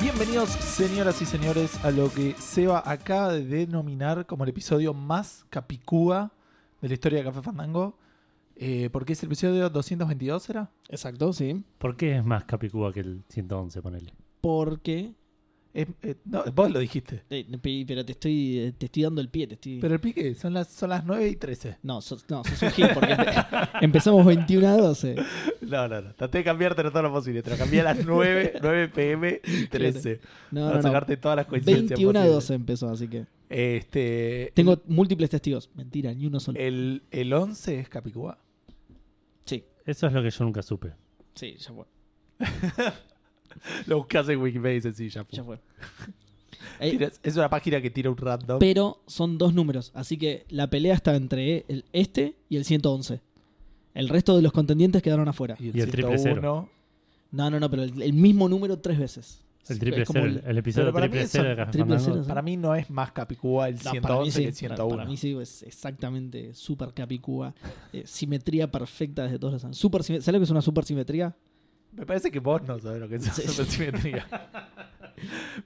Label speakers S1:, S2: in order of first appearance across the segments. S1: Bienvenidos, señoras y señores, a lo que Seba acaba de denominar como el episodio más capicúa de la historia de Café Fandango. Eh, porque es el episodio 222, ¿era?
S2: Exacto, sí.
S3: ¿Por qué es más Capicúa que el 111, ponele?
S2: Porque.
S1: Eh, eh, no, vos lo dijiste.
S2: eh, pe- pero te estoy, eh, te estoy dando el pie, te estoy.
S1: Pero el pique, son las, son las 9 y 13.
S2: No, sos, no, sos un gil, porque empe- empezamos 21 a 12.
S1: No, no, no. Traté de cambiártelo todo lo posible. Te lo cambié a las 9, 9 pm y 13.
S2: No,
S1: para
S2: no, no.
S1: sacarte todas las coincidencias.
S2: 21 a
S1: posibles.
S2: 12 empezó, así que.
S1: Este.
S2: Tengo múltiples testigos. Mentira, ni uno solo.
S1: El, el 11 es Capicúa.
S2: Sí,
S3: Eso es lo que yo nunca supe.
S2: sí, ya fue.
S1: Lo buscas en Wikipedia y sencilla.
S2: Ya fue. Eh,
S1: Tiras- Es una página que tira un random.
S2: pero son dos números, así que la pelea está entre el este y el 111. El resto de los contendientes quedaron afuera.
S3: y el triple cero.
S1: 101.
S2: No, no, no, pero el, el mismo número tres veces.
S3: El
S2: Sí,
S3: triple
S2: es como
S3: cero, el,
S2: el-
S3: episodio
S1: Pero para mí
S3: triple
S1: es
S3: cero
S1: un
S3: de Café
S2: triple
S3: Fandango.
S2: cero.
S1: Para mí no es más Capicúa el
S2: No,
S1: 111
S2: para mí sí,
S1: que el 101.
S2: Para, para mí sí, es exactamente super capicúa. eh, simetría perfecta desde todos los ángulos. Super, sime- ¿Sabes lo que es una super simetría?
S1: Me parece que vos no sabés lo que es
S2: Sí.
S1: una simetría.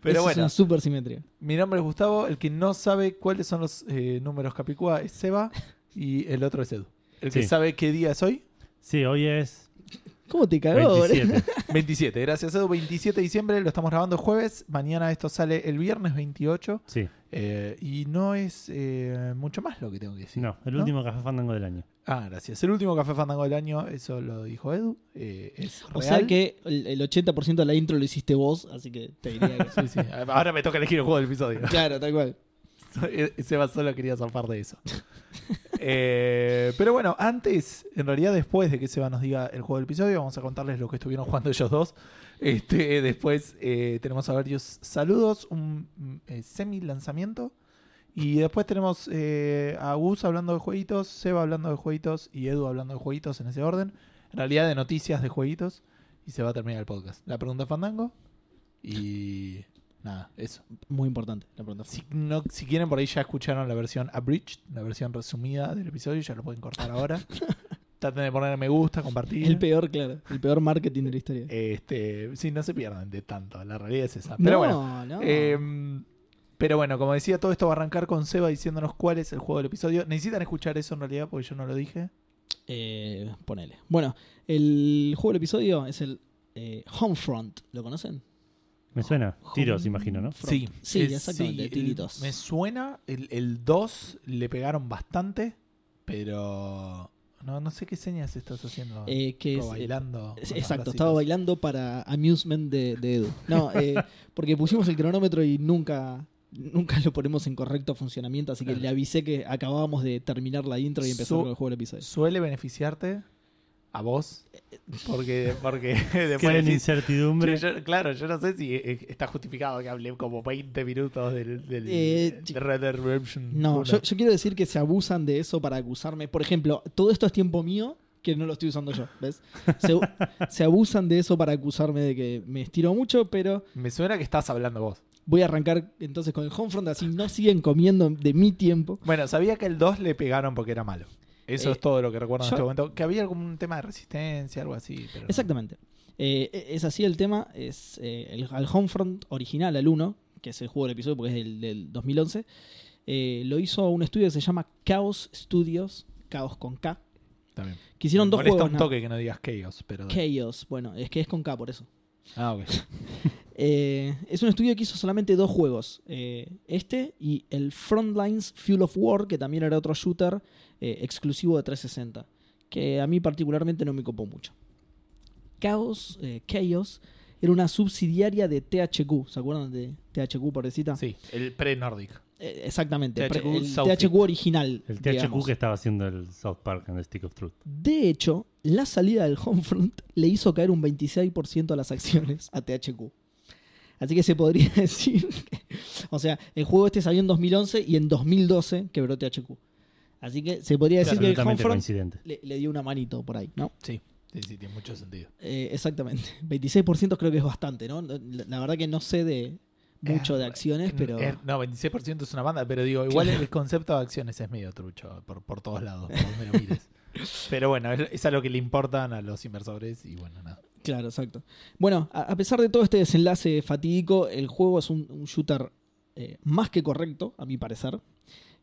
S1: Pero
S2: Es
S1: bueno,
S2: una super simetría.
S1: mi nombre es Gustavo. El que no sabe cuáles son los eh, números Capicúa es Seba y el otro es Edu. El que
S3: Sí.
S1: sabe qué día es hoy,
S3: Sí, hoy es
S2: ¿Cómo te cagó?
S3: 27.
S1: 27. Gracias Edu, 27 de diciembre, lo estamos grabando jueves. Mañana esto sale el viernes 28.
S3: Sí,
S1: eh, y no es eh, mucho más lo que tengo que decir.
S3: no, el último Café Fandango del año.
S1: Ah, gracias. El último Café Fandango del año, eso lo dijo Edu. eh, es
S2: O
S1: real.
S2: sea que el, el 80% de la intro lo hiciste vos, así que te diría que
S1: Sí, sí. Ahora me toca elegir el juego del episodio.
S2: Claro, tal cual.
S1: E-, Seba solo quería zafar de eso. Eh, pero bueno, antes, en realidad después de que Seba nos diga el juego del episodio, vamos a contarles lo que estuvieron jugando ellos dos. Este, después eh, tenemos a varios saludos, un semi lanzamiento. Y después tenemos eh, a Gus hablando de jueguitos, Seba hablando de jueguitos y Edu hablando de jueguitos en ese orden. En realidad de noticias de jueguitos. Y se va a terminar el podcast. La pregunta Fandango. Y nada, eso.
S2: Muy importante la pregunta.
S1: Si, no- si quieren, por ahí ya escucharon la versión abridged, la versión resumida del episodio, ya lo pueden cortar ahora. Traten de poner me gusta, compartir.
S2: El peor, claro. El peor marketing de la historia.
S1: Este, sí, no se pierdan de tanto, la realidad es esa. Pero
S2: no,
S1: bueno.
S2: no.
S1: eh, pero bueno, como decía, todo esto va a arrancar con Seba diciéndonos cuál es el juego del episodio. Necesitan escuchar eso en realidad porque yo no lo dije.
S2: Eh, ponele. Bueno, el juego del episodio es el eh, Homefront. ¿Lo conocen?
S3: Me suena, tiros, imagino, ¿no?
S2: Front. Sí, exactamente,
S1: el-
S2: tiritos.
S1: me suena, el- el 2 le pegaron bastante, pero no, no sé qué señas estás haciendo. ahora.
S2: Eh, que es,
S1: Estaba
S2: eh,
S1: bailando.
S2: Es-
S1: con los
S2: Exacto,
S1: bracitos.
S2: estaba bailando para amusement de, de Edu. No, eh, porque pusimos el cronómetro y nunca, nunca lo ponemos en correcto funcionamiento, así que
S1: Claro.
S2: le avisé que acabábamos de terminar la intro y empezar
S1: Su-
S2: con el juego del episodio.
S1: Suele beneficiarte a vos. Porque, porque después
S3: Queda en
S1: decís,
S3: incertidumbre.
S1: "Che, yo- claro, yo no sé si eh, está justificado que hable como 20 minutos del, del-
S2: Eh,
S1: de Red Dead Redemption.
S2: No,
S1: uno.
S2: yo, yo quiero decir que se abusan de eso para acusarme. Por ejemplo, todo esto es tiempo mío que no lo estoy usando yo, ¿ves? Se, se abusan de eso para acusarme de que me estiro mucho, pero
S1: Me suena que estás hablando vos.
S2: voy a arrancar entonces con el Homefront, así no siguen comiendo de mi tiempo.
S1: Bueno, sabía que el 2 le pegaron porque era malo. Eso
S2: Eh,
S1: es todo lo que recuerdo en
S2: yo-
S1: este momento. Que había algún tema de resistencia, algo así. pero no.
S2: Exactamente. Eh, e- es así el tema. Es eh, el, al Homefront original, al 1, que es el juego del episodio porque es del, del 2011, eh, lo hizo un estudio que se llama Chaos Studios, Chaos con K,
S1: Está bien.
S2: que hicieron
S1: Me
S2: dos
S1: molesta
S2: juegos.
S1: un
S2: ¿no?
S1: toque que no digas Chaos, pero.
S2: Chaos, bueno, es que es con K por eso.
S1: Ah, ok.
S2: Eh, es un estudio que hizo solamente dos juegos. eh, este y el Frontlines Fuel of War, que también era otro shooter eh, exclusivo de 360. Que a mí particularmente no me copó mucho. Chaos, eh, Chaos era una subsidiaria de THQ. ¿Se acuerdan de THQ, pobrecita?
S1: Sí, el pre-Nordic.
S2: Eh, exactamente.
S1: THQ
S2: pre- el
S1: South
S2: THQ original.
S3: El THQ
S2: digamos.
S3: que estaba haciendo el South Park and the Stick of Truth.
S2: De hecho, la salida del Homefront le hizo caer un 26% a las acciones a THQ. Así que se podría decir. que- o sea, el juego este salió en 2011 y en 2012 quebró THQ. Así que se podría decir que el
S3: Absolutamente
S2: Homefront
S3: coincidente.
S2: le, le dio una manito por ahí, ¿no?
S1: Sí, sí, tiene mucho sentido.
S2: Eh, exactamente. 26% creo que es bastante, ¿no? La, la verdad que no sé de mucho de
S1: Eh,
S2: acciones, pero.
S1: Eh, No, 26% es una banda, pero digo, igual el concepto de acciones es medio trucho por, por todos lados, por donde lo mires. Pero bueno, es, es a lo que le importan a los inversores y bueno, nada.
S2: Claro, exacto. Bueno, a, a pesar de todo este desenlace fatídico, el juego es un, un shooter eh, más que correcto, a mi parecer.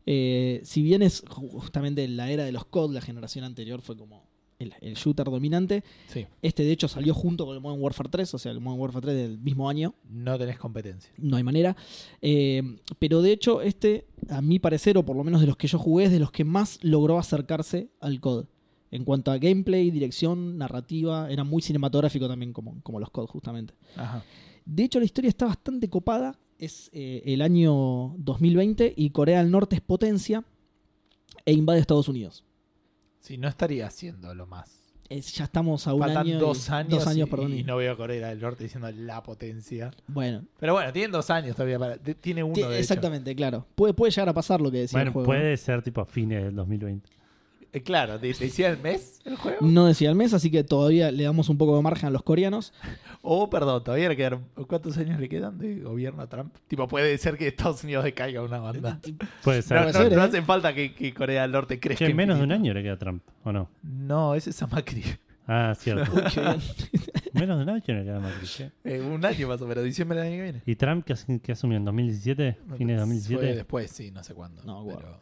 S2: Eh, si bien es ju- justamente la era de los COD, la generación anterior fue como el, el shooter dominante,
S1: Sí.
S2: este de hecho salió junto con el Modern Warfare 3, o sea, el Modern Warfare 3 del mismo año,
S1: No tenés competencia.
S2: no hay manera. Eh, pero de hecho, este, a mi parecer, o por lo menos de los que yo jugué, es de los que más logró acercarse al COD. En cuanto a gameplay, dirección, narrativa, era muy cinematográfico también, como, como los COD, justamente.
S1: Ajá.
S2: De hecho, la historia está bastante copada. Es eh, el año 2020 y Corea del Norte es potencia e invade Estados Unidos.
S1: Sí, no estaría haciendo lo más.
S2: Es- ya estamos a un
S1: Faltan
S2: año. y-
S1: dos años,
S2: Dos años,
S1: y,
S2: perdón.
S1: y
S2: y-
S1: no veo a Corea del Norte diciendo la potencia.
S2: Bueno,
S1: Pero bueno, tienen dos años todavía. Para, t- tiene uno,
S2: ti-
S1: de hecho.
S2: exactamente, claro. Puede, puede llegar a pasar lo que decía el
S3: bueno,
S2: juego.
S3: puede ser tipo a fines del 2020.
S1: Eh, claro, ¿te, te hicieron el mes el juego?
S2: No decía el mes, así que todavía le damos un poco de margen a los coreanos.
S1: O, Oh, perdón, todavía le quedan... ¿Cuántos años le quedan de gobierno a Trump? Tipo, puede ser que Estados Unidos decaiga una banda. No,
S3: Puede ser.
S1: no,
S2: puede ser,
S1: no
S2: ¿eh?
S1: hace falta que, que Corea del Norte crezca.
S3: Che, menos de un
S1: infinito.
S3: año le queda a Trump, ¿o no?
S1: No, ese es a Macri.
S3: Ah, cierto.
S2: Uy, qué bien.
S3: menos de un año le queda a Macri. che.
S1: Eh, un año más o menos, diciembre del año que viene.
S3: ¿Y Trump qué, as- qué asumió en 2017?
S1: Fue
S3: ¿Fines de 2017?
S1: después, sí, no sé cuándo.
S2: No me
S1: pero,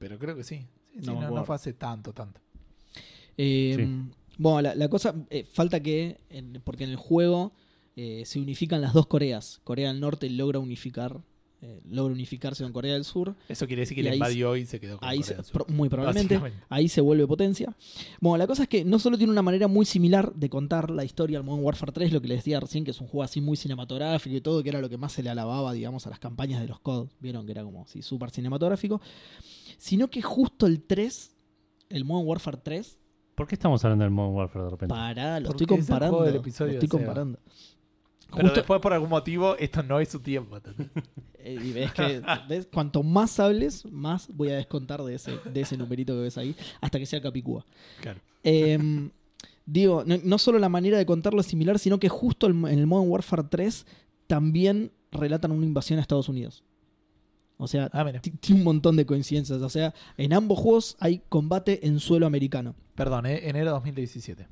S1: pero creo que sí. Sí, sí,
S2: No
S1: no,
S2: me
S1: no
S2: acuerdo.
S1: fue hace tanto, tanto.
S2: Eh,
S3: Sí.
S2: Bueno, la, la cosa, eh, falta que, en- porque en el juego eh, se unifican las dos Coreas. Corea del Norte logra unificar, eh, logra unificarse con Corea del Sur.
S1: Eso quiere decir que
S2: Y
S1: le
S2: ahí
S1: invadió y se quedó con
S2: Ahí
S1: Corea
S2: se-
S1: del Sur.
S2: pro- muy probablemente,
S1: Básicamente.
S2: ahí se vuelve potencia. Bueno, la cosa es que no solo tiene una manera muy similar de contar la historia al Modern Warfare 3, lo que les decía recién, que es un juego así muy cinematográfico y todo, que era lo que más se le alababa, digamos, a las campañas de los COD. Vieron que era como, sí, súper cinematográfico. Sino que justo el 3, el Modern Warfare 3,
S3: ¿Por qué estamos hablando del Modern Warfare de repente?
S2: Pará, lo
S1: Porque
S2: estoy
S1: es el juego
S2: comparando.
S1: del
S2: Lo
S1: episodio
S2: estoy
S1: de Seba.
S2: comparando.
S1: Pero
S2: Justo,
S1: después, por algún motivo, esto no es su tiempo. ¿entendés?
S2: eh, y ves que ves, cuanto más hables, más voy a descontar de ese, de ese numerito que ves ahí, hasta que sea Capicúa.
S1: Claro.
S2: Eh, digo, no, no solo la manera de contarlo es similar, sino que justo el- en el Modern Warfare 3 también relatan una invasión a Estados Unidos. O sea,
S1: Ah, mira.
S2: ti- tiene un montón de coincidencias. O sea, en ambos juegos hay combate en suelo americano.
S1: Perdón, eh, enero 2017.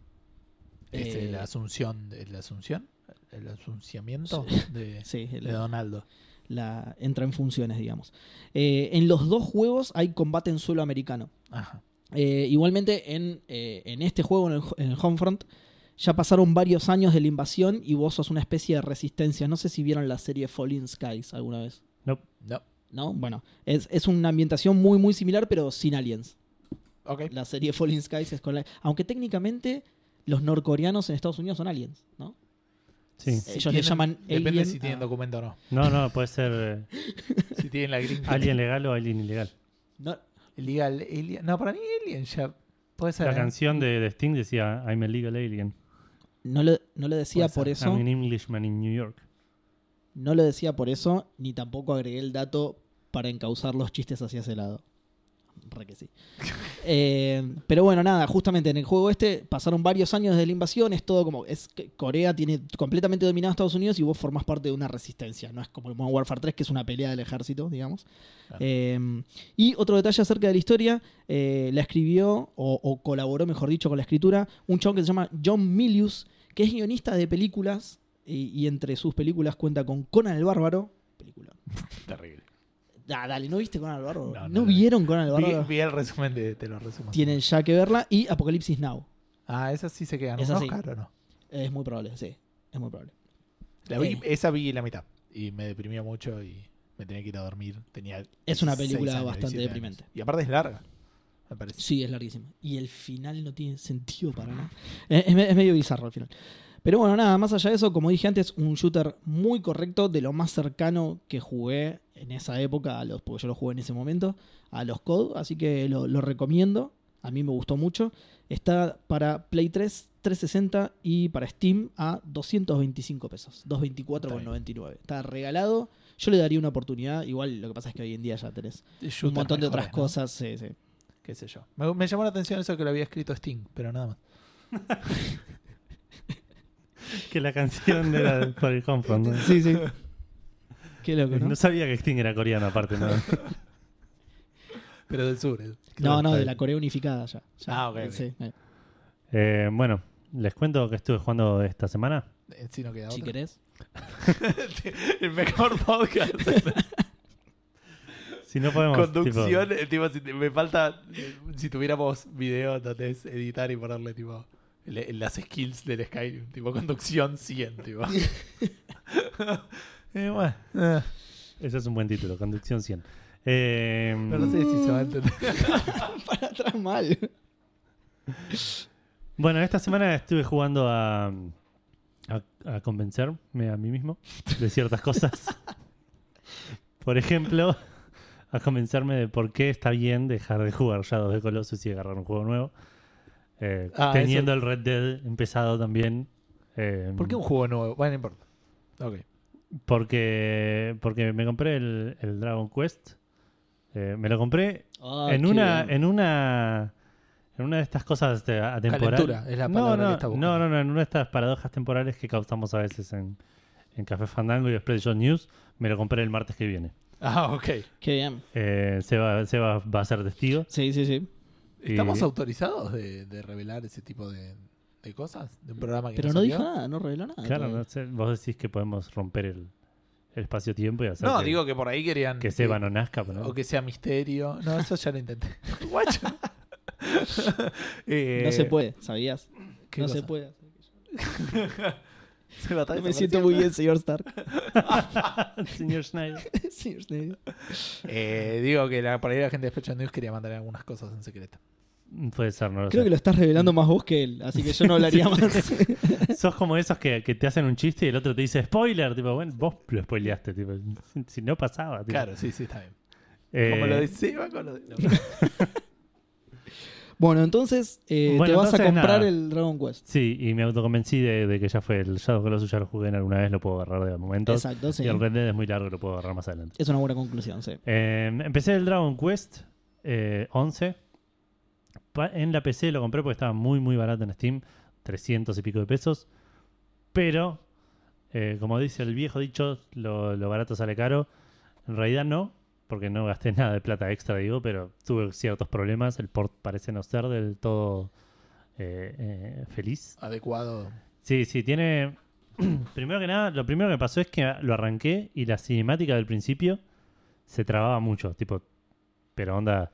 S1: Es
S2: Eh,
S1: la asunción, el asunción, el asunciamiento de,
S2: Sí, el-
S1: de Donaldo.
S2: la, entra en funciones, digamos. Eh, en los dos juegos hay combate en suelo americano.
S1: Ajá.
S2: Eh, igualmente en, eh, en este juego, en el, en el Homefront, ya pasaron varios años de la invasión y vos sos una especie de resistencia. No sé si vieron la serie Falling Skies alguna vez.
S3: No,
S1: No.
S2: ¿No? Bueno, es, es una ambientación muy, muy similar, pero sin aliens.
S1: Ok.
S2: La serie Falling Skies es con la... Aunque técnicamente los norcoreanos en Estados Unidos son aliens, ¿no?
S3: sí.
S2: ellos le llaman
S1: Eh, Depende
S2: alien
S1: si tienen
S2: a-
S1: documento o no.
S3: No, no, puede ser eh,
S1: Si tienen la green card.
S3: alien legal o alien ilegal.
S2: No,
S1: Legal alien. No, para mí alien ya. Puede ser.
S3: La
S1: ¿eh?
S3: canción de, de Sting decía I'm a legal alien.
S2: no, lo, no lo decía
S1: Puede ser.
S2: por eso.
S3: I'm an Englishman in New York.
S2: No lo decía por eso, ni tampoco agregué el dato para encauzar los chistes hacia ese lado. Re que sí. Eh, pero bueno, nada, justamente en el juego este pasaron varios años desde la invasión, es todo como, es que Corea tiene completamente dominado a Estados Unidos y vos formás parte de una resistencia, no es como el Modern Warfare 3, que es una pelea del ejército, digamos.
S1: Claro.
S2: Eh, y otro detalle acerca de la historia, eh, la escribió, o, o colaboró, mejor dicho, con la escritura, un chabón que se llama John Milius, que es guionista de películas, y, y entre sus películas cuenta con Conan el Bárbaro, película.
S1: Terrible.
S2: Ah, dale, ¿no viste Conan el Bárbaro?
S1: No,
S2: ¿No,
S1: no, no.
S2: vieron Conan el
S1: Vi,
S2: Bárbaro?
S1: vi el resumen de. Te lo resumo.
S2: Tienen ya que verla, y Apocalipsis Now.
S1: Ah, esa sí se quedan. ¿Un
S2: Esa sí.
S1: Oscar o no?
S2: Es muy probable, sí. Es muy probable.
S1: La vi-
S2: Eh.
S1: Esa vi la mitad. Y me deprimió mucho y me tenía que ir a dormir. Tenía
S2: Es
S1: 16
S2: una película
S1: años,
S2: bastante
S1: 17 años.
S2: deprimente.
S1: Y aparte es larga. Me parece.
S2: Sí, es larguísima. Y el final no tiene sentido para nada. Eh, Es, me- es medio bizarro al final. Pero bueno, nada, más allá de eso, como dije antes, un shooter muy correcto, de lo más cercano que jugué en esa época, a los, porque yo lo jugué en ese momento, a los COD, así que lo, lo recomiendo. A mí me gustó mucho. Está para Play 3, 360 y para Steam a 225 pesos, 224,99. Está regalado. Yo le daría una oportunidad. Igual lo que pasa es que hoy en día ya tenés un
S1: Shooters
S2: montón de
S1: mejores,
S2: otras
S1: ¿no?
S2: cosas. sí, sí.
S1: Qué sé yo. Me, me llamó la atención eso que lo había escrito Sting, pero nada más.
S3: Que la canción era de- por el Homefront. ¿no?
S2: Sí, sí. Qué loco, ¿no?
S3: No sabía que Sting era coreano aparte. ¿no?
S1: Pero del sur. eh.
S2: No, no,
S3: está
S2: de
S3: bien.
S2: la Corea unificada ya. Ya,
S1: Ah, ok, ok.
S2: sí, eh.
S3: Eh, bueno, ¿Les cuento que estuve jugando esta semana?
S1: Eh, Si no queda
S2: si
S1: otra.
S2: querés.
S1: El mejor podcast.
S3: Si no podemos.
S1: Conducción.
S3: tipo,
S1: eh, Tipo, si te- me falta. eh, Si tuviéramos video, entonces editar y ponerle tipo. le- las skills del Skyrim. Tipo, conducción 100. Tipo. Eh, bueno, eh,
S3: ese es un buen título, Conducción 100. Eh,
S1: pero no sé si se va a entender.
S2: Para atrás mal.
S3: Bueno, esta semana estuve jugando a, a, a convencerme a mí mismo de ciertas cosas. Por ejemplo, a convencerme de por qué está bien dejar de jugar Shadows de Colossus y agarrar un juego nuevo. Eh,
S1: Ah,
S3: teniendo el Red Dead empezado también. eh,
S1: ¿Por qué un juego nuevo? Bueno, no importa. Ok.
S3: Porque, porque me compré el, el Dragon Quest. Eh, me lo compré
S2: Ah,
S3: en
S2: qué
S3: una,
S2: bien.
S3: en una en una de estas cosas de- atemporales.
S1: Calentura es la
S3: no,
S1: palabra
S3: no,
S1: que está buscando.
S3: no, no, no, en una de estas paradojas temporales que causamos a veces en, en Café Fandango y después de John News, me lo compré el martes que viene.
S1: Ah, ok.
S2: Qué bien.
S3: Eh, Seba, Seba va a ser testigo.
S2: Sí, sí, sí.
S1: ¿Estamos
S3: Y-
S1: autorizados de, de revelar ese tipo de, de cosas? ¿De un programa que
S2: Pero
S1: no
S2: no
S1: salió?
S2: dijo nada, no reveló
S1: Ah,
S2: nada.
S3: Claro,
S2: todavía.
S3: no sé, vos decís que podemos romper el, el espacio-tiempo y hacer
S1: No,
S3: que,
S1: digo que por ahí querían.
S3: que Seba no nazca. pero no.
S1: O que sea misterio. No, eso ya lo intenté. Guacho. Eh,
S2: No se puede, ¿sabías?
S1: ¿qué
S2: No
S1: cosa?
S2: se puede.
S1: Se lo está
S2: Me siento muy bien, señor Stark.
S3: Señor Schneider.
S2: señor Snape.
S1: desapareciendo. Eh, digo que la, por ahí la gente de Special News quería mandar algunas cosas en secreto.
S3: Puede ser, no lo
S2: Creo
S3: sé.
S2: que lo estás revelando más vos que él, así que yo no hablaría más.
S3: Sos como esos que, que te hacen un chiste y el otro te dice spoiler. Tipo, bueno, vos lo spoileaste. Tipo, si- si no pasaba. tipo.
S1: Claro, sí, sí, está bien.
S3: Eh,
S1: Como lo de Seba, con lo de. no.
S2: bueno, entonces eh,
S3: Bueno,
S2: te vas
S3: entonces,
S2: a comprar
S3: nada.
S2: el Dragon Quest.
S3: Sí, y me autoconvencí de, de que ya fue el Shadow Colossus, ya lo jugué en alguna vez, lo puedo agarrar de momento.
S2: Exacto, sí.
S3: Y el Red Dead es muy largo, lo puedo agarrar más adelante.
S2: Es una buena conclusión, sí.
S3: Eh, empecé el Dragon Quest eh, 11. Pa- en la PC lo compré porque estaba muy, muy barato en Steam. 300 y pico de pesos. Pero, eh, como dice el viejo dicho, lo, lo barato sale caro. En realidad no, porque no gasté nada de plata extra, digo, pero tuve ciertos problemas. El port parece no ser del todo eh, eh, feliz.
S1: Adecuado.
S3: Sí, sí, tiene. primero que nada, lo primero que me pasó es que lo arranqué y la cinemática del principio se trababa mucho. Tipo, pero onda,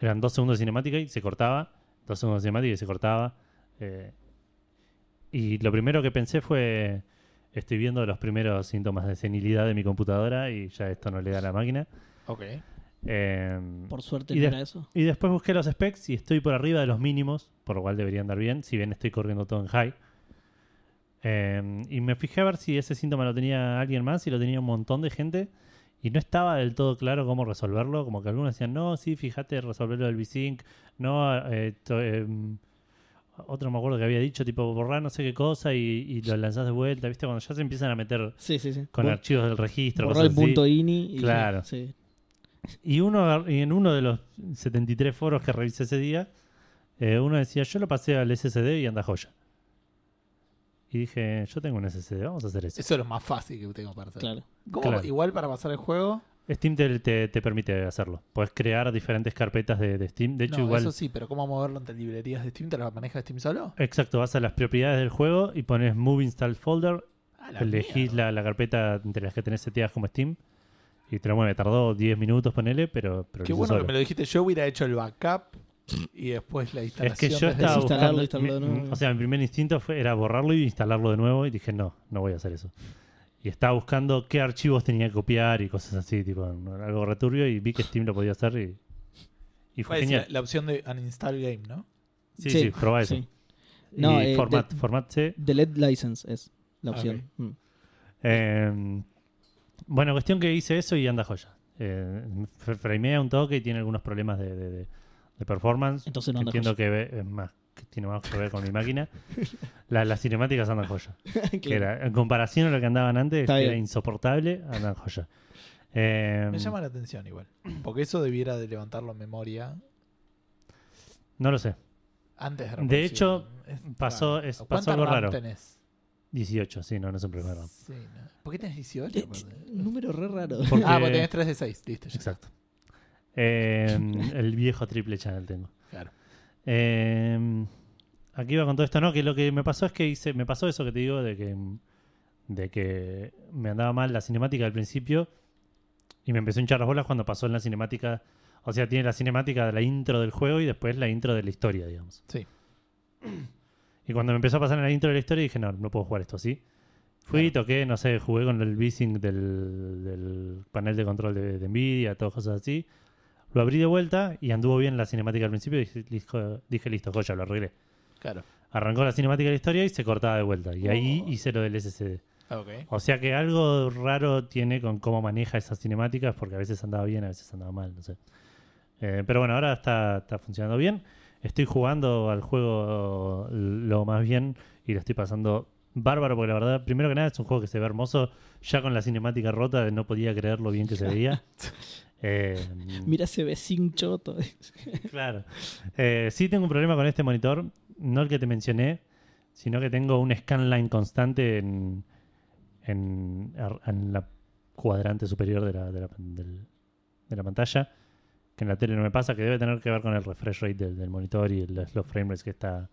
S3: eran dos segundos de cinemática y se cortaba. Dos segundos de cinemática y se cortaba. eh, y lo primero que pensé fue. Estoy viendo los primeros síntomas de senilidad de mi computadora y ya esto no le da a la máquina.
S1: Ok.
S3: Eh,
S2: Por suerte
S3: Y
S2: no
S3: de-
S2: era eso.
S3: y después busqué los specs y estoy por arriba de los mínimos, por lo cual debería andar bien, si bien estoy corriendo todo en high. Eh, y me fijé a ver si ese síntoma lo tenía alguien más y lo tenía un montón de gente. Y no estaba del todo claro cómo resolverlo. Como que algunos decían, no, sí, fíjate, resolverlo del VSync. No, eh, to- em, otro me acuerdo que había dicho, tipo, borrar no sé qué cosa y, y lo lanzás de vuelta. ¿Viste? Cuando ya se empiezan a meter
S2: Sí, sí, sí.
S3: con
S2: Bor-
S3: archivos del registro.
S2: borró
S3: cosas
S2: el
S3: así.
S2: punto INI. Y
S3: Claro.
S2: Sí.
S3: Y uno y en uno de los 73 foros que revisé ese día, eh, uno decía, yo lo pasé al SSD y anda joya. Y dije, yo tengo un SSD, vamos a hacer eso.
S1: Eso es lo más fácil que tengo para hacer.
S2: claro.
S1: ¿Cómo?
S3: Claro.
S1: Igual para pasar el juego.
S3: Steam te, te- te permite hacerlo. Puedes crear diferentes carpetas de, de Steam. De hecho,
S1: no,
S3: igual...
S1: Eso sí, pero ¿cómo moverlo entre librerías de Steam? ¿Te lo maneja Steam solo?
S3: Exacto, vas a las propiedades del juego y pones Move Install Folder,
S1: Ah, la
S3: elegís
S1: mierda.
S3: la, la carpeta entre las que tenés seteadas como Steam y te lo mueve. Tardó 10 minutos, ponele, pero... pero
S1: Qué
S3: lo hizo
S1: bueno
S3: solo.
S1: que me lo dijiste. Yo hubiera hecho el backup y después la
S3: Es
S1: instalación.
S3: que yo
S1: desde
S3: estaba
S1: cero.
S2: Desinstalarlo,
S3: buscando,
S2: instalarlo de
S3: mi-
S2: nuevo.
S3: o sea, mi primer instinto fue, era borrarlo y instalarlo de nuevo y dije, no, no voy a hacer eso. Y estaba buscando qué archivos tenía que copiar y cosas así, tipo, algo returbio y vi que Steam lo podía hacer y, y fue
S1: Puede ser
S3: genial.
S1: la opción de uninstall game, ¿no?
S3: Sí, sí, probá eso.
S2: sí. No,
S3: y
S2: eh,
S3: format,
S2: de-
S3: format C.
S2: Delete license es la
S1: Ah,
S2: opción. Mm.
S3: Eh, bueno, cuestión que hice eso y anda joya. Eh, fr- frameé un toque y tiene algunos problemas de, de- de- de performance.
S2: Entonces no
S3: que
S2: anda
S3: entiendo que ve- es más que tiene más que ver con mi máquina. La- las cinemáticas andan joya. que
S2: Claro.
S3: era, en comparación a lo que andaban antes,
S2: Está
S3: que era
S2: bien.
S3: insoportable, andan joya. Eh,
S1: Me llama la atención igual. Porque eso debiera de levantarlo en memoria
S3: No lo sé,
S1: antes de
S3: De
S1: reproducirlo.
S3: hecho,
S1: Es
S3: pasó-
S1: raro.
S3: es- pasó
S1: ¿Cuánta
S3: algo
S1: RAM
S3: raro.
S1: tenés?
S3: 18, sí, no, no es un problema. no.
S1: Sí, no. ¿Por qué tenés 18?
S2: Eh, eh, Número re raro.
S3: Porque-
S1: Ah, vos tenés 3 de 6, listo. ya está.
S3: Exacto. Eh, el viejo triple channel tengo.
S1: Claro.
S3: Eh, aquí iba con todo esto, no, que lo que me pasó es que hice, me pasó eso que te digo de que, de que me andaba mal la cinemática al principio y me empezó a hinchar las bolas cuando pasó en la cinemática, o sea, tiene la cinemática de la intro del juego y después la intro de la historia, digamos.
S1: Sí.
S3: Y cuando me empezó a pasar en la intro de la historia dije, no, no puedo jugar esto así. Fui, y toqué, no sé, jugué con el V-Sync del, del panel de control de, de Nvidia, todas cosas así. Lo abrí de vuelta y anduvo bien la cinemática al principio. y Dije, listo- dije listo, joya, lo arreglé.
S1: Claro.
S3: Arrancó la cinemática de la historia y se cortaba de vuelta. Y ahí
S1: Oh.
S3: hice lo del SSD.
S1: Ok.
S3: O sea que algo raro tiene con cómo maneja esas cinemáticas, porque a veces andaba bien, a veces andaba mal, no sé. Eh, pero bueno, ahora está, está funcionando bien. Estoy jugando al juego lo más bien y lo estoy pasando bárbaro, porque la verdad, primero que nada, es un juego que se ve hermoso. Ya con la cinemática rota, no podía creer lo bien que se veía. Eh,
S2: Mira ese vecino choto.
S3: Claro. Eh, sí tengo un problema con este monitor, no el que te mencioné, sino que tengo un scanline constante en, en, ar- en la cuadrante superior de la, de, la, del- de la pantalla, que en la tele no me pasa, que debe tener que ver con el refresh rate del, del monitor y el- los frame rates que está,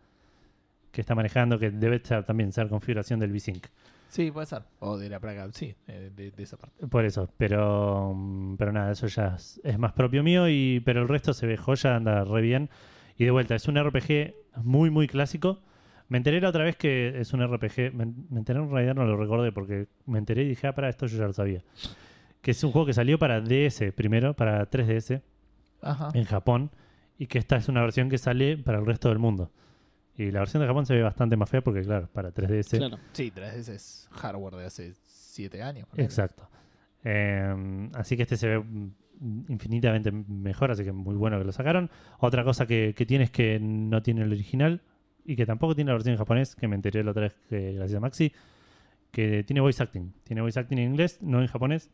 S3: que está manejando, que debe estar- también ser configuración del VSync.
S1: Sí, puede ser. O de la placa, sí, eh, de, de esa parte.
S3: Por eso, pero, mm, pero nada, eso ya es, es más propio mío, y, pero el resto se ve joya, anda re bien. Y de vuelta, es un RPG muy, muy clásico. Me enteré la otra vez que es un RPG, me, me enteré en realidad, no lo recordé porque me enteré y dije, ah, para esto yo ya lo sabía. Que es un juego que salió para DS primero, para 3DS
S1: Ajá.
S3: en Japón, y que esta es una versión que sale para el resto del mundo. Y la versión de Japón se ve bastante más fea porque, claro, para 3DS
S2: Claro.
S1: Sí, tras ese es hardware de hace siete años. ponele.
S3: Exacto. Eh, así que este se ve mm, infinitamente mejor, así que muy bueno que lo sacaron. Otra cosa que, que tiene es que no tiene el original y que tampoco tiene la versión en japonés, que me enteré la otra vez que, gracias a Maxi, que tiene voice acting. Tiene voice acting en inglés, no en japonés.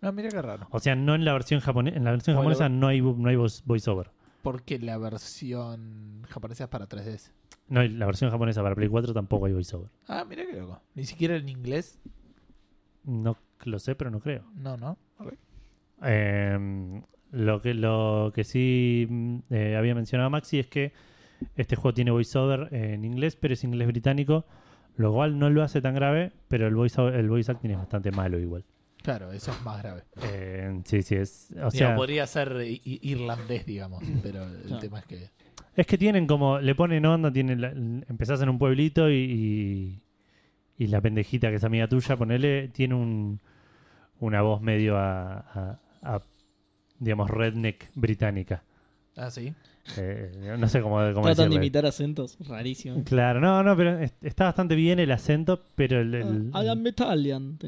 S1: Ah, mira qué raro.
S3: O sea, no en la versión japonesa. En la versión
S1: Bueno,
S3: japonesa no hay, vo- no hay voice- voiceover.
S1: Porque la versión japonesa es para 3DS.
S3: No, y la versión japonesa para Play 4 tampoco hay voiceover.
S1: Ah, mira qué loco. Ni siquiera en inglés.
S3: No lo sé, pero no creo.
S1: No, no. Ok.
S3: Eh, lo, que, lo que sí mm, eh, había mencionado Maxi es que este juego tiene voiceover en inglés, pero es inglés británico, lo cual no lo hace tan grave, pero el voice, el voice acting es bastante malo igual.
S1: Claro, eso es más grave.
S3: Eh, sí, sí, es. O
S1: O
S3: sea,
S1: podría ser i- i- irlandés, digamos. Pero el
S2: Claro.
S1: tema es que.
S3: es que tienen como. Le ponen onda, tienen la- empezás en un pueblito y, y. y la pendejita que es amiga tuya, ponele, tiene un, una voz medio a- a- a digamos, redneck británica.
S1: Ah, sí.
S3: Eh, no sé cómo, cómo
S2: Tratan de
S3: decirle.
S2: imitar acentos. Rarísimo.
S3: Claro, no, no, pero es- está bastante bien el acento, pero el, el-
S2: Ah, Hagan Metallian.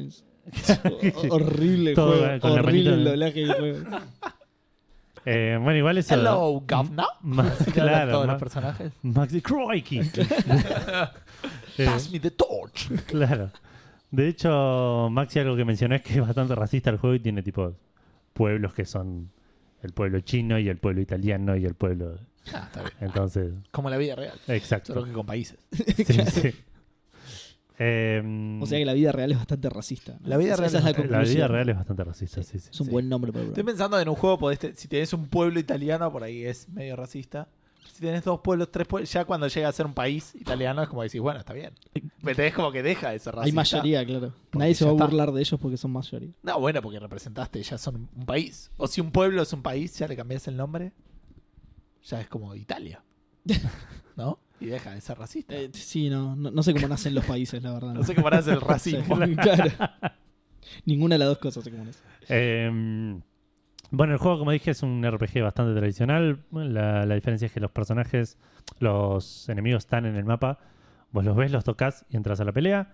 S2: horrible
S3: Todo
S2: juego.
S3: con la
S2: horrible
S3: manito
S2: el
S3: de-
S2: doblaje del juego.
S3: eh, bueno, igual eso.
S1: Hello, governor.
S3: Más,
S1: Así que hablan
S3: Mm. claro,
S1: todos
S3: ma-
S1: los personajes.
S3: Maxi Croiky. Eh,
S1: Pass me the torch.
S3: claro. De hecho, Maxi algo que mencionó es que es bastante racista el juego y tiene tipo pueblos que son el pueblo chino y el pueblo italiano y el pueblo.
S1: Ah, está bien.
S3: Entonces,
S1: Como la vida real.
S3: exacto.
S1: Solo que con países.
S3: Sí, sí. Em,
S2: O sea que la vida real es bastante racista. ¿no?
S1: La vida
S2: Esa-
S1: real
S2: esa
S1: es
S2: es la
S1: bastante-
S3: la
S2: conclusión.
S3: vida real es bastante racista, sí, sí.
S2: Es un
S1: Sí.
S2: buen nombre para el
S1: Estoy
S2: programa.
S1: pensando en un juego, podés te- si tenés un pueblo italiano, por ahí es medio racista. Si tenés dos pueblos, tres pueblos, ya cuando llega a ser un país italiano es como decís, bueno, está bien. Me tenés como que deja de ser racista.
S2: Hay mayoría, claro.
S1: Porque
S2: Nadie
S1: ya
S2: se va a
S1: está.
S2: burlar de ellos porque son mayoría.
S1: No, bueno, porque representaste, ya son un país. O si un pueblo es un país, ya le cambias el nombre, ya es como Italia. ¿No? Y deja de ser racista.
S2: Eh, sí, no, no, no sé cómo nacen los países, la verdad.
S1: No sé cómo harás el
S2: Sí,
S1: racismo.
S2: claro. Ninguna de las dos cosas sé cómo nace.
S3: Eh, bueno, el juego, como dije, es un RPG bastante tradicional. La, la diferencia es que los personajes, los enemigos están en el mapa. Vos los ves, los tocas y entras a la pelea.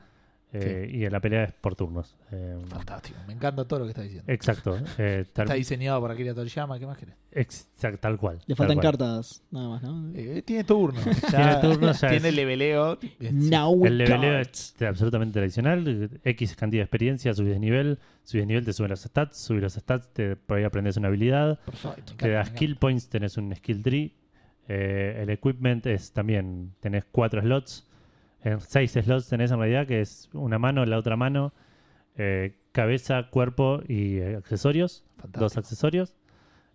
S3: Eh, Y la pelea es por turnos. Eh,
S1: Fantástico, me encanta todo lo que estás diciendo.
S3: exacto. Eh, tal,
S1: Está diseñado por Akira Toriyama, ¿qué más querés?
S3: exact- tal cual.
S2: Le
S3: tal
S2: faltan
S3: cual.
S2: cartas, nada más, ¿no?
S1: Eh, tiene turno.
S3: Tiene
S1: Ya-
S3: turnos, ya
S1: tiene
S3: es-
S1: leveleo. Es-
S2: Now
S3: El leveleo
S2: cards.
S3: es absolutamente tradicional. X cantidad de experiencia, subís de nivel. Subís de nivel, te suben los stats. Subís los stats, te, por ahí aprendes una habilidad.
S1: Perfecto.
S3: Te das skill points, tenés un skill tree. Eh, el equipment es también, tenés cuatro slots. En seis slots tenés en realidad, que es una mano, la otra mano, eh, cabeza, cuerpo y eh, accesorios.
S1: Fantástico.
S3: Dos accesorios.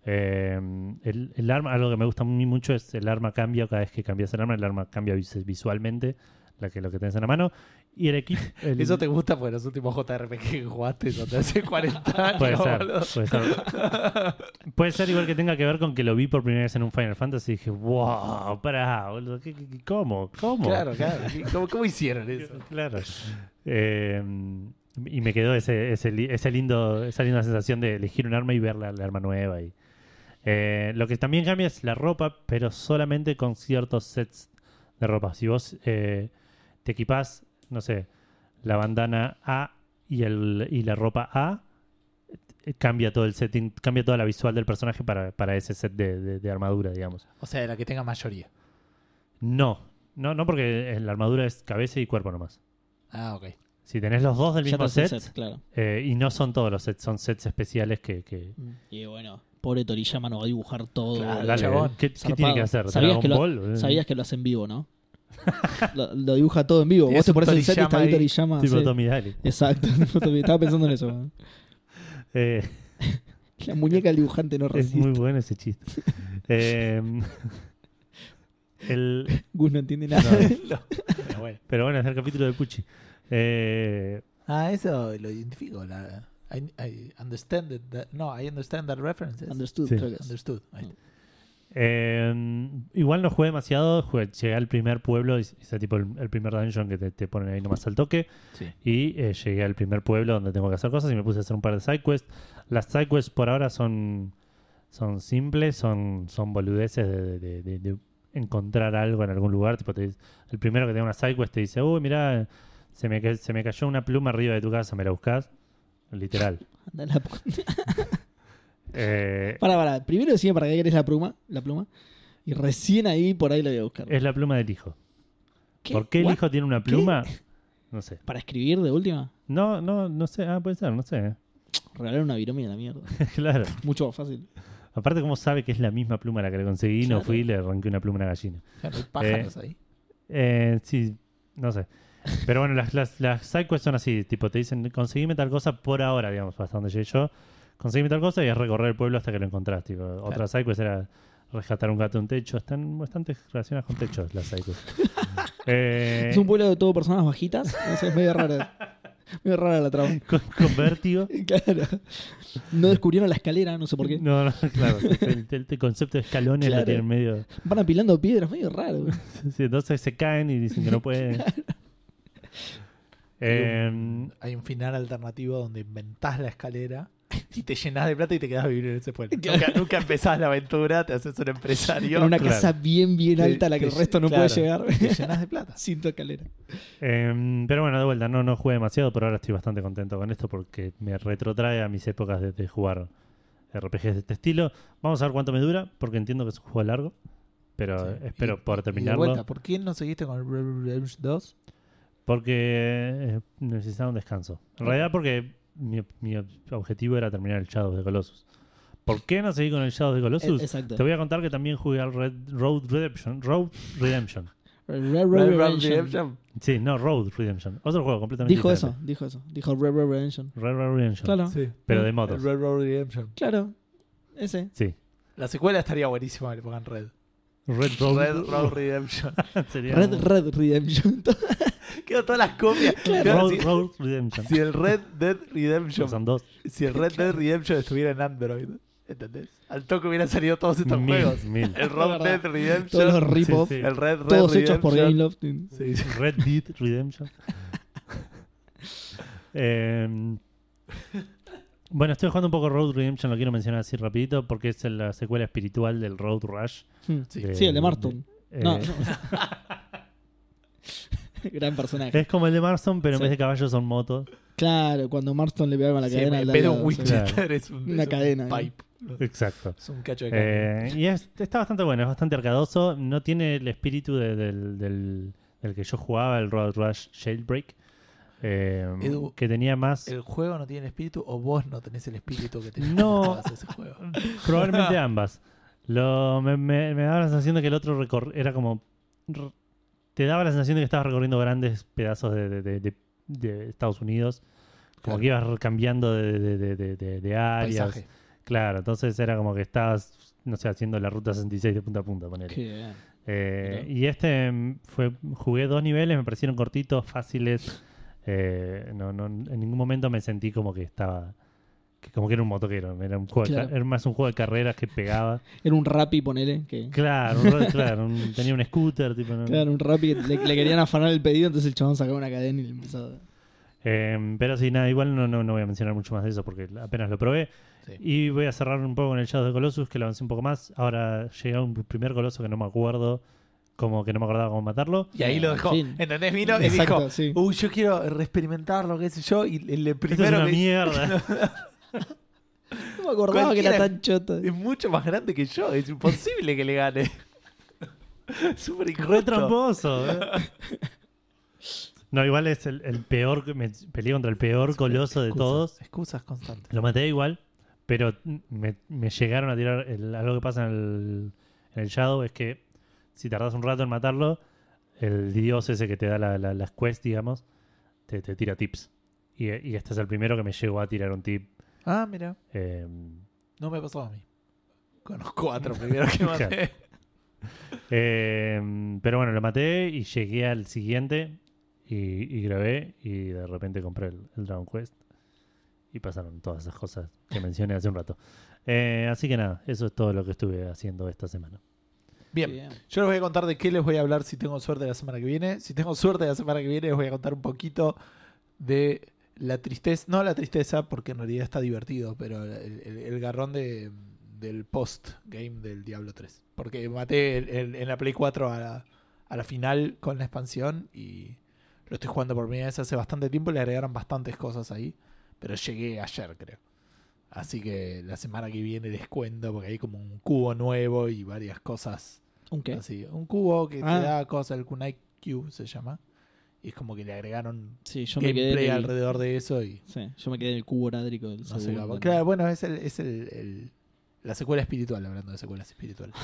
S3: Eh, el, el arma, algo que me gusta muy mucho es el arma cambia cada vez que cambias el arma, el arma cambia vis- visualmente la que, lo que tenés en la mano. Y el equipo. el-
S1: Eso te gusta porque los últimos JRPG que jugaste son de hace 40 años.
S3: Puede ser,
S1: boludo.
S3: puede ser. Puede ser igual que tenga que ver con que lo vi por primera vez en un Final Fantasy y dije, wow, pará, boludo, ¿qué- qué- qué- ¿cómo? ¿Cómo?
S1: Claro, claro. ¿Cómo, cómo hicieron eso?
S3: Claro. Eh, y me quedó ese, ese, li- ese lindo, esa linda sensación de elegir un arma y ver la, la arma nueva. Y, Eh, lo que también cambia es la ropa, pero solamente con ciertos sets de ropa. Si vos eh, te equipás, no sé, la bandana A y, el, y la ropa A, eh, cambia todo el setting, cambia toda la visual del personaje para, para ese set de- de- de armadura, digamos.
S1: O sea, de la que tenga mayoría.
S3: No, no, no porque eh, la armadura es cabeza y cuerpo nomás.
S1: Ah, ok.
S3: Si tenés los dos del
S2: Ya
S3: mismo
S2: tenés el
S3: set,
S2: set, claro.
S3: eh, y no son todos los sets, son sets especiales que... que-
S2: Y bueno, pobre Toriyama no va a dibujar todo.
S1: Claro,
S2: boludo.
S3: Dale,
S1: chabón,
S3: ¿qué, qué
S2: Zarpado.
S3: tiene que hacer?
S2: ¿Sabías
S3: ¿Dragon
S2: que, lo,
S3: Ball?
S2: sabías que lo hace en vivo, ¿no? lo, lo dibuja todo en vivo. Vos
S1: Es
S2: te
S1: un
S2: pones el set y está ahí
S3: Eh,
S2: Toriyama.
S3: Tipo
S2: sí.
S3: Tommy Daly.
S2: Exacto, estaba pensando en eso.
S3: Eh,
S2: La muñeca del dibujante no
S3: es
S2: resiste.
S3: muy bueno ese chiste. Eh, el,
S2: Gus no entiende nada.
S1: Pero bueno.
S3: pero bueno, es el capítulo de Pucci. Eh,
S1: Ah, eso lo identifico. La, I, I understand it, that- no, I understand that references.
S2: Understood,
S3: Sí.
S2: creo que es.
S1: Understood. Ahí está.
S3: Eh, igual no jugué demasiado, jugué- llegué al primer pueblo, y ese tipo el, el primer dungeon que te, te ponen ahí nomás al toque.
S1: Sí.
S3: Y eh, llegué al primer pueblo donde tengo que hacer cosas y me puse a hacer un par de sidequests. Las sidequests por ahora son, son simples, son, son boludeces de, de- de- de encontrar algo en algún lugar. Tipo, te dice- el primero que tiene una sidequest te dice, uy, mira, se me, ca- se me cayó una pluma arriba de tu casa, ¿me la buscas? Literal.
S2: Anda la puta.
S3: Eh,
S2: Pará, pará. Primero decime para qué querés la pluma. La pluma. Y recién ahí por ahí la voy a buscar.
S3: es la pluma del hijo.
S2: ¿Qué?
S3: ¿Por qué el
S2: ¿What?
S3: hijo tiene una pluma? No sé.
S2: ¿Para escribir de última?
S3: No, no, no sé. Ah, puede ser, no sé.
S2: Regalar una virome a la mierda.
S3: claro.
S2: Mucho más fácil.
S3: Aparte, ¿cómo sabe que es la misma pluma la que le conseguí? No
S2: Claro.
S3: fui y le arranqué una pluma a una gallina.
S1: Claro, hay pájaros ahí.
S3: Eh, sí, no sé. Pero bueno, las, las, las sidequests son así. Tipo, te dicen, conseguime tal cosa por ahora, digamos, hasta donde llegué yo. Conseguime tal cosa y es recorrer el pueblo hasta que lo encontrás. Tipo, Otra sidequest era rescatar un gato de un techo. Están bastante relacionadas con techos las sidequests. Eh,
S2: Es un pueblo de todo personas bajitas. No sé, es medio rara. medio rara la trama.
S3: con, con vértigo.
S2: Claro. No descubrieron la escalera, no sé por qué.
S3: No, no, claro. El, el- el concepto de escalones
S2: Claro.
S3: lo tienen medio...
S2: Van apilando piedras, medio raro. güey.
S3: Sí, entonces se caen y dicen que no pueden. Eh,
S1: Hay un final alternativo donde inventás la escalera y te llenás de plata y te quedás a vivir en ese pueblo. Nunca, nunca empezás la aventura, te haces un empresario.
S2: En una
S3: claro.
S2: casa bien, bien alta a la que el
S1: Te-
S2: resto no
S1: claro,
S2: puede llegar.
S1: Te llenás de plata.
S2: Sin tu escalera.
S3: eh, pero bueno, de vuelta, no, no jugué demasiado, pero ahora estoy bastante contento con esto porque me retrotrae a mis épocas de, de jugar RPGs de este estilo. Vamos a ver cuánto me dura, porque entiendo que es un juego largo, pero
S1: Sí.
S3: eh, espero
S1: Y-
S3: poder
S1: Y de
S3: terminarlo.
S1: vuelta, ¿por qué no seguiste con el Red Dead Redemption 2?
S3: Porque eh, necesitaba un descanso. En realidad, porque mi, mi objetivo era terminar el Shadows de Colossus. ¿Por qué no seguí con el Shadows de Colossus?
S2: Eh, Exacto.
S3: Te voy a contar que también jugué al Red- Road Redemption. Road Redemption.
S2: Red Red
S1: Red Dead
S2: Redemption.
S1: Redemption.
S3: Sí, no, Road Redemption. Otro juego completamente
S2: Dijo eso,
S3: diferente.
S2: dijo eso. Dijo Red Red Redemption.
S3: Red Red Redemption.
S2: Claro,
S1: Sí.
S3: Pero de
S1: El
S3: motos.
S1: Red Dead Redemption.
S2: claro. Ese.
S3: Sí.
S1: La secuela estaría buenísima que le pongan Red.
S3: Red Road,
S1: Red Road Redemption.
S3: sería
S2: Red
S3: como-
S2: Red Redemption.
S1: Quedan todas las copias. Claro,
S3: Road,
S1: si,
S3: Road Redemption.
S1: si el Red Dead Redemption
S3: Son dos.
S1: si el Red Dead Redemption estuviera en Android, ¿entendés? Al toque hubieran salido todos estos juegos.
S3: Mil, mil.
S1: El Red Dead
S2: Todos los
S1: Redemption,
S2: rip-off.
S3: Sí, sí.
S1: el Red Red
S2: Todos
S1: Redemption.
S2: hechos por Gameloft.
S1: Sí, sí.
S3: Red Dead Redemption. Eh, bueno, estoy jugando un poco Road Redemption, lo quiero mencionar así rapidito, porque es la secuela espiritual del Road Rush.
S2: Hmm.
S1: Sí.
S2: Sí, el de Martin.
S3: de-
S2: No,
S3: eh,
S2: no. Gran personaje.
S3: Es como el de Marston, pero en
S2: Sí.
S3: vez de caballos son motos.
S2: Claro, cuando Marston le pegaba la
S1: Sí, en
S2: cadena. al
S1: vez de
S2: lado,
S1: un
S2: sí.
S1: Winchester
S3: Claro.
S1: es un,
S2: Una
S1: es un
S2: cadena, ¿no?
S1: pipe.
S3: Exacto.
S1: Es un cacho de cadena.
S3: Eh, y es- está bastante bueno, es bastante arcadoso. No tiene el espíritu de- del, del- del que yo jugaba, el Road Rush Jailbreak. eh,
S1: Edu,
S3: que tenía más.
S1: ¿El juego no tiene espíritu o vos no tenés el espíritu que tenés
S3: No.
S1: cuando jugabas ese juego?
S3: Probablemente ambas. Lo, me, me- me daba la sensación de que el otro recor- era como. r- Te daba la sensación de que estabas recorriendo grandes pedazos de, de- de- de- de Estados Unidos. Como
S1: Claro.
S3: que ibas cambiando de, de- de- de- de- de áreas.
S1: Paisaje.
S3: Claro, entonces era como que estabas, no sé, haciendo la ruta 66 de punta a punta, ponele.
S2: Qué bien.
S3: Eh, y este mm, fue, jugué dos niveles, me parecieron cortitos, fáciles. Eh, no, no, en ningún momento me sentí como que estaba. que como que era un motoquero. Era, un juego de
S2: Claro.
S3: ca- era más un juego de carreras que pegaba.
S2: Era un rapi, ponele. Que,
S3: Claro, un ro- claro un- tenía un scooter. Tipo, no-
S2: claro, un rapi. que Le, le querían afanar el pedido, entonces el chabón sacaba una cadena y le empezaba.
S3: Eh, pero sí, nada, igual no, no, no voy a mencionar mucho más de eso porque apenas lo probé.
S1: Sí.
S3: Y voy a cerrar un poco con el Shadow de Colossus, que lo avancé un poco más. Ahora llegué a un primer coloso que no me acuerdo, como que no me acordaba cómo matarlo.
S1: Y ahí lo dejó.
S2: Fin.
S1: ¿Entendés? Vino y
S2: Exacto,
S1: dijo, "Uh,
S2: sí.
S1: uy, yo quiero experimentarlo, qué sé yo. Y el, el
S3: Esto es
S1: primero
S3: una
S1: que-
S3: mierda.
S2: No me acordaba que era
S1: Cualquiera.
S2: tan chota.
S1: es mucho más grande que yo. Es imposible que le gane. Súper
S3: Re
S1: injusto.
S3: tramposo. eh. No, igual es el, el peor. que- Me peleé contra el peor coloso de
S1: Excusas,
S3: todos.
S1: Excusas constantes.
S3: Lo maté igual, pero me, me llegaron a tirar. el- algo que pasa en el, en el Shadow es que si tardas un rato en matarlo, el dios ese que te da la- la- las quests, digamos, te, te tira tips. Y, y este es el primero que me llegó a tirar un tip.
S1: Ah, mira.
S3: eh,
S1: No me pasó a mí. Con los cuatro primeros que maté.
S3: eh, pero bueno, lo maté y llegué al siguiente y, y grabé y de repente compré el, el Dragon Quest. Y pasaron todas esas cosas que mencioné hace un rato. Eh, así que nada, eso es todo lo que estuve haciendo esta semana.
S1: Bien. Yo les voy a contar de qué les voy a hablar si tengo suerte la semana que viene. Si tengo suerte la semana que viene, les voy a contar un poquito de la tristeza. No la tristeza, porque en realidad está divertido, pero el, el- el garrón de, del post-game del Diablo 3. Porque maté el- el- en la Play 4 a la, a la final con la expansión y lo estoy jugando por primera vez hace bastante tiempo. Le agregaron bastantes cosas ahí, pero llegué ayer, creo. Así que la semana que viene les cuento, porque hay como un cubo nuevo y varias cosas
S2: ¿Un qué?
S1: Así, un cubo que
S2: Ah.
S1: te da cosas, el Kunai Cube se llama. Y es como que le agregaron
S2: Sí, yo me quedé.
S1: gameplay
S2: en el-
S1: alrededor de eso y
S2: sí, yo me quedé en el cubo orádrico del
S1: no sé
S2: segundo,
S1: capaz-
S2: ¿no?
S1: Claro, bueno, es, el, es el, el- la secuela espiritual, hablando de secuelas espirituales.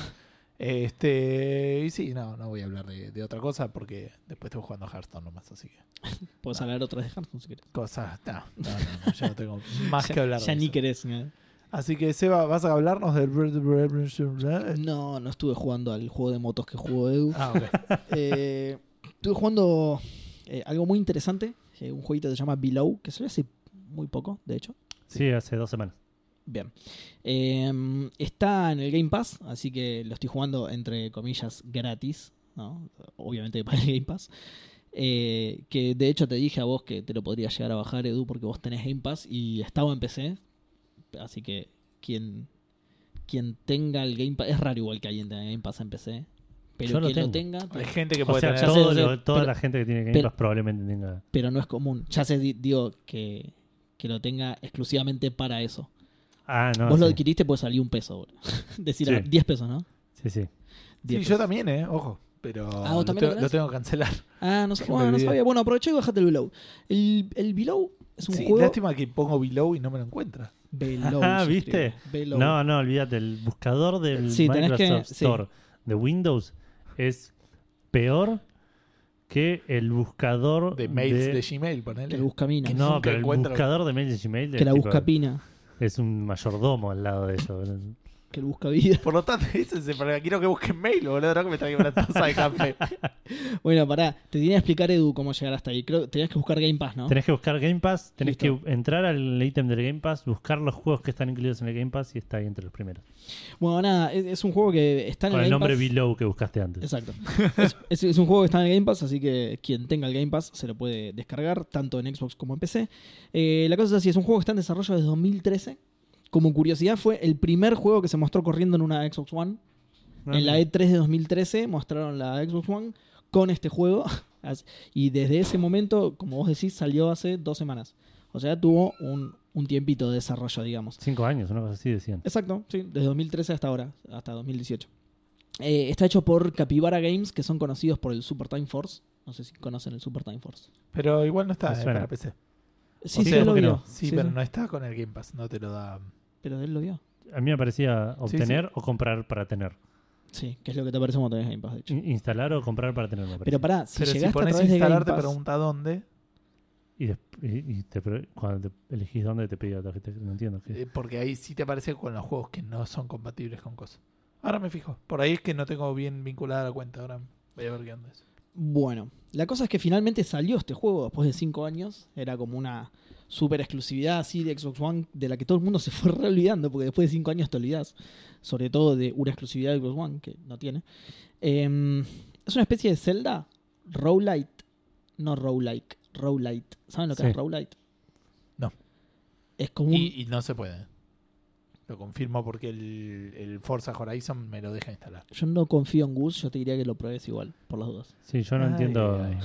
S1: este, y sí, no, no voy a hablar de, de otra cosa porque después estoy jugando a Hearthstone nomás, así que.
S2: Puedes hablar otra de Hearthstone si querés.
S1: Cosas, no, no, no, no, yo no tengo más Ah,
S2: Ya-
S1: que hablar. de
S2: Ya ni
S1: eso. Eh.
S2: querés. ¿no?
S1: Así que, Seba, ¿vas a hablarnos del. Red Dead Redemption?
S2: No, no estuve jugando al juego de motos que jugó Edu.
S1: Ah, ok.
S2: Eh, estuve jugando eh, algo muy interesante. eh, un jueguito que se llama Below, que salió hace muy poco, de hecho.
S3: Sí, hace dos semanas.
S2: Bien. Eh, está en el Game Pass, así que lo estoy jugando entre comillas gratis, ¿no? Obviamente para el Game Pass. Eh, que de hecho te dije a vos que te lo podrías llegar a bajar, Edu, porque vos tenés Game Pass y estaba en PC. Así que quien, quien tenga el Game Pass, es raro igual que alguien tenga Game Pass en PC. Pero
S3: Yo lo
S2: quien lo
S3: tengo.
S2: tenga,
S1: Hay gente que
S3: O
S1: puede
S3: sea,
S1: tener.
S2: ya sé,
S3: todo
S2: ya sé,
S3: lo- toda
S2: pero-
S3: la gente que tiene Game
S2: pero-
S3: Pass probablemente tenga.
S2: pero no es común. Ya se digo que, que lo tenga exclusivamente para eso.
S3: Ah, no.
S2: vos lo
S3: sí.
S2: adquiriste pues salió un peso, boludo. Decir,
S3: Sí.
S2: ah, 10 pesos, ¿no?
S3: Sí, sí.
S1: Sí,
S2: 10
S1: yo
S2: pesos.
S1: también, ¿eh? Ojo. Pero
S2: Ah, ¿vos
S1: lo, tengo,
S2: también lo tenés?
S1: lo tengo que cancelar.
S2: Ah, no, sab-
S1: Me
S2: bueno, no
S1: olvidé.
S2: sabía. Bueno, aprovechá y bajate el Below. El, el Below es un
S1: Sí,
S2: juego.
S1: lástima que pongo below y no me lo encuentra.
S2: Below.
S3: Ah,
S2: se
S3: ¿viste?
S2: escribe. Below.
S3: No, no, olvídate. El buscador del
S2: Sí, tenés
S3: Microsoft
S2: que- sí.
S3: Store de Windows es peor que el buscador
S1: De mails Mm, de, Gmail, ponele.
S2: Que la busca mina.
S3: No,
S1: nunca
S3: pero el
S1: encuentro.
S3: buscador de mails de Gmail
S2: que
S3: es,
S2: la
S3: tipo-
S2: busca pina.
S3: es un mayordomo al lado de eso.
S2: Que la busca vida.
S1: Por lo tanto, ese es el problema. Quiero que busquen mail, boludo, no que me traigan una taza de café.
S2: Bueno, pará. Te tenía que explicar, Edu, cómo llegar hasta ahí. Creo que tenías que buscar Game Pass, ¿no?
S3: Tenés que buscar Game Pass, tenés
S2: Listo.
S3: que entrar al ítem del Game Pass, buscar los juegos que están incluidos en el Game Pass y está ahí entre los primeros.
S2: Bueno, nada. Es, es un juego que está en
S3: Con
S2: el
S3: el
S2: Game
S3: nombre
S2: Pass.
S3: Below que buscaste antes.
S2: Exacto. Es, es- es un juego que está en el Game Pass, así que quien tenga el Game Pass se lo puede descargar, tanto en Xbox como en PC. Eh, la cosa es así, es un juego que está en desarrollo desde 2013. Como curiosidad, fue el primer juego que se mostró corriendo en una Xbox One.
S3: Ah,
S2: En la E3 de 2013 mostraron la Xbox One con este juego. As- Y desde ese momento, como vos decís, salió hace dos semanas. O sea, tuvo un, un tiempito de desarrollo, digamos.
S3: Cinco años, una cosa así decían.
S2: Exacto, sí, desde 2013 hasta ahora, hasta 2018. Eh, está hecho por Capybara Games, que son conocidos por el Super Time Force. No sé si conocen el Super Time Force.
S1: Pero igual no está
S3: Me
S1: eh,
S3: suena.
S1: para PC.
S2: Sí,
S1: O
S2: sí,
S1: sea,
S2: él lo
S3: ¿por qué
S2: vio.
S3: no?
S1: Sí,
S2: Sí,
S1: pero
S2: sí.
S1: no está con el Game Pass, no te lo da.
S2: Pero él lo vio.
S3: A mí me parecía
S1: Sí, sí.
S3: obtener o comprar para tener.
S2: Sí, que es lo que te parece cuando tenés Game Pass, de
S3: Mm.
S2: hecho.
S3: In- Instalar o comprar para tener. me parece.
S2: Pero pará, si
S1: pero si
S2: llegaste a
S1: pones
S2: través de Game
S1: instalar, te
S2: Pass...
S1: pregunta dónde.
S3: Y, des- y- y te pre- cuando te elegís dónde te pide la tarjeta, no entiendo. ¿qué?
S1: Eh, Porque ahí sí te aparece con los juegos que no son compatibles con cosas. Ahora me fijo. Por ahí es que no tengo bien vinculada la cuenta. Ahora voy a ver qué onda eso.
S2: Bueno, la cosa es que finalmente salió este juego después de 5 años. Era como una super exclusividad así de Xbox One de la que todo el mundo se fue re olvidando porque después de 5 años te olvidas. Sobre todo de una exclusividad de Xbox One que no tiene. Em, es una especie de Zelda roguelite. No roguelike, roguelite. ¿Saben lo que
S3: Sí.
S2: es roguelite?
S1: No.
S2: Es como un-
S1: Y, y no se puede. Lo confirmo porque el, el Forza Horizon me lo deja instalar.
S2: Yo no confío en Gus, yo te diría que lo pruebes igual, por las dudas.
S3: Sí, yo no
S1: Ay,
S3: entiendo.
S1: ay.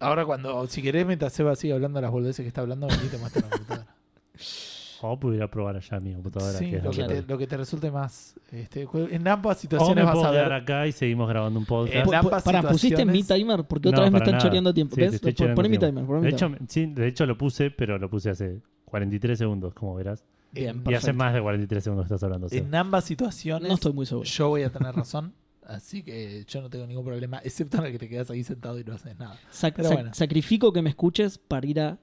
S1: Ahora cuando, si querés, mientras Seba sigue hablando las boludeces que está hablando, vení te muestro la computadora.
S3: O pudiera probar allá mi computadora.
S1: sí,
S3: que es
S1: lo que,
S3: donde-
S1: te, lo que te resulte más. este, cu- en ambas
S3: O me
S1: situaciones vas
S3: puedo
S1: a
S3: quedar
S1: ver.
S3: acá y seguimos grabando un
S1: En
S3: podcast.
S1: ambas
S2: para, pusiste mi
S1: situaciones-
S2: timer porque otra
S3: No,
S2: vez me
S3: para
S2: están
S3: nada.
S2: choreando tiempo.
S3: Sí, te
S2: ¿Ves?
S3: estoy
S2: Pon-
S3: choreando
S2: Poné mi
S3: tiempo.
S2: timer, poné mi
S3: De hecho,
S2: timer.
S3: sí, de hecho lo puse, pero lo puse hace 43 segundos, como verás.
S2: Bien,
S1: en-
S3: Y
S2: perfecto.
S3: hace más de 43 segundos que estás hablando. o sea.
S1: En ambas situaciones
S2: No estoy muy seguro.
S1: yo voy a tener razón. Así que yo no tengo ningún problema, excepto en el que te quedas ahí sentado y no haces nada.
S2: Sac-
S1: pero
S2: sac-
S1: bueno.
S2: Sacrifico que me escuches para ir a.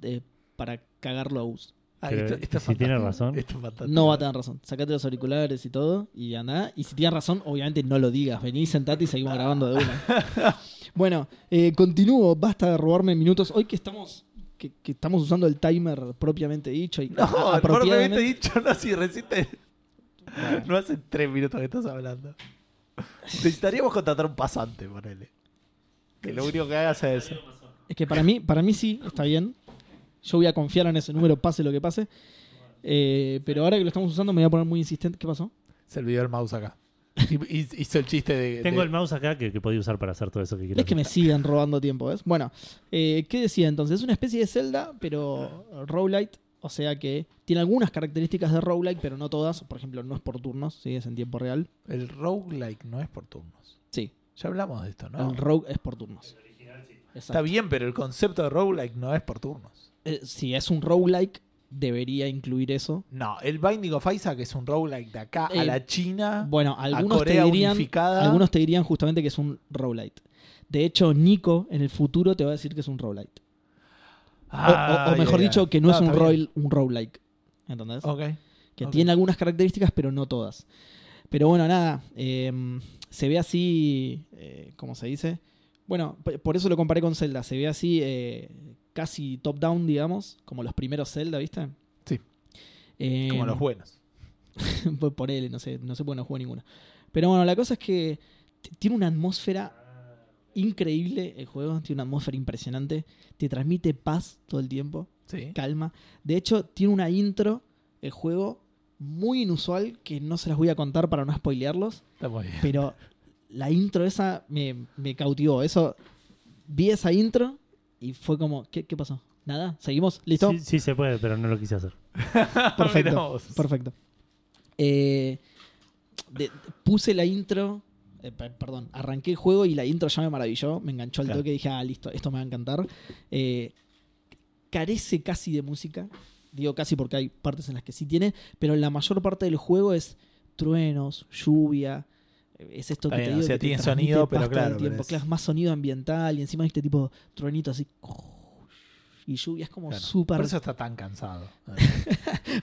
S2: de- para cagarlo a Gus.
S1: Ah,
S3: Pero,
S1: esto- esto es
S3: si tiene
S1: fantástico.
S3: razón.
S1: Esto es fantástico.
S2: No va a tener razón. Sacate los auriculares y todo y anda. Y si tienes razón, obviamente no lo digas. Vení, sentate y seguimos grabando de una. Bueno, eh, continúo. Basta de robarme minutos. Hoy que estamos. Que, que estamos usando el timer propiamente dicho y
S1: No,
S2: apropiadamente.
S1: propiamente dicho, no, si recién te- No hace tres minutos que estás hablando. Necesitaríamos contratar un pasante, ponele. Que lo único que haga sea eso.
S2: Es que para mí, para mí sí, está bien. Yo voy a confiar en ese número, pase lo que pase. Eh, pero ahora que lo estamos usando, me voy a poner muy insistente. ¿Qué pasó?
S1: Se olvidó el mouse acá. Y- y- Hizo el chiste de.
S3: Tengo
S1: de-
S3: el mouse acá que, que podía usar para hacer todo eso que quiero.
S2: Es que me siguen robando tiempo, ¿ves? Bueno, eh, ¿qué decía entonces? Es una especie de Zelda, pero roguelite. O sea que tiene algunas características de roguelite, pero no todas. Por ejemplo, no es por turnos, sí, es en tiempo real.
S1: El roguelike no es por turnos.
S2: Sí,
S1: Ya hablamos de esto, ¿no?
S2: el rogue es por turnos.
S1: Está
S2: Exacto.
S1: bien, pero el concepto de roguelike no es por turnos.
S2: Eh, si es un roguelike, debería incluir eso.
S1: No, el Binding of Isaac es un roguelike de acá a
S2: Eh,
S1: la China.
S2: Bueno, algunos te,
S1: Ah, Corea
S2: dirían,
S1: unificada.
S2: algunos te dirían justamente que es un roguelite. De hecho, Nico en el futuro te va a decir que es un roguelite. O- o- o,
S1: Ay,
S2: mejor
S1: ay,
S2: dicho,
S1: ay.
S2: que no, es un,
S1: está bien.
S2: roguel- un roguelike. Eh, ¿Entendés?
S1: Ok.
S2: que
S1: ok.
S2: tiene algunas características, pero no todas. Pero bueno, nada, em, se ve así, eh, ¿cómo se dice? Bueno, p- por eso lo comparé con Zelda, se ve así eh, casi top-down, digamos, como los primeros Zelda, ¿viste?
S1: Sí.
S2: Em,
S1: Como los buenos.
S2: por- por él, no sé, no sé por qué no juego ninguna. Pero bueno, la cosa es que t- tiene una atmósfera increíble el juego, tiene una atmósfera impresionante, te transmite paz todo el tiempo,
S1: Sí.
S2: calma. De hecho, tiene una intro el juego muy inusual que no se las voy a contar para no spoilearlos,
S1: Está muy bien.
S2: pero la intro esa me, me cautivó. Eso, vi esa intro y fue como, ¿qué, qué pasó? ¿Nada? ¿Seguimos? ¿Listo?
S3: Sí, sí se puede, pero no lo quise hacer.
S1: Mirá
S2: Perfecto.
S1: vos.
S2: perfecto. Eh, de- puse la intro. eh, pe- perdón, arranqué el juego y la intro ya me maravilló. Me enganchó al
S1: Claro.
S2: toque y dije, ah, listo, esto me va a encantar. Eh, carece casi de música. Digo casi porque hay partes en las que sí tiene. Pero la mayor parte del juego es truenos, lluvia. eh, Es esto
S1: Está
S2: que te
S1: bien,
S2: digo.
S1: o sea,
S2: que te
S1: tiene
S2: transmite
S1: sonido, pero
S2: paz todo el
S1: claro, pero
S2: tiempo.
S1: es-
S2: Claro, es más sonido ambiental y encima este tipo truenito así. Y lluvia es como
S1: Claro.
S2: súper.
S1: Por eso está tan cansado.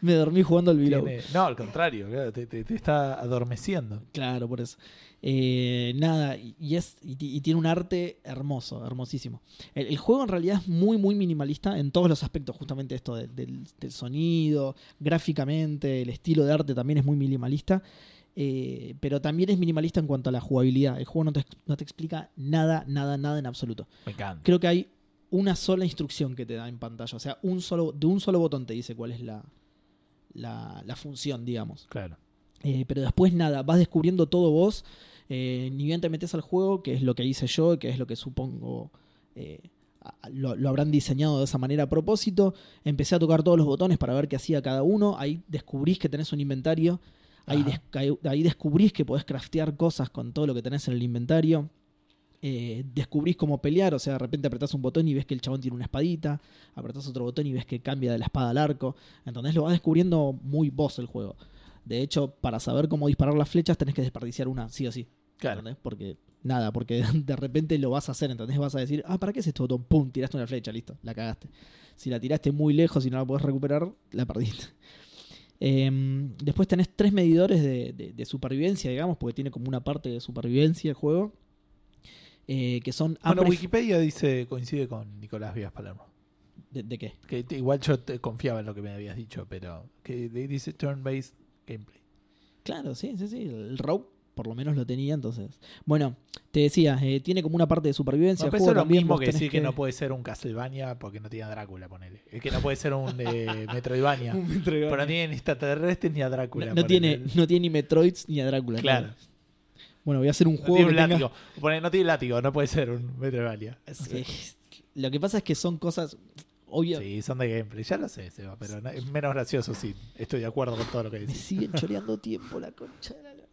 S2: Me dormí jugando al Below.
S1: Tiene- no, al contrario, claro, te, te- te está adormeciendo.
S2: Claro, por eso. Eh, nada, y, y es, y, ti- y tiene un arte hermoso, hermosísimo. El, el juego en realidad es muy, muy minimalista en todos los aspectos, justamente esto de- del, del sonido, gráficamente, el estilo de arte también es muy minimalista, eh, pero también es minimalista en cuanto a la jugabilidad. El juego no te, ex- no te explica nada, nada, nada en absoluto.
S1: Me encanta.
S2: Creo que hay una sola instrucción que te da en pantalla, o sea, un solo, de un solo botón te dice cuál es la, la, la función, digamos.
S1: Claro.
S2: Eh, pero después nada, vas descubriendo todo vos. eh, ni bien te metes al juego, que es lo que hice yo, que es lo que supongo eh, a- a- lo, lo habrán diseñado de esa manera a propósito. Empecé a tocar todos los botones para ver qué hacía cada uno. Ahí descubrís que tenés un inventario. Ahí,
S1: Ajá.
S2: des- ahí- ahí descubrís que podés craftear cosas con todo lo que tenés en el inventario. Eh, descubrís cómo pelear, o sea, de repente apretás un botón y ves que el chabón tiene una espadita, apretás otro botón y ves que cambia de la espada al arco. Entonces lo vas descubriendo muy vos el juego. De hecho, para saber cómo disparar las flechas tenés que desperdiciar una, sí o sí.
S1: Claro.
S2: ¿entendés? Porque nada, porque de repente lo vas a hacer, ¿entendés? Vas a decir, ah, ¿para qué es este botón? Pum, tiraste una flecha, listo, la cagaste. Si la tiraste muy lejos y no la podés recuperar, la perdiste. Em, después tenés tres medidores de, de- de supervivencia, digamos, porque tiene como una parte de supervivencia el juego. eh, que son
S1: Bueno,
S2: hambre-
S1: Wikipedia dice, coincide con Nicolás Vías Palermo.
S2: ¿De, de qué?
S1: Que te- igual yo te confiaba en lo que me habías dicho, pero que de- dice turn-based gameplay.
S2: Claro, sí, sí, sí. El rogue por lo menos lo tenía, entonces. Bueno, te decía, eh, tiene como una parte de supervivencia.
S1: No,
S2: el
S1: pero eso
S2: juego
S1: es lo
S2: también
S1: mismo
S2: vos
S1: que
S2: tenés
S1: decir que... no puede ser un Castlevania porque no tiene a Drácula, ponele. Es que no puede ser un eh, Metroidvania.
S2: Un Metroidvania.
S1: Pero no tiene ni extraterrestres ni a Drácula.
S2: No, no tiene,
S1: ponele.
S2: no tiene ni Metroids ni a Drácula.
S1: Claro.
S2: Bueno, voy a hacer un
S1: No
S2: juego
S1: tiene
S2: que
S1: un
S2: tenga-
S1: látigo. Ponele, no tiene látigo, no puede ser un Metroidvania.
S2: Eh, Lo que pasa es que son cosas obvias.
S1: Sí, son de gameplay. Ya lo sé, Seba, pero no- es menos gracioso, sí. Estoy de acuerdo con todo lo que
S2: Me
S1: dices.
S2: siguen choreando tiempo la concha de la lora.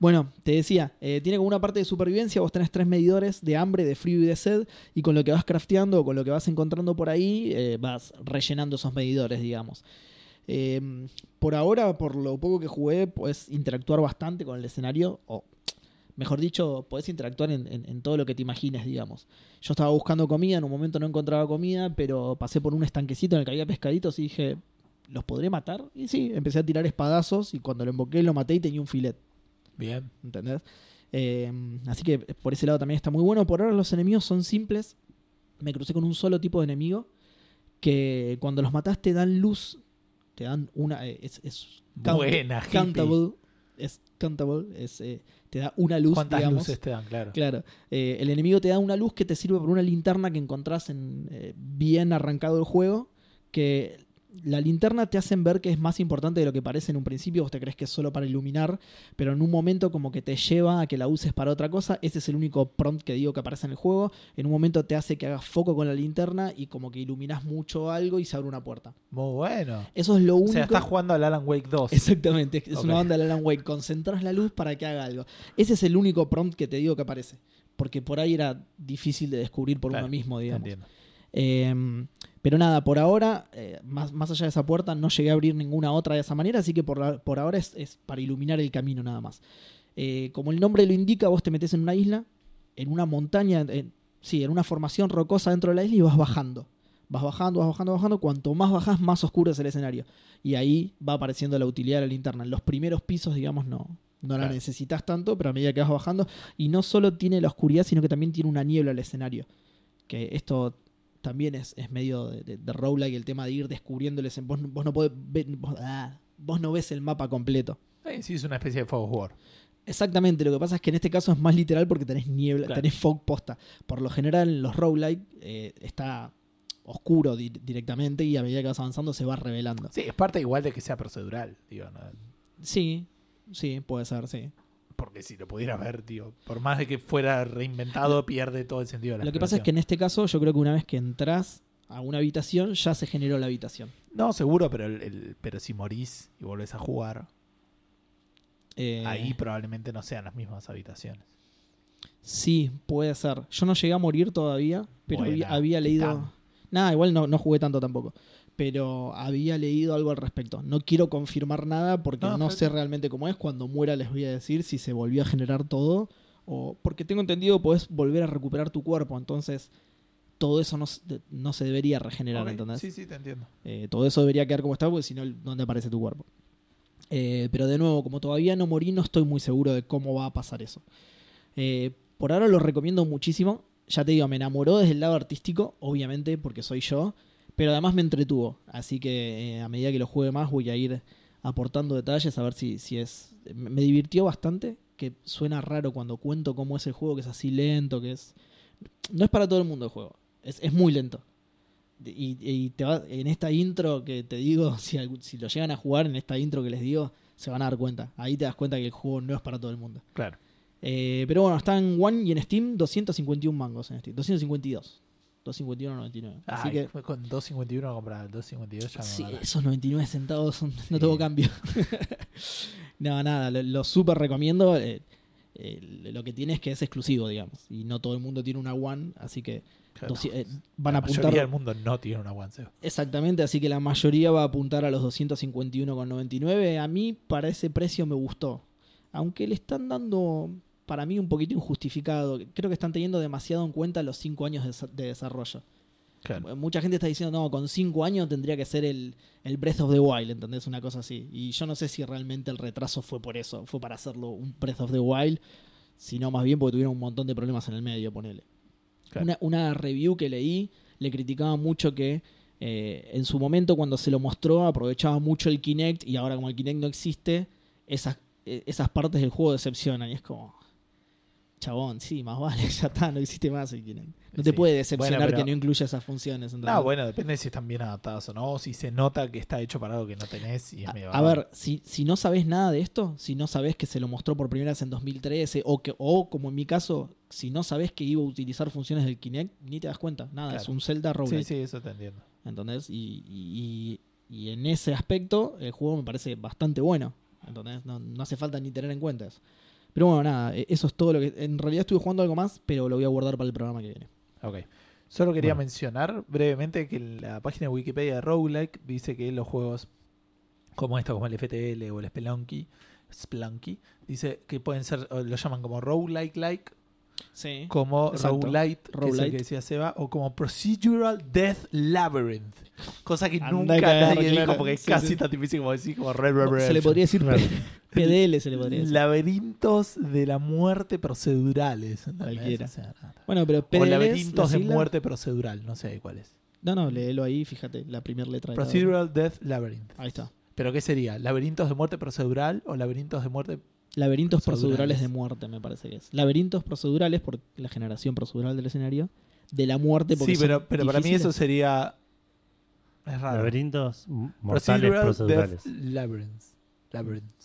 S2: Bueno, te decía, eh, tiene como una parte de supervivencia, vos tenés tres medidores de hambre, de frío y de sed, y con lo que vas crafteando o con lo que vas encontrando por ahí, eh, vas rellenando esos medidores, digamos. Eh, por ahora, por lo poco que jugué, puedes interactuar bastante con el escenario, o mejor dicho, podés interactuar en, en- en todo lo que te imagines, digamos. Yo estaba buscando comida, en un momento no encontraba comida, pero pasé por un estanquecito en el que había pescaditos y dije, ¿los podré matar? Y sí, empecé a tirar espadazos y cuando lo emboqué lo maté y tenía un filet,
S1: Bien.
S2: ¿entendés? Eh, así que por ese lado también está muy bueno. Por ahora los enemigos son simples. Me crucé con un solo tipo de enemigo que cuando los matás te dan luz, te dan una... eh, Es, es count-
S1: Buena, hippie.
S2: countable. Es countable, es, eh, te da una luz,
S1: ¿Cuántas
S2: digamos.
S1: luces te dan? Claro.
S2: Claro. Eh, el enemigo te da una luz que te sirve por una linterna que encontrás en, eh, bien arrancado el juego. Que la linterna te hacen ver que es más importante de lo que parece en un principio. Vos te crees que es solo para iluminar, pero en un momento como que te lleva a que la uses para otra cosa. Ese es el único prompt que digo que aparece en el juego. En un momento te hace que hagas foco con la linterna y como que iluminas mucho algo y se abre una puerta.
S1: Muy bueno.
S2: Eso es lo único.
S1: O sea, estás jugando al Alan Wake 2.
S2: Exactamente, es
S1: Ok.
S2: una banda de Alan Wake. Concentras la luz para que haga algo. Ese es el único prompt que te digo que aparece. Porque por ahí era difícil de descubrir por
S1: Claro,
S2: uno mismo, digamos.
S1: Entiendo.
S2: Eh, pero nada, por ahora, eh, más, más allá de esa puerta, no llegué a abrir ninguna otra de esa manera, así que por, la- por ahora es, es para iluminar el camino nada más. Eh, como el nombre lo indica, vos te metes en una isla, en una montaña, en- sí, en una formación rocosa dentro de la isla y vas bajando. Vas bajando, vas bajando, vas bajando. Cuanto más bajas, más oscuro es el escenario. Y ahí va apareciendo la utilidad de la linterna. En los primeros pisos, digamos, no, no la
S1: Claro.
S2: necesitas tanto, pero a medida que vas bajando. Y no solo tiene la oscuridad, sino que también tiene una niebla el escenario. Que esto también es, es medio de, de, de roguelike el tema de ir descubriéndoles. en- Vos, no- vos no podés ver- vos- ah, vos no ves el mapa completo.
S1: Eh, sí, es una especie de Fog War.
S2: Exactamente, lo que pasa es que en este caso es más literal porque tenés niebla,
S1: Claro.
S2: tenés fog posta. Por lo general, en los roguelike eh, está oscuro di- directamente y a medida que vas avanzando se va revelando.
S1: Sí, es parte igual de que sea procedural, digo, ¿no?
S2: Sí, sí, puede ser, sí.
S1: porque si lo pudieras ver, tío, por más de que fuera reinventado, pierde todo el sentido de la
S2: Lo que pasa es que en este caso, yo creo que una vez que entras a una habitación, ya se generó la habitación.
S1: exploración. No, seguro, pero, el, el- pero si morís y volvés a jugar,
S2: Eh,
S1: ahí probablemente no sean las mismas habitaciones.
S2: Sí, puede ser. Yo no llegué a morir todavía, pero
S1: Buena,
S2: había, había leído.
S1: titán.
S2: Nada, igual no, no jugué tanto tampoco. Pero había leído algo al respecto. No quiero confirmar nada porque
S1: No,
S2: no,
S1: pero-
S2: sé realmente cómo es. Cuando muera les voy a decir si se volvió a generar todo. O. Porque tengo entendido podés volver a recuperar tu cuerpo. Entonces, todo eso no, se- no se debería regenerar,
S1: Ok,
S2: ¿entendés?
S1: Sí, sí, te entiendo.
S2: Eh, todo eso debería quedar como está, porque si no, ¿dónde aparece tu cuerpo? Eh, pero de nuevo, como todavía no morí, no estoy muy seguro de cómo va a pasar eso. Eh, por ahora lo recomiendo muchísimo. Ya te digo, me enamoró desde el lado artístico, obviamente, porque soy yo, pero además me entretuvo. Así que eh, a medida que lo juegue más, voy a ir aportando detalles a ver si, si es. Me me divirtió bastante, que suena raro cuando cuento cómo es el juego, que es así lento, que es. No es para todo el mundo el juego. Es, es muy lento. De- Y, y te va- en esta intro que te digo, si, algún- si lo llegan a jugar, en esta intro que les digo, se van a dar cuenta. Ahí te das cuenta que el juego no es para todo el mundo.
S1: Claro.
S2: Eh, pero bueno, está en One y en Steam 251 mangos en Steam. 252. 251.99. Así
S1: Ay,
S2: que
S1: Con 2.51 comprar 2.52 ya no
S2: sí,
S1: vale.
S2: esos 99 centavos son- no
S1: Sí.
S2: tengo cambio. no, nada, lo, lo súper recomiendo. eh, eh, lo que tiene es que es exclusivo, digamos. Y no todo el mundo tiene una One, así que
S1: Claro.
S2: doci- eh, van a
S1: la mayoría del mundo
S2: apuntar.
S1: no tiene una One Seba.
S2: Exactamente, así que la mayoría va a apuntar a los 251,99. A mí para ese precio me gustó. Aunque le están dando para mí un poquito injustificado. Creo que están teniendo demasiado en cuenta los 5 años de, desa- de desarrollo.
S1: Claro.
S2: Mucha gente está diciendo, no, con 5 años tendría que ser el, el Breath of the Wild, ¿entendés? Una cosa así. Y yo no sé si realmente el retraso fue por eso, fue para hacerlo un Breath of the Wild, sino más bien porque tuvieron un montón de problemas en el medio, ponele.
S1: Claro.
S2: Una, una review que leí le criticaba mucho que eh, en su momento cuando se lo mostró aprovechaba mucho el Kinect y ahora como el Kinect no existe, esas, eh, esas partes del juego decepcionan y es como... Chabón, sí, más vale, ya está, no existe más el Kinect. No te
S1: Sí.
S2: puede decepcionar
S1: Bueno, pero-
S2: que no incluya esas funciones. ¿entendés?
S1: No, bueno, depende de si están bien adaptados o no, o si se nota que está hecho para algo que no tenés y es
S2: A,
S1: medio
S2: a
S1: bárbaro.
S2: ver, si, si no sabes nada de esto, si no sabes que se lo mostró por primera vez en 2013, o, que, o como en mi caso, si no sabes que iba a utilizar funciones del Kinect, ni te das cuenta. Nada,
S1: Claro.
S2: es un Zelda roguelike.
S1: Sí, sí, eso te entiendo.
S2: ¿Entendés? Y, y- y- y en ese aspecto, el juego me parece bastante bueno. ¿Entendés? No, no hace falta ni tener en cuenta eso. Pero bueno, nada, e- eso es todo lo que. En realidad estuve jugando algo más, pero lo voy a guardar para el programa que viene.
S1: Ok. Solo quería
S3: Bueno.
S1: mencionar brevemente que la página de Wikipedia de Roguelike dice que los juegos como estos, como el FTL o el Spelunky, Spelunky, dice que pueden ser, o lo llaman como roguelike-like,
S2: Sí.
S1: como
S2: Exacto.
S1: roguelite, que es el
S2: Roguelite.
S1: que decía Seba, o como procedural death labyrinth, cosa que
S2: Andá
S1: nunca
S2: a cagar,
S1: nadie
S2: claro.
S1: dijo porque es
S2: Sí,
S1: casi
S2: sí.
S1: tan difícil como decir como Red
S2: Se le podría decir PDL, se le podría decir.
S1: Laberintos de la muerte procedurales. ¿entendés?
S2: Cualquiera.
S1: O, sea, nada.
S2: Bueno, pero
S1: O
S2: PDL. es
S1: laberintos
S2: la
S1: de
S2: sigla.
S1: muerte procedural, no sé cuál es.
S2: No, no, léelo ahí, fíjate, la primera letra. de cada uno.
S1: Procedural Death Labyrinth.
S2: Ahí está.
S1: ¿Pero qué sería? ¿Laberintos de muerte procedural o laberintos de muerte?
S2: Laberintos
S1: Procedurales.
S2: procedurales. de muerte, me parece que es. Laberintos procedurales, por la generación procedural del escenario, de la muerte. Porque
S1: Sí, pero, pero para mí eso
S2: es
S1: sería. Es raro.
S3: Laberintos m- mortales
S1: Procedural Death
S3: procedurales.
S1: Labyrinth. Labyrinth.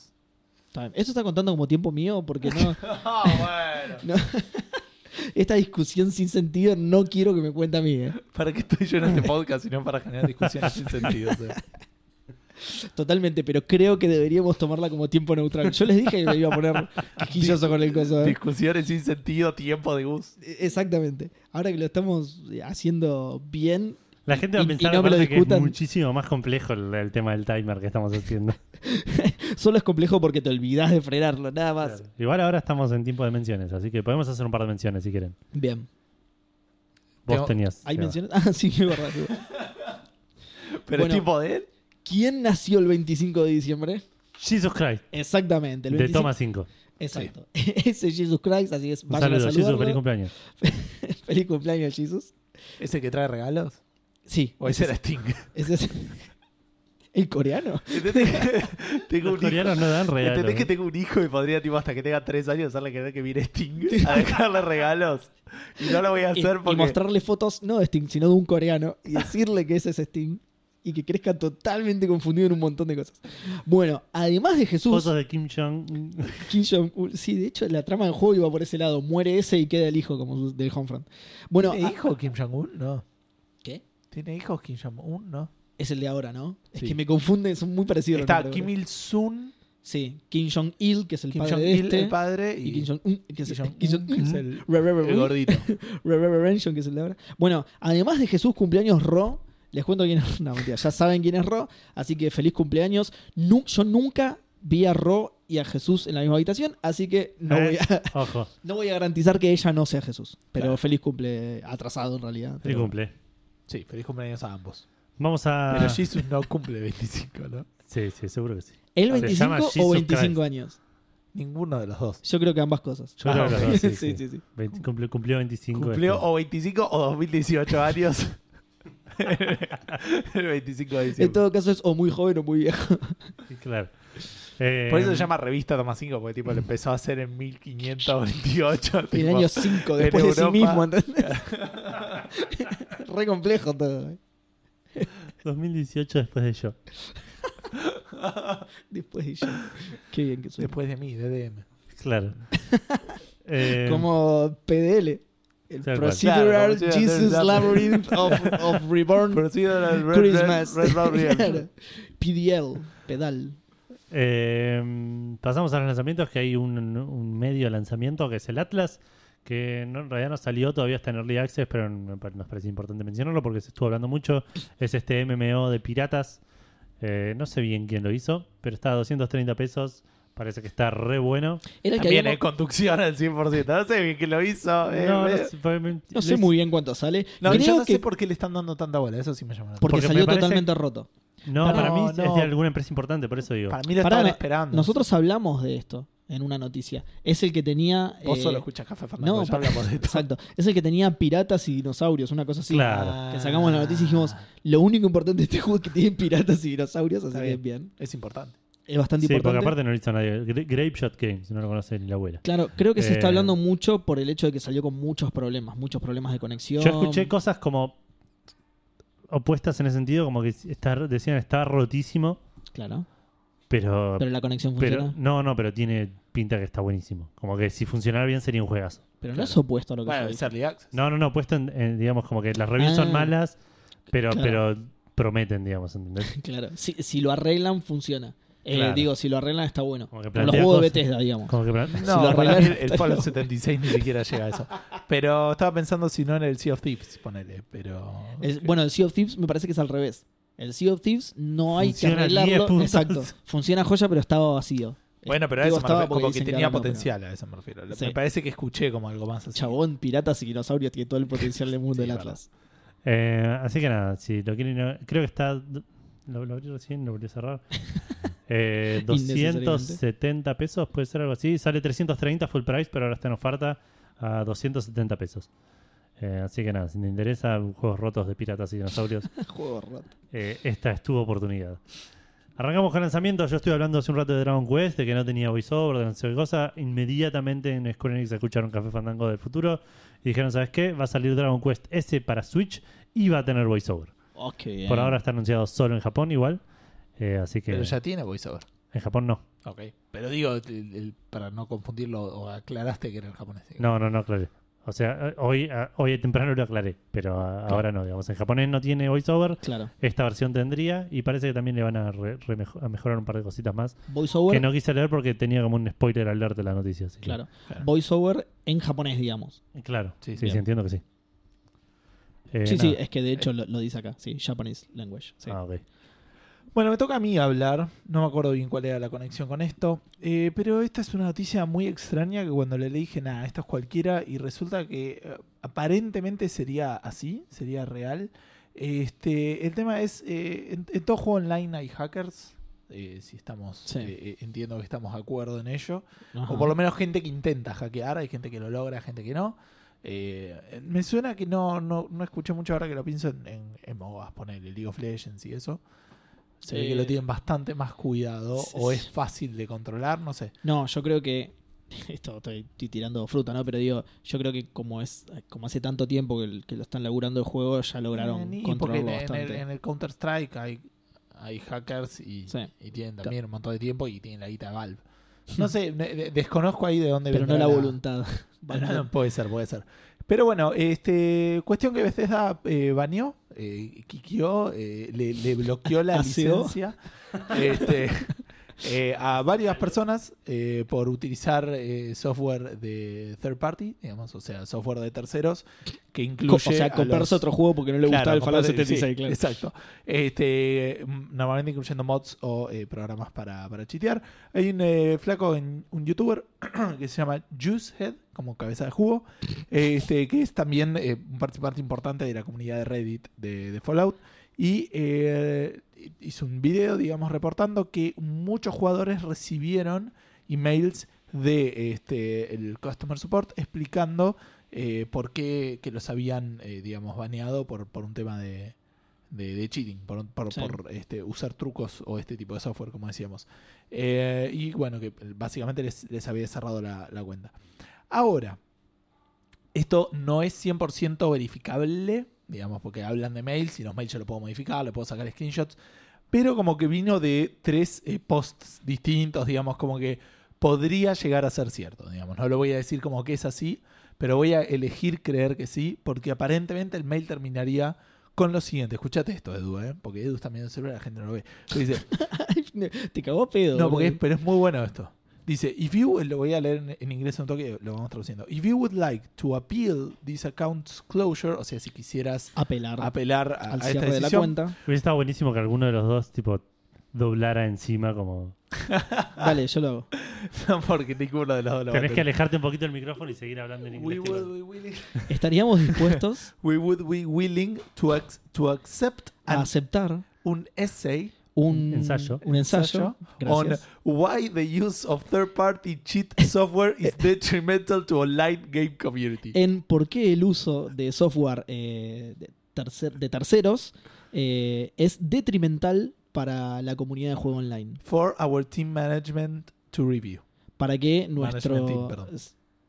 S2: ¿Eso está contando como tiempo mío? Porque no.
S1: bueno.
S2: esta discusión sin sentido no quiero que me cuente a mí. ¿eh?
S1: ¿Para qué estoy yo en este podcast sino para generar discusiones sin sentido? o sea.
S2: Totalmente, pero creo que deberíamos tomarla como tiempo neutral. Yo les dije que me iba a poner quisquilloso con el coso. ¿eh?
S1: discusiones sin sentido, tiempo de Gus.
S2: Exactamente. Ahora que lo estamos haciendo bien,
S3: La gente
S2: Y-
S3: va a
S2: y
S3: pensar
S2: no me lo
S3: aparte, que es
S2: discutan.
S3: muchísimo más complejo el, el tema del timer que estamos haciendo.
S2: solo es complejo porque te olvidas de frenarlo, nada más.
S3: Claro. Igual ahora estamos en tiempo de menciones, así que podemos hacer un par de menciones si quieren.
S2: Bien.
S3: Vos
S1: Tengo-
S3: tenías.
S2: ¿Hay
S3: Seba.
S2: menciones? Ah, sí, es verdad. sí.
S1: Pero
S2: Bueno.
S1: es tiempo de él.
S2: ¿Quién nació el 25 de diciembre?
S3: Jesus Christ,
S2: Exactamente, el
S3: de
S2: 25.
S3: Toma 5.
S2: Exacto. Ese es Jesus Christ, así es.
S3: Un
S2: vayan a
S3: saludo, Jesus,
S2: saludarlo.
S3: feliz cumpleaños.
S2: Feliz cumpleaños, Jesus.
S1: ¿Es el que trae regalos?
S2: Sí.
S1: ¿O ese era Sting?
S2: ese es- ¿El coreano?
S1: ¿Entendés que tengo un hijo?
S3: Los coreanos no dan regalos.
S1: ¿Entendés que
S3: ¿eh?
S1: tengo un hijo y podría, tipo, hasta que tenga tres años, hacerle creer que viene Sting a dejarle regalos? Y no lo voy a
S2: Y,
S1: hacer
S2: y
S1: porque.
S2: mostrarle fotos, no de Sting, sino de un coreano, y decirle que ese es Sting, y que crezca totalmente confundido en un montón de cosas. Bueno, además de Jesús,
S3: Fotos de Kim Jong.
S2: Kim Jong-un- sí, de hecho la trama del juego iba por ese lado, muere ese y queda el hijo como su- del Homefront. Bueno,
S1: ¿Tiene
S2: a-
S1: hijo Kim Jong-un? No.
S2: ¿qué?
S1: ¿Tiene hijos Kim Jong-un? No.
S2: Es el de ahora, ¿no? Es
S1: Sí.
S2: que me confunden, son muy parecidos. los
S1: Está
S2: nombres,
S1: Kim
S2: boludo.
S1: Il-sung,
S2: Sí, Kim Jong-il, que es el
S1: Kim
S2: padre de
S1: Jong-il,
S2: este.
S1: el padre,
S2: y
S1: y,
S2: Kim Jong-un, que es
S1: Kim Jong-un,
S2: Kim Jong-un,
S1: que es el,
S2: Re- re- re-
S1: el gordito.
S2: Re- Re- Re- Rension, que es el de ahora. Bueno, además de Jesús, cumpleaños Ro. Les cuento quién es. No, mentira, ya saben quién es Ro. Así que feliz cumpleaños. Nu- yo nunca vi a Ro y a Jesús en la misma habitación, así que no,
S3: Eh,
S2: voy, a,
S3: Ojo,
S2: no voy a garantizar que ella no sea Jesús. Pero
S1: Claro.
S2: feliz cumple atrasado en realidad.
S3: feliz
S2: pero-
S3: cumple.
S1: Sí, feliz cumpleaños a ambos.
S3: Vamos a.
S1: Pero Jesus no cumple 25, ¿no?
S3: Sí, sí, seguro que sí.
S2: ¿El
S3: Se
S2: 25
S3: llama
S2: o
S3: Jesus
S2: 25
S3: Christ.
S2: años?
S1: Ninguno de los dos.
S2: Yo creo que ambas cosas.
S3: Yo
S1: Ah,
S3: creo que los
S1: ok.
S3: dos,
S2: sí,
S3: sí, sí.
S2: sí, sí.
S3: Veinti- cumplió, cumplió 25.
S1: Cumplió
S3: después.
S1: o 25 o 2018 años. el 25 de diciembre.
S2: En todo caso es o muy joven o muy viejo.
S3: Sí, Claro. Eh,
S1: Por eso se llama revista Toma 5, porque tipo lo empezó a hacer en 1528.
S2: El
S1: tipo,
S2: año 5,
S1: en
S2: después de sí
S1: Europa.
S2: mismo, ¿entendés? Re complejo todo. ¿eh?
S3: 2018 después de yo.
S2: Después de yo. Qué bien que suena.
S1: Después de mí, DDM.
S3: Claro. Eh,
S2: Como PDL. El
S3: Tal cual.
S2: Procedural
S1: Claro, como
S2: Jesus
S1: Procedural
S2: Labyrinth of, of Reborn Christmas. Claro. PDL. Pedal.
S3: eh, pasamos a los lanzamientos, que hay un, un medio lanzamiento que es el Atlas, que no- en realidad no salió todavía está en Early Access, pero me pare- nos parece importante mencionarlo porque se estuvo hablando mucho. Es este MMO de piratas. Eh, no sé bien quién lo hizo, pero está a 230 pesos Parece que está re bueno.
S2: Era el que
S1: También
S2: habíamos-
S1: es conducción al 100%. No sé bien que lo hizo. eh,
S3: No, no
S1: eh.
S3: sé, fue- me-
S2: No sé
S3: les-
S2: muy bien cuánto sale.
S1: No, yo
S2: Creo
S1: no
S2: que
S1: sé por qué le están dando tanta bola. Eso sí me llama la atención.
S2: porque,
S3: Porque me
S2: salió
S3: parece-
S2: totalmente roto.
S3: No,
S1: Pará,
S3: para mí
S1: no,
S3: es de
S1: no.
S3: alguna empresa importante, por eso digo.
S1: Para mí lo
S2: Pará,
S1: estaban
S2: no-
S1: esperando.
S2: Nosotros hablamos de esto en una noticia. Es el que tenía.
S1: Vos
S2: eh,
S1: solo escuchas Café Fernando.
S2: No,
S1: ya
S2: para-
S1: hablamos de esto.
S2: exacto. Es el que tenía piratas y dinosaurios, una cosa así.
S1: Ah.
S3: Claro.
S2: Que sacamos la noticia y dijimos, lo único importante de este juego es que tiene piratas y dinosaurios, así
S1: Está
S2: que
S1: bien.
S2: bien.
S1: Es importante.
S2: Es bastante
S3: Sí, porque
S2: importante.
S3: aparte no lo hizo nadie. Gra- Grape Shot Games, no lo conoce ni la abuela.
S2: Claro, creo que se está
S3: Eh,
S2: hablando mucho por el hecho de que salió con muchos problemas, muchos problemas de conexión.
S3: Yo escuché cosas como opuestas en ese sentido, como que está, decían está rotísimo,
S2: Claro,
S3: pero,
S2: pero la conexión
S3: pero-
S2: funciona. Pero,
S3: no, no, pero tiene pinta que está buenísimo. Como que si funcionara bien sería un juegazo.
S2: no
S1: claro.
S2: es opuesto a lo que
S1: Bueno,
S2: yo
S1: es
S2: dije.
S1: Early Access.
S3: No, no, no, puesto en, en, digamos como que las reviews
S2: Ah.
S3: son malas, pero
S2: Claro.
S3: pero prometen, digamos, ¿entendés?
S2: Claro, si, si lo arreglan, funciona. Eh,
S3: Claro.
S2: Digo, si lo arreglan, está bueno.
S3: Como que
S2: Como los
S3: plantea
S2: juegos de
S3: cosas.
S2: Bethesda, digamos.
S3: Como que para-
S2: Si lo
S1: No, para mí
S2: arreglaron,
S1: el- el
S2: está
S1: Fallout
S2: loco.
S1: 76 ni siquiera llega a eso. Pero estaba pensando si no en el Sea of Thieves, ponele. Pero.
S2: El- bueno, el Sea of Thieves me parece que es al revés. El Sea of Thieves no hay
S3: Funciona
S2: que
S3: 10
S2: arreglarlo.
S3: puntos.
S2: Exacto. Funciona joya, pero estaba vacío.
S1: Bueno, pero a
S2: Digo,
S1: eso me
S2: estaba
S1: refiero,
S2: porque
S1: como que
S2: dicen
S1: tenía
S2: arreglarlo, pero-
S1: potencial, a eso me refiero. Lo-
S2: Sí.
S1: Me parece que escuché como algo más así.
S2: Chabón, piratas y dinosaurios tiene todo el potencial del mundo del Atlas.
S3: Eh, así que nada, si lo quieren, ir a- creo que está. Lo, lo abrí recién, lo volví a cerrar. Eh, 270 pesos, puede ser algo así. Sale 330 full price, pero ahora está en oferta a 270 pesos. Eh, así que nada, si te interesa juegos rotos de piratas y dinosaurios,
S2: Juego roto.
S3: eh, esta es tu oportunidad. Arrancamos con lanzamientos. Yo estuve hablando hace un rato de Dragon Quest, de que no tenía voiceover, de no sé qué cosa. Inmediatamente en Square Enix escucharon Café Fandango del futuro y dijeron: ¿Sabes qué? Va a salir Dragon Quest S para Switch y va a tener voiceover.
S2: Ok. bien.
S3: Por ahora está anunciado solo en Japón, igual. Eh, así que
S1: Pero ya tiene voiceover.
S3: en Japón no.
S1: Ok. Pero digo, el- el- para no confundirlo, o aclaraste que era el japonés.
S3: No, no, no aclaré. O sea, eh, hoy, eh, hoy temprano lo aclaré, pero ah, ahora no, digamos. En japonés no tiene voiceover.
S2: Claro.
S3: Esta versión tendría y parece que también le van a, re- re- mejo- a mejorar un par de cositas más.
S2: Voiceover.
S3: Que no quise leer porque tenía como un spoiler alert de la noticia. así que-
S2: Claro.
S1: Claro.
S2: Voiceover en japonés, digamos.
S3: Claro.
S1: Sí,
S3: Sí, sí,
S1: bien.
S3: entiendo que sí. Eh,
S2: sí, sí,
S3: nada.
S2: es que de hecho lo, lo dice acá. Sí, Japanese language. Sí.
S3: Ah, ok.
S1: Bueno, me toca a mí hablar. No me acuerdo bien cuál era la conexión con esto. Eh, pero esta es una noticia muy extraña que cuando le dije, nada, esto es cualquiera, y resulta que eh, aparentemente sería así, sería real. Este, el tema es, eh, en, en todo juego online hay hackers. eh, si estamos,
S2: Sí.
S1: eh, entiendo que estamos de acuerdo en ello.
S2: Ajá.
S1: O por lo menos gente que intenta hackear, hay gente que lo logra, gente que no. Eh, me suena que no, no, no escuché mucho ahora que lo pienso en, en, en MOBAs, ponele League of Legends y eso. Se ve
S2: Eh,
S1: que lo tienen bastante más cuidado
S2: sí,
S1: o
S2: sí.
S1: es fácil de controlar, no sé.
S2: No, yo creo que. Esto estoy, estoy tirando fruta, ¿no? Pero digo, yo creo que como es como hace tanto tiempo que, que lo están laburando el juego, ya lograron
S1: Eh, y porque en,
S2: controlarlo
S1: en el,
S2: bastante.
S1: en el Counter-Strike hay, hay hackers y,
S2: Sí. Hmm.
S1: y tienen también un montón de tiempo y tienen la guita de Valve. No sé, ne- de- desconozco ahí de dónde
S2: Pero no
S1: vendrá
S2: la voluntad.
S1: Bueno, puede ser, puede ser. Pero bueno, este cuestión que Bethesda eh, baneó, eh, quiqueó, eh, le, le bloqueó la
S2: Aseó.
S1: licencia este, eh, a varias personas eh, por utilizar eh, software de third party, digamos, o sea, software de terceros que
S2: Co-
S1: incluye
S2: o sea,
S1: a
S2: comprarse
S1: los-
S2: otro juego porque no le
S1: Claro,
S2: gustaba el Fallout
S1: compartir-
S2: 76,
S1: sí,
S2: claro.
S1: Exacto. Este, mm, normalmente incluyendo mods o eh, programas para, para chitear. Hay un eh, flaco, en, un youtuber que se llama Juicehead, como cabeza de jugo, este, que es también eh, un participante importante de la comunidad de Reddit de, de Fallout. Y eh, hizo un video, digamos, reportando que muchos jugadores recibieron emails de este, el Customer Support explicando eh, por qué que los habían, eh, digamos, baneado por, por un tema de, de, de cheating, por, un- por-
S2: Sí.
S1: por, este, usar trucos o este tipo de software, como decíamos. Eh, y bueno, que básicamente les, les había cerrado la, la cuenta. Ahora, esto no es 100% verificable, digamos, porque hablan de mails y los mails yo lo puedo modificar, le puedo sacar screenshots, pero como que vino de tres eh, posts distintos, digamos, como que podría llegar a ser cierto, digamos. No lo voy a decir como que es así, pero voy a elegir creer que sí, porque aparentemente el mail terminaría con lo siguiente. Escuchate esto, Edu, ¿eh? porque Edu está medio celular, la gente no lo ve. Pero dice,
S2: Te cagó a pedo.
S1: no, porque es-
S2: boludo.
S1: pero es muy bueno esto. Dice, if you, lo voy a leer en, en inglés un toque, lo vamos traduciendo. If you would like to appeal this account's closure, o sea, si quisieras
S2: apelar
S1: apelar a,
S2: al
S1: a esta
S2: cierre de la
S1: decisión,
S2: cuenta.
S3: Hubiera estado buenísimo que alguno de los dos, tipo, doblara encima como.
S1: Ah.
S2: Dale, yo lo hago.
S1: No, porque ninguno de los dos lo va a
S3: Tenés que
S1: entender.
S3: alejarte un poquito del micrófono y seguir hablando en
S1: We
S3: inglés. que
S1: would,
S3: lo-
S1: be willing,
S2: ¿Estaríamos dispuestos
S1: we would be willing to, ac- to accept
S2: a
S1: an-
S2: aceptar
S1: un essay
S2: un
S3: Ensayo.
S2: Un ensayo.
S1: on
S2: Gracias.
S1: why the use of third-party cheat software is detrimental to online game community.
S2: En por qué el uso de software eh, de, tercer- de terceros eh, es detrimental para la comunidad de juego online.
S1: For our team management to review.
S2: para que
S1: Management team,
S2: nuestro
S1: perdón.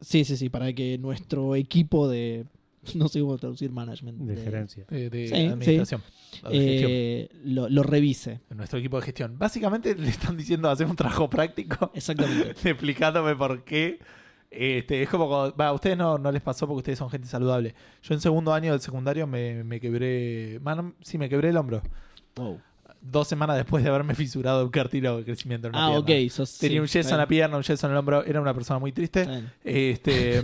S2: sí sí sí para que nuestro equipo de no sé cómo traducir management
S3: De
S2: de-
S3: gerencia.
S1: De, de
S2: Sí,
S1: administración. O de gestión.
S2: eh, lo, lo revise
S1: En nuestro equipo de gestión. Básicamente le están diciendo hacer un trabajo práctico,
S2: exactamente
S1: explicándome por qué. Este, es como cuando- va, a ustedes no, no les pasó porque ustedes son gente saludable. Yo en segundo año del secundario me, me quebré. Mano, sí, me quebré el hombro.
S2: Wow.
S1: Dos semanas después de haberme fisurado un cartílago de crecimiento en una
S2: ah ok
S1: pierna.
S2: sos-
S1: Tenía
S2: sí,
S1: un yeso
S2: está
S1: en la
S2: bien,
S1: pierna, un yeso en el hombro. Era una persona muy triste.
S2: está bien.
S1: Este,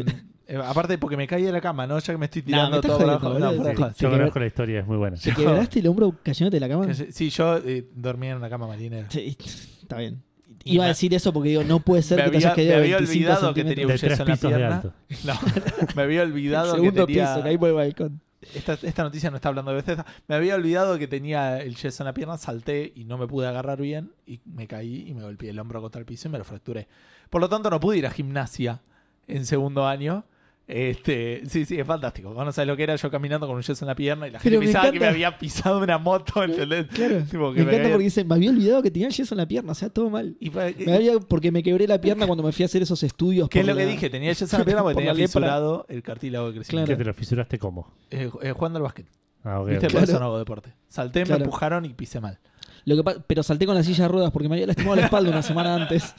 S1: eh, aparte porque me caí de la cama, ¿no? Ya que me estoy
S2: Nah, me
S1: tirando
S2: estás
S1: todo por abajo.
S2: jodiendo,
S1: No,
S2: boludo.
S1: fuera de joda.
S3: Sí,
S2: Se
S3: yo
S2: quebra-
S3: conozco la historia, es muy buena.
S2: te quebraste el hombro cayéndote de la cama
S1: Que- Sí, yo eh, dormía en una cama marinera.
S2: Sí, está bien
S1: Y
S2: iba a
S1: me-
S2: decir eso porque digo no puede ser
S1: me
S2: que te
S1: había-
S2: hayas quedado
S1: me había
S2: 25
S1: olvidado que tenía un
S2: centímetros
S1: yeso
S3: De tres
S1: en la
S3: pisos de
S1: pierna.
S3: alto.
S1: No, me había olvidado que
S2: segundo
S1: tenía...
S2: piso caí por el balcón
S1: Esta, esta noticia no está hablando de Bethesda. Me había olvidado que tenía el yeso en la pierna, salté y no me pude agarrar bien y me caí y me golpeé el hombro contra el piso y me lo fracturé. Por lo tanto, no pude ir a gimnasia en segundo año. Este, sí, sí, es fantástico. Vos no sabés lo que era yo caminando con un yeso en la pierna y la gente
S2: Pero me
S1: pensaba que me
S2: encanta. Eh,
S1: había pisado una moto, ¿entendés?
S2: claro
S1: Tipo, que
S2: me
S1: me
S2: encanta
S1: caí-
S2: porque dice me había olvidado que tenía el yeso en la pierna o sea todo mal
S1: Y pa-
S2: me había, porque me quebré la pierna cuando me fui a hacer esos estudios
S1: ¿Qué es
S2: por
S1: lo que
S2: la-
S1: dije? Tenía el yeso en la pierna porque
S2: Por
S1: tenía
S2: la lepra.
S1: fisurado el cartílago de crecimiento.
S3: Que te lo fisuraste como.
S1: Eh, eh, jugando al básquet.
S3: Ah, ok.
S1: ¿Viste?
S3: ok.
S1: Por
S2: Claro.
S1: eso no hago deporte. Salté,
S2: Claro.
S1: me empujaron y pisé mal.
S2: Lo que pa- pero salté con la silla de ruedas porque me había lastimado la espalda una semana antes.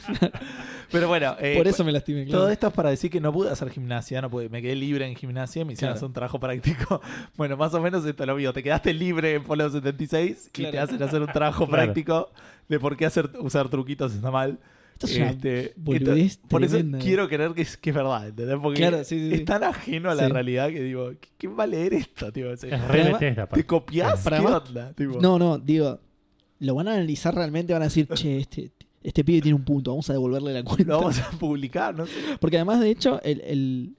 S1: Pero bueno, eh,
S2: Por eso me lastimé, claro.
S1: Todo esto es para decir que no pude hacer gimnasia, no pude, me quedé libre en gimnasia, y me hicieron
S2: Claro.
S1: hacer un trabajo práctico. Bueno, más o menos esto lo vio. Te quedaste libre en Polo 76 y
S2: Claro.
S1: te hacen hacer un trabajo
S3: Claro.
S1: práctico de por qué hacer, usar truquitos está mal.
S2: Esto es una
S1: Este,
S2: boludez
S1: esto- por eso
S2: tremenda.
S1: quiero creer que es, que es verdad, ¿entendés? Porque
S2: Claro, sí, sí, sí.
S1: es tan ajeno a la
S2: Sí.
S1: realidad que digo, ¿qué, qué va a leer esto? Tío? O sea,
S3: Es
S2: Para
S3: re
S2: más-
S3: Bethesda,
S1: ¿Te
S3: aparte.
S1: copias?
S2: Para
S1: ¿Qué
S2: más-
S1: onda? Tipo,
S2: No, no, digo. Lo van a analizar realmente, van a decir, che, este, este pibe tiene un punto, vamos a devolverle la cuenta.
S1: Lo vamos a publicar, no sé.
S2: Porque además, de hecho, el- el-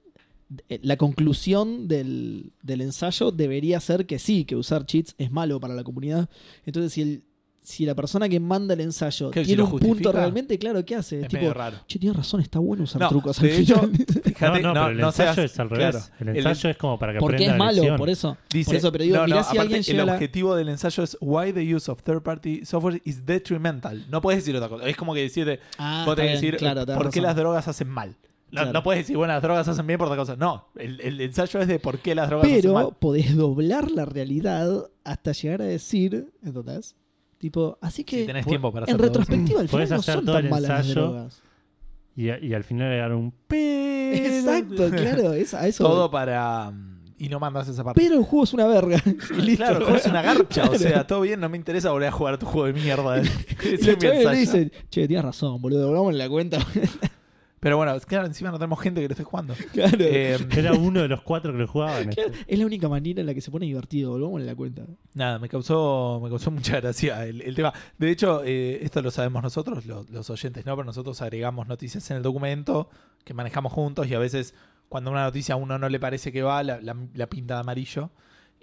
S2: el- la conclusión del, del ensayo debería ser que sí, que usar cheats es malo para la comunidad. Entonces, si, el, si la persona que manda el ensayo
S1: Que si
S2: tiene
S1: lo
S2: un
S1: justifica,
S2: punto realmente, claro, ¿qué hace?
S1: Es
S2: tipo,
S1: medio raro.
S2: che, tienes razón, está bueno usar
S1: No,
S2: trucos al
S1: de hecho,
S2: final.
S1: Fíjate,
S3: no, no, pero el ensayo
S1: seas-
S3: es al revés.
S1: claro.
S3: el ensayo es como para que
S2: Porque
S3: aprenda
S2: es
S3: la
S2: malo,
S3: lección.
S2: por eso.
S1: Dice,
S2: por eso, pero digo,
S1: no, no,
S2: mirá si
S1: aparte,
S2: alguien
S1: el
S2: llega a la-
S1: objetivo del ensayo es why the use of third party software is detrimental. No puedes decir otra cosa. Es como que decirte,
S2: Ah,
S1: vos
S2: está
S1: tenés que
S2: bien,
S1: decir
S2: claro, tenés
S1: por qué las
S2: razón.
S1: drogas hacen mal. No,
S2: Claro.
S1: no puedes decir, bueno, las drogas hacen bien por otra cosa. No, el, el ensayo es de por qué las drogas hacen
S2: Pero
S1: mal.
S2: podés doblar la realidad hasta llegar a decir, ¿entendés? Tipo, así que
S1: Si tenés
S2: por-
S1: tiempo para hacer
S2: en
S1: todo eso.
S2: retrospectiva al final
S3: Podés
S2: no
S3: hacer
S2: son
S3: todo
S2: tan
S3: el
S2: malas las
S3: ensayo.
S2: drogas.
S3: Y, a- y al final le dieron un
S2: Exacto, claro, es, a eso.
S1: Todo
S2: voy.
S1: para. mm, Y no mandas esa parte.
S2: Pero el juego es una verga. y listo.
S1: Claro, el juego es una garcha. O
S2: Claro.
S1: sea, todo bien, no me interesa volver a jugar tu juego de mierda. Ese
S2: Y
S1: es
S2: los
S1: mi
S2: chavales le
S1: ensayo.
S2: dicen, che, tienes razón, boludo, volvamos en la cuenta.
S1: Pero bueno, claro, encima no tenemos gente que lo esté jugando.
S2: claro.
S1: Em,
S3: Era uno de los cuatro que lo jugaban. este,
S2: Claro, Es la única manera en la que se pone divertido, volvamos en la cuenta.
S1: Nada, me causó, me causó mucha gracia el, el tema. De hecho, eh, esto lo sabemos nosotros, lo- los oyentes no, pero nosotros agregamos noticias en el documento que manejamos juntos y a veces cuando una noticia a uno no le parece que va, la, la- la pinta de amarillo.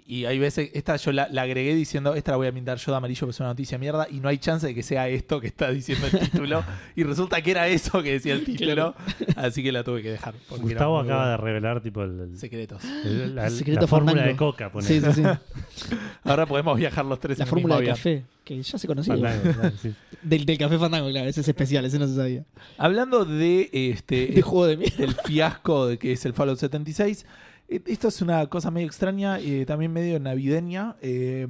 S1: Y hay veces, esta yo la, la agregué diciendo, esta la voy a pintar yo de amarillo porque es una noticia mierda y no hay chance de que sea esto que está diciendo el título. y resulta que era eso que decía el título, así que la tuve que dejar. porque era
S3: Gustavo
S1: muy
S3: acaba de
S1: bueno.
S3: revelar tipo el, el-
S1: Secretos.
S3: el- la,
S2: El
S3: la
S2: secreto
S3: fórmula
S2: fandango.
S3: de coca. pone.
S2: Sí, sí, sí.
S1: Ahora podemos viajar los tres
S2: La
S1: en el
S2: fórmula
S1: mismo
S2: de
S1: avión.
S2: café, que ya se conocía.
S3: Fandango, claro, sí.
S2: Del, del café fandango, claro, ese es especial, ese no se sabía.
S1: Hablando de este
S2: Este juego de mierda.
S1: del fiasco de que es el Fallout 76. Eh, Esto es una cosa medio extraña, eh, también medio navideña. Eh,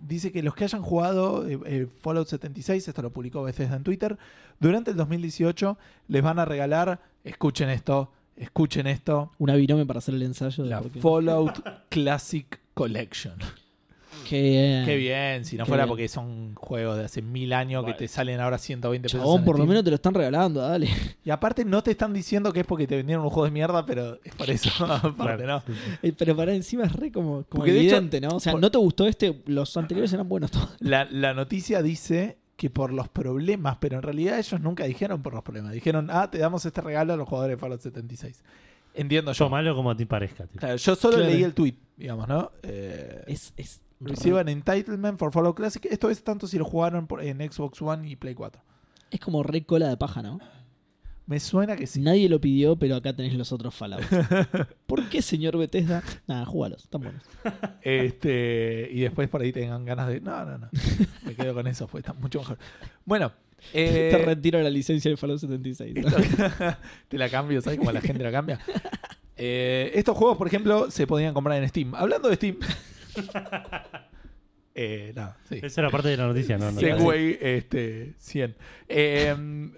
S1: dice que los que hayan jugado eh, eh, Fallout 76, esto lo publicó Bethesda en Twitter, durante el 2018 les van a regalar, escuchen esto, escuchen esto,
S2: Una virome para hacer el ensayo. de
S1: la
S2: por qué.
S1: Fallout Classic Collection.
S2: Qué bien.
S1: Qué bien, si no
S2: Ah. Qué
S1: fuera
S2: bien.
S1: porque son juegos de hace mil años que
S3: Bueno.
S1: te salen ahora 120 pesos.
S2: Chabón,
S1: en
S2: por lo
S1: Steam.
S2: menos te lo están regalando, dale.
S1: Y aparte no te están diciendo que es porque te vendieron un juego de mierda, pero es por eso. aparte,
S3: Claro,
S1: ¿no?
S3: sí, sí.
S2: Eh, Pero para encima es re como, como
S1: Porque de hecho,
S2: evidente, ¿no? O sea,
S1: por-
S2: no te gustó este, los anteriores eran buenos todos.
S1: La, la noticia dice que por los problemas, pero en realidad ellos nunca dijeron por los problemas. Dijeron, ah, te damos este regalo a los jugadores de Fallout 76. Entiendo yo.
S3: Tómalo como a ti parezca. tipo.
S1: Claro, yo solo
S2: Claro.
S1: leí el tweet, digamos, ¿no? Eh,
S2: Es, es
S1: Reciban entitlement for Fallout Classic. Esto es tanto si lo jugaron por- en Xbox One y Play 4.
S2: Es como re cola de paja, ¿no?
S1: Me suena que sí.
S2: Nadie lo pidió, pero acá tenés los otros Fallout. ¿Por qué, señor Bethesda? Nada, jugalos, están buenos.
S1: Este, y después por ahí tengan ganas de. No, no, no. Me quedo con eso, fue está mucho mejor. Bueno. eh,
S2: Te retiro la licencia de Fallout 76. ¿no?
S1: esto- te la cambio, ¿sabes cómo la gente la cambia? Eh, estos juegos, por ejemplo, se podían comprar en Steam. Hablando de Steam. eh, nada, sí.
S3: Esa era parte de la noticia, ¿no? no
S1: Segway,
S3: no,
S1: este, 100. Eh,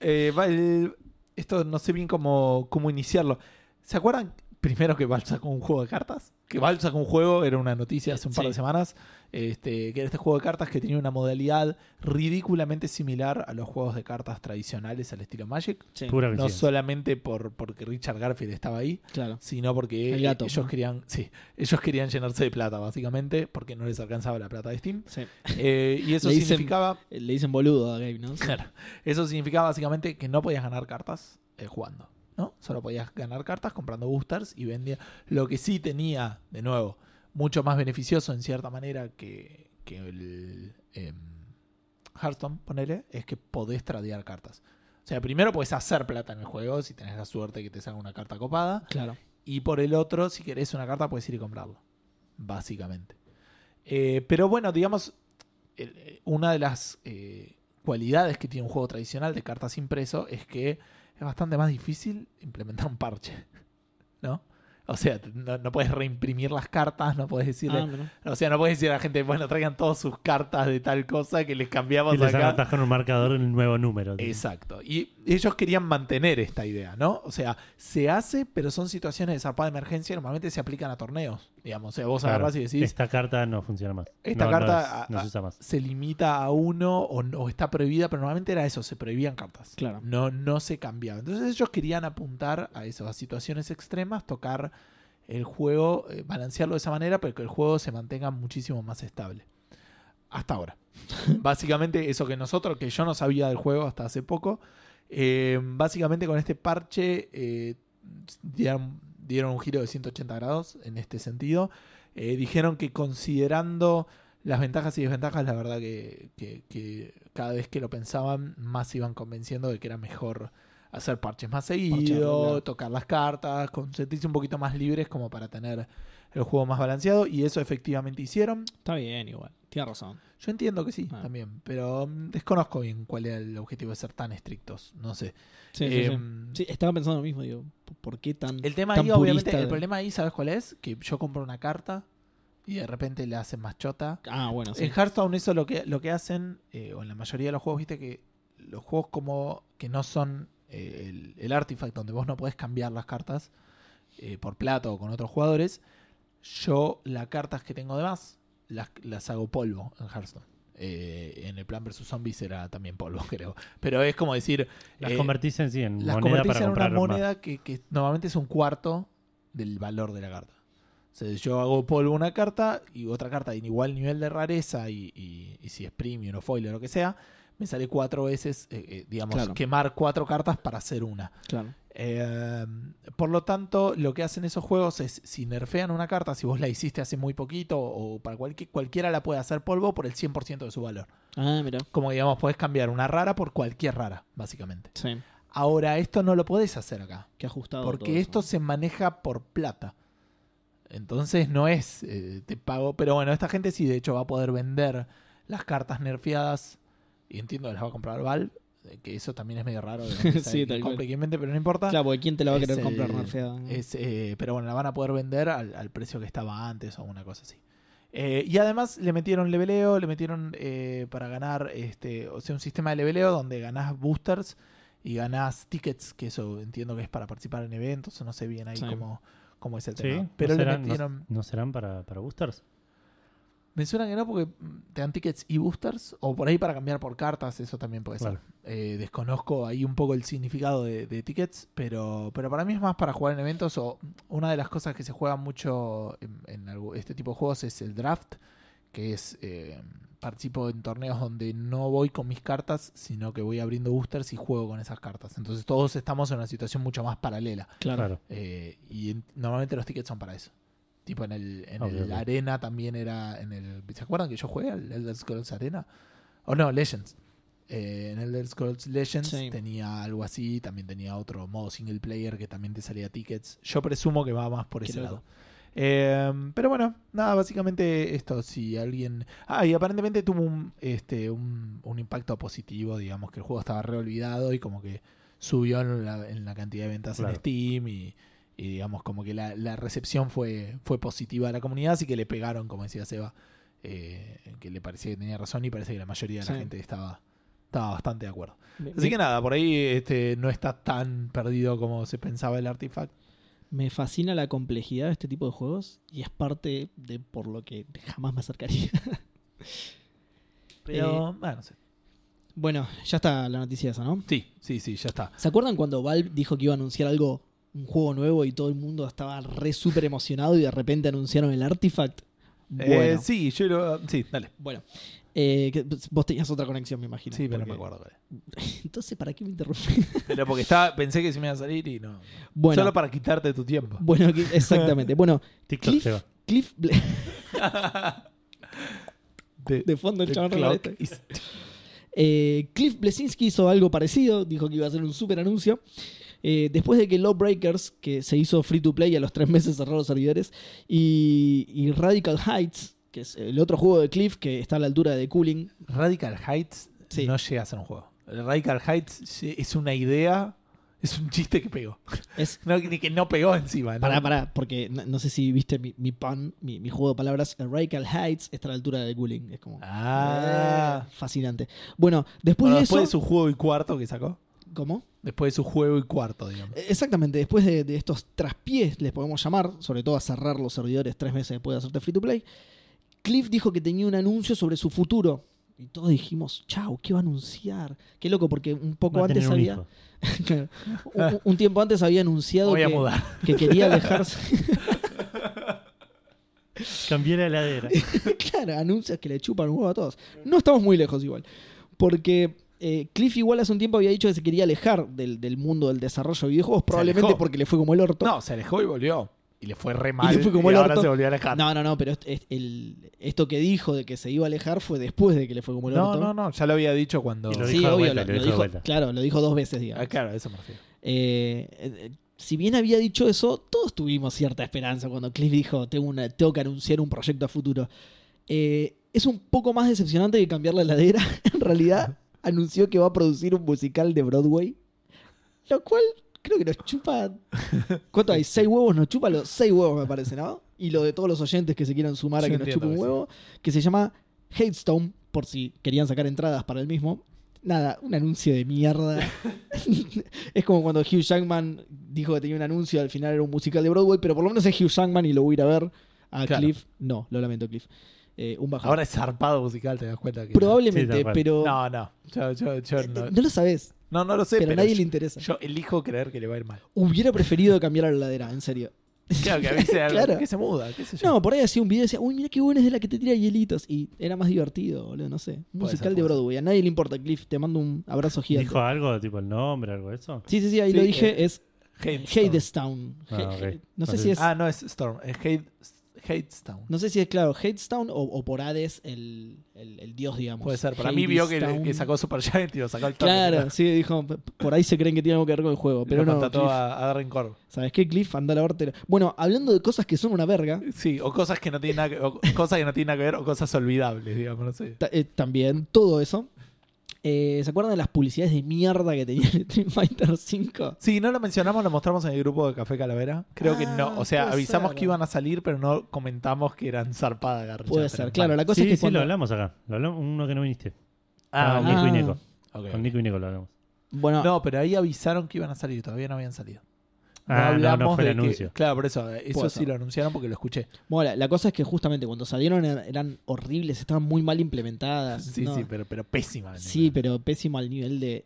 S1: eh, va el- esto no sé bien cómo, cómo iniciarlo. ¿Se acuerdan primero que Valve sacó un juego de cartas? Que Valve sacó un juego, era una noticia hace un par
S2: Sí.
S1: de semanas, este, que era este juego de cartas que tenía una modalidad ridículamente similar a los juegos de cartas tradicionales al estilo Magic.
S2: Sí,
S3: Pura
S1: No
S3: coincidencia.
S1: solamente por, porque Richard Garfield estaba ahí,
S2: claro.
S1: sino porque
S2: El gato.
S1: ellos querían, sí, ellos querían llenarse de plata, básicamente, porque no les alcanzaba la plata de Steam.
S2: Sí.
S1: Eh, y eso
S2: Le dicen-
S1: significaba.
S2: Le dicen boludo a Gabe, ¿no? Sí.
S1: Claro. Eso significaba básicamente que no podías ganar cartas eh, jugando, ¿no? Solo podías ganar cartas comprando boosters y vendía. Lo que sí tenía, de nuevo, mucho más beneficioso en cierta manera que, que el em, Hearthstone, ponele, es que podés tradear cartas. O sea, primero podés hacer plata en el juego si tenés la suerte que te salga una carta copada.
S2: Claro.
S1: Y por el otro, si querés una carta, puedes ir y comprarla. Básicamente. Eh, pero bueno, digamos, el- eh, una de las eh, cualidades que tiene un juego tradicional de cartas impreso es que es bastante más difícil implementar un parche. ¿No? O sea, no, no puedes reimprimir las cartas, no puedes decirle.
S2: Ah, bueno.
S1: O sea, no puedes decir a la gente, bueno, traigan todas sus cartas de tal cosa que les cambiamos
S3: Y les
S1: acá.
S3: atajan un marcador en el nuevo número. tipo.
S1: Exacto. Y ellos querían mantener esta idea, ¿no? O sea, se hace, pero son situaciones de zarpada de emergencia. Normalmente se aplican a torneos, digamos. O sea, vos
S3: Claro.
S1: agarrás y decís,
S3: Esta carta no funciona más.
S1: Esta
S3: No, no
S1: carta-
S3: es- no se usa más.
S1: se limita a uno o, no- o está prohibida, pero normalmente era eso, se prohibían cartas.
S2: Claro.
S1: No, no se cambiaba. Entonces ellos querían apuntar a eso, a situaciones extremas, tocar el juego, eh, balancearlo de esa manera, pero que el juego se mantenga muchísimo más estable. Hasta ahora. básicamente eso que nosotros, que yo no sabía del juego hasta hace poco, eh, básicamente con este parche eh, dieron, dieron un giro de 180 grados en este sentido. Eh, dijeron que considerando las ventajas y desventajas, la verdad que, que- que cada vez que lo pensaban, más se iban convenciendo de que era mejor hacer parches más seguido,
S2: regular.
S1: tocar las cartas, con- sentirse un poquito más libres como para tener el juego más balanceado. Y eso efectivamente hicieron.
S2: Está bien, igual. Tienes razón.
S1: Yo entiendo que sí,
S2: Ah.
S1: también, pero mm, desconozco bien cuál era el objetivo de ser tan estrictos, no sé.
S2: Sí, sí, sí.
S1: Em,
S2: Sí, estaba pensando lo mismo, digo. ¿Por qué tan.?
S1: El tema
S2: tan
S1: ahí, obviamente,
S2: purista eh.
S1: el
S2: de-
S1: problema ahí, ¿sabes cuál es? Que yo compro una carta y de repente le hacen más chota.
S2: Ah, bueno, sí.
S1: En Hearthstone eso lo que, lo que hacen, eh, o en la mayoría de los juegos, viste que los juegos como que no son eh, el, el artifact donde vos no podés cambiar las cartas eh, por plato o con otros jugadores, yo las cartas que tengo de más las, las hago polvo en Hearthstone. Eh, en el plan versus zombies era también polvo, creo. Pero es como decir...
S3: Las
S1: eh,
S3: convertís en sí, en
S1: las
S3: moneda
S1: convertís
S3: para
S1: en una
S3: comprar más.
S1: moneda que, que normalmente es un cuarto del valor de la carta. O sea, yo hago polvo una carta y otra carta de igual nivel de rareza y, y- y si es premium o foil o lo que sea, me sale cuatro veces, eh, eh, digamos,
S2: Claro.
S1: quemar cuatro cartas para hacer una.
S2: Claro.
S1: Eh, por lo tanto, lo que hacen esos juegos es, si nerfean una carta, si vos la hiciste hace muy poquito o para cualquier, cualquiera la puede hacer polvo por el 100% de su valor.
S2: Ah, mira.
S1: Como digamos, podés cambiar una rara por cualquier rara, básicamente.
S2: Sí.
S1: Ahora, esto no lo podés hacer acá.
S2: Qué ajustado. todo
S1: Porque
S2: eso.
S1: esto se maneja por plata. Entonces no es eh, te pago. Pero bueno, esta gente sí, de hecho, va a poder vender las cartas nerfeadas. Y entiendo que las va a comprar Valve. eh, Que eso también es medio raro. de dónde
S2: Sí,
S1: sale
S2: tal
S1: quién compra
S2: cual.
S1: y quién vende, pero no importa.
S2: Claro, porque ¿quién te la va a
S1: es
S2: querer comprar,
S1: el-
S2: Marfeada?
S1: Es, eh, pero bueno, la van a poder vender al, al precio que estaba antes o una cosa así. Eh, y además le metieron leveleo, le metieron eh, para ganar, este, o sea, un sistema de leveleo donde ganás boosters y ganás tickets, que eso entiendo que es para participar en eventos, o no sé bien ahí
S2: Sí.
S1: cómo, cómo es el
S3: Sí,
S1: tema.
S3: ¿no
S1: Pero le
S3: serán- no-
S1: metieron...
S3: ¿No serán para, para boosters?
S1: Me suena que no porque mm, te dan tickets y boosters, o por ahí para cambiar por cartas, eso también puede ser.
S3: Claro.
S1: Eh, desconozco ahí un poco el significado de, de tickets, pero, pero para mí es más para jugar en eventos o mm, una de las cosas que se juega mucho en, en algo- este tipo de juegos es el draft, que es eh, participo en torneos donde no voy con mis cartas, sino que voy abriendo boosters y juego con esas cartas. Entonces todos estamos en una situación mucho más paralela.
S2: Claro.
S3: Claro.
S1: Eh, y en- normalmente los tickets son para eso. Tipo en el, en
S3: Obvio,
S1: el
S3: obvio.
S1: Arena también era. en el ¿Se acuerdan que yo jugué al Elder Scrolls Arena? O no, Legends. Eh, en Elder Scrolls Legends
S2: Sí.
S1: tenía algo así, también tenía otro modo single player que también te salía tickets. Yo presumo que va más por
S2: Qué
S1: ese
S2: loco.
S1: lado. Eh, pero bueno, nada, básicamente esto, si alguien... Ah, y aparentemente tuvo un, este, un, un impacto positivo, digamos, que el juego estaba re olvidado y como que subió en la, en la cantidad de ventas en
S3: Claro.
S1: Steam y, y digamos como que la, la recepción fue, fue positiva a la comunidad, así que le pegaron, como decía Seba, eh, que le parecía que tenía razón y parece que la mayoría de la
S2: Sí.
S1: gente estaba, estaba bastante de acuerdo.
S2: Me-
S1: Así
S2: me-
S1: que nada, por ahí este, no está tan perdido como se pensaba el artefacto.
S2: Me fascina la complejidad de este tipo de juegos y es parte de por lo que jamás me acercaría.
S1: Pero, ah, no sé.
S2: bueno, ya está la noticia esa, ¿no?
S1: Sí, sí, sí, ya está.
S2: ¿Se acuerdan cuando Valve dijo que iba a anunciar algo, un juego nuevo y todo el mundo estaba re súper emocionado y de repente anunciaron el Artifact? Bueno,
S1: Eh, sí, yo lo- Sí, dale.
S2: bueno. Eh, que- vos tenías otra conexión, me imagino.
S1: Sí, pero no
S2: porque-
S1: me acuerdo. cuál es.
S2: Entonces, ¿para qué me interrumpí?
S1: Pero porque estaba, pensé que se me iba a salir y no.
S2: Bueno,
S1: Solo para quitarte tu tiempo.
S2: bueno que- exactamente. Bueno,
S3: TikTok
S2: Cliff-
S3: se va.
S2: Cliff... Bla-
S1: De,
S2: De fondo el
S1: de
S2: chabón
S1: clock
S2: regaleta.
S1: is-
S2: Eh, Cliff Blesinski hizo algo parecido, dijo que iba a hacer un super anuncio. Eh, después de que Lawbreakers, que se hizo free to play y a los tres meses cerró los servidores, y, y Radical Heights, que es el otro juego de Cliff que está a la altura de Cooling,
S1: Radical Heights
S2: Sí.
S1: no llega a ser un juego. Radical Heights es una idea, es un chiste que pegó.
S2: es.
S1: No, ni que no pegó encima. ¿no?
S2: Pará, pará, porque no, no sé si viste mi, mi pan, mi, mi juego de palabras, eh, Radical Heights está a la altura de Cooling. Es como.
S1: Ah.
S2: eh, fascinante. Bueno, después
S1: Bueno,
S2: de
S1: después de
S2: eso.
S1: su juego y cuarto que sacó.
S2: ¿Cómo?
S1: Después de su juego y cuarto, digamos.
S2: Eh, Exactamente, después de, de estos traspiés, les podemos llamar, sobre todo a cerrar los servidores tres meses después de hacerte free to play, Cliff dijo que tenía un anuncio sobre su futuro. Y todos dijimos, chau, ¿qué va a anunciar? Qué loco, porque un poco
S3: Va a
S2: antes
S3: tener un
S2: había.
S3: hijo.
S2: Claro. un, un tiempo antes había anunciado
S1: Voy a
S2: que,
S1: mudar.
S2: que quería alejarse.
S3: Cambié la heladera.
S2: claro, anuncios que le chupan un huevo a todos. No estamos muy lejos igual. Porque eh, Cliff igual hace un tiempo había dicho que se quería alejar del, del mundo del desarrollo de videojuegos, probablemente
S1: alejó.
S2: porque le fue como el orto.
S1: No, se alejó y volvió. Y le fue re mal.
S2: le fue como el
S1: ahora
S2: orto.
S1: se volvió a alejar.
S2: No, no, no, pero est- est- el- esto que dijo de que se iba a alejar fue después de que le fue como el
S1: no,
S2: orto.
S1: no, no, ya lo había dicho cuando.
S3: Y lo
S2: sí,
S3: dijo de
S2: obvio,
S3: vuelta,
S2: lo,
S3: lo dijo
S2: lo
S3: de
S2: dijo,
S3: vuelta.
S2: claro, lo dijo dos veces, digamos.
S1: Ah, claro, a eso me refiero.
S2: Eh, eh, si bien había dicho eso, todos tuvimos cierta esperanza cuando Cliff dijo, tengo, una, tengo que anunciar un proyecto a futuro. Eh, es un poco más decepcionante que cambiar la heladera. en realidad, anunció que va a producir un musical de Broadway, lo cual creo que nos chupa... ¿Cuánto hay? ¿Seis huevos? Nos chupa los seis huevos, me parece, ¿no? Y lo de todos los oyentes que se quieran sumar a
S1: Yo
S2: que nos
S1: entiendo
S2: chupa un
S1: que sí.
S2: huevo, que se llama Hatestone, por si querían sacar entradas para el mismo. Nada, un anuncio de mierda. Es como cuando Hugh Jackman dijo que tenía un anuncio, al final era un musical de Broadway, pero por lo menos es Hugh Jackman y lo voy a ir a ver. A
S1: Claro.
S2: Cliff, no, lo lamento, Cliff. Eh, un bajón.
S1: Ahora es zarpado musical, te das cuenta que.
S2: Probablemente,
S3: Sí, tal
S2: pero no,
S1: No, no. Yo, yo, yo no.
S2: lo sabes,
S1: No, no lo sé,
S2: pero,
S1: pero,
S2: a nadie
S1: yo,
S2: le interesa.
S1: yo elijo creer que le va a ir mal.
S2: Hubiera preferido cambiar a la heladera, en serio.
S1: Claro, que avise algo.
S2: Claro.
S1: Que se muda, qué sé yo.
S2: No, por ahí hacía un video y decía, uy, mira qué buena es de la que te tira hielitos. Y era más divertido, boludo, no sé.
S1: Puede ser,
S2: Musical de
S1: puede ser.
S2: Broadway, a nadie le importa, Cliff. Te mando un abrazo gigante.
S3: Dijo algo, tipo el nombre, algo de eso.
S2: Sí, sí, sí, ahí
S1: Sí,
S2: lo dije,
S1: eh,
S2: es
S1: Hadestown.
S2: Hadestown.
S3: Ah,
S2: He-
S3: ok.
S2: he- No sé
S3: Entonces-
S2: si es
S1: Ah, no, es Storm. Es Hate, Hadestown.
S2: No sé si es claro, Hadestown o, o por Hades, el, el- el dios, digamos.
S1: Puede ser. Para mí vio que,
S2: Hadestown.
S1: que sacó Supergiant y lo sacó al toque.
S2: Claro, sí, dijo, p- por ahí se creen que tiene algo que ver con el juego, pero
S1: Pero lo
S2: no.
S1: contrató
S2: Cliff.
S1: a, a Darren Corb.
S2: ¿Sabes qué, Cliff? Anda a lavarte. la- Bueno, hablando de cosas que son una verga,
S1: Sí, o cosas que no tienen nada que, o cosas que no tienen nada que ver o cosas olvidables, digamos, no sé.
S2: ta- eh, también, todo eso. eh, ¿Se acuerdan de las publicidades de mierda que tenía el Street Fighter 5?
S1: Sí, no lo mencionamos, lo mostramos en el grupo de Café Calavera. Creo que
S2: Ah,
S1: no. O sea,
S2: puede
S1: avisamos
S2: ser.
S1: que iban a salir, pero no comentamos que eran zarpadas garrachadas.
S2: Puede ser, claro. La cosa es
S3: sí,
S2: que
S3: sí,
S2: cuando-
S3: lo hablamos acá. Lo hablamos, uno que no viniste.
S1: Ah,
S3: con
S1: ok,
S3: Nico y
S2: Ah.
S3: Nico.
S1: ok.
S3: Con Nico y Nico lo hablamos.
S2: Bueno,
S1: No, pero ahí avisaron que iban a salir, todavía no habían salido.
S3: Ah, no, no fue el
S1: que-
S3: anuncio.
S1: Claro, por eso, eh, eso
S2: Puede
S1: sí
S2: ser.
S1: lo anunciaron porque lo escuché.
S2: bueno, la, la cosa es que justamente cuando salieron er- eran horribles, estaban muy mal implementadas.
S1: Sí,
S2: Ah, no.
S1: sí, pero, pero pésima.
S2: Sí, pero pésimo al nivel de.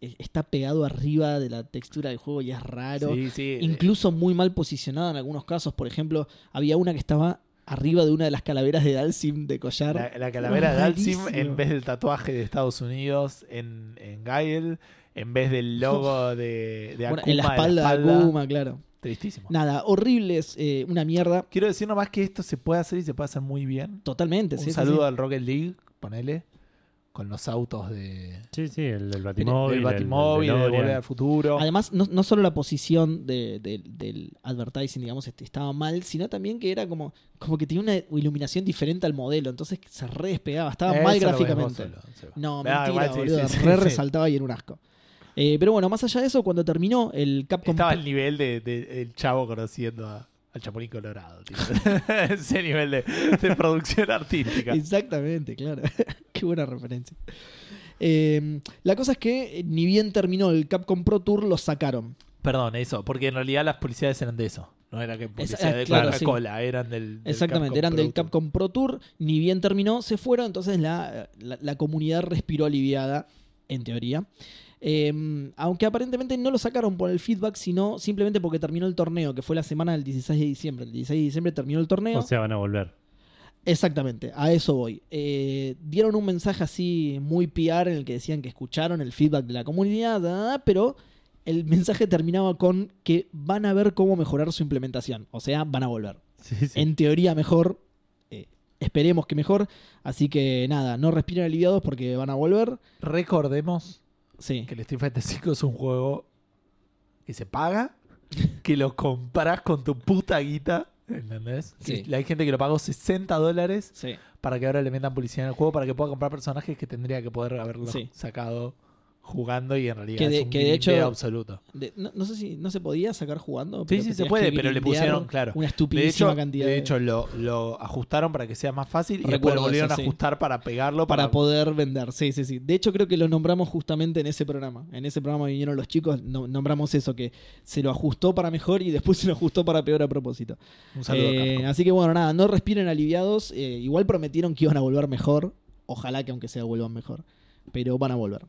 S2: e- Está pegado arriba de la textura del juego y es raro.
S1: Sí, eh, sí.
S2: eh, Incluso muy mal posicionada en algunos casos. Por ejemplo, había una que estaba arriba de una de las calaveras de Dalsim de collar.
S1: La, la calavera de Alcim
S2: Rarísimo.
S1: en vez del tatuaje de Estados Unidos en, en Gael, en vez del logo de, de
S2: Bueno,
S1: Akuma
S2: en la espalda, de Akuma, claro.
S1: Tristísimo.
S2: Nada, horrible, es eh, una mierda.
S1: Quiero decir nomás que esto se puede hacer y se puede hacer muy bien.
S2: Totalmente.
S1: Un
S2: sí, sí,
S1: saludo
S2: sí.
S1: al Rocket League, ponele, con los autos de,
S3: Sí, sí, el del Batimóvil.
S1: del
S3: el- el
S1: Batimóvil, de
S3: DeLorean.
S1: Volver al Futuro.
S2: Además, no, no solo la posición de- de- del advertising, digamos, este, estaba mal, sino también que era como, como que tenía una iluminación diferente al modelo, entonces se re despegaba, estaba
S1: Eso lo
S2: mal
S1: ves vos
S2: gráficamente.
S1: solo, Seba.
S2: No,
S1: Ah,
S2: mentira,
S1: igual sí,
S2: boludo,
S1: sí, sí,
S2: re
S1: sí.
S2: resaltaba y era un asco. Eh, pero bueno, más allá de eso, cuando terminó el Capcom...
S1: Estaba al nivel de, de- del chavo conociendo a- al Chapulín Colorado. tío. Ese nivel de, de producción artística.
S2: Exactamente, claro. Qué buena referencia. Eh, la cosa es que eh, ni bien terminó el Capcom Pro Tour, lo sacaron.
S1: Perdón, eso, porque en realidad las publicidades eran de eso. No era que publicidad
S2: ah,
S1: de
S2: claro,
S1: Coca-Cola, eran del. del
S2: Exactamente,
S1: Capcom
S2: eran del
S1: Pro Tour.
S2: Capcom Pro Tour, ni bien terminó, se fueron, entonces la, la- la comunidad respiró aliviada, en teoría. Eh, aunque aparentemente no lo sacaron por el feedback, sino simplemente porque terminó el torneo, que fue la semana del 16 de diciembre. El 16 de diciembre terminó el torneo.
S3: O sea, van a volver.
S2: Exactamente, a eso voy. Eh, dieron un mensaje así muy PR en el que decían que escucharon el feedback de la comunidad, da, da, da, pero el mensaje terminaba con que van a ver cómo mejorar su implementación. O sea, van a volver.
S3: Sí, sí.
S2: En teoría mejor, eh, esperemos que mejor. Así que nada, no respiren aliviados porque van a volver.
S1: Recordemos
S2: Sí,
S1: que el Street Fighter V es un juego que se paga, que lo compras con tu puta guita. ¿Entendés?
S2: Sí.
S1: Que Hay gente que lo pagó 60 dólares
S2: sí.
S1: para que ahora le metan publicidad en el juego para que pueda comprar personajes que tendría que poder haberlo
S2: Sí.
S1: sacado jugando y en realidad
S2: Que de-
S1: es un
S2: que de hecho-
S1: grindeo absoluto.
S2: De- no, no sé si no se podía sacar jugando.
S1: sí,
S2: te
S1: se
S2: tenías
S1: puede,
S2: que
S1: pero le
S2: grindear
S1: pusieron, claro.
S2: Una
S1: De
S2: estupidísima
S1: hecho,
S2: cantidad
S1: de hecho lo, lo ajustaron para que sea más fácil y después
S2: Recuerdo
S1: lo volvieron
S2: eso,
S1: a
S2: sí.
S1: ajustar para pegarlo.
S2: para
S1: Para,
S2: poder vender. Sí, sí, sí. De hecho, creo que lo nombramos justamente en ese programa. En ese programa vinieron los chicos, no- nombramos eso, que se lo ajustó para mejor y después se lo ajustó para peor a propósito.
S1: Un saludo a
S2: Eh,
S1: Capcom.
S2: así que bueno, nada, no respiren aliviados. Eh, igual prometieron que iban a volver mejor. Ojalá que aunque sea vuelvan mejor. Pero van a volver.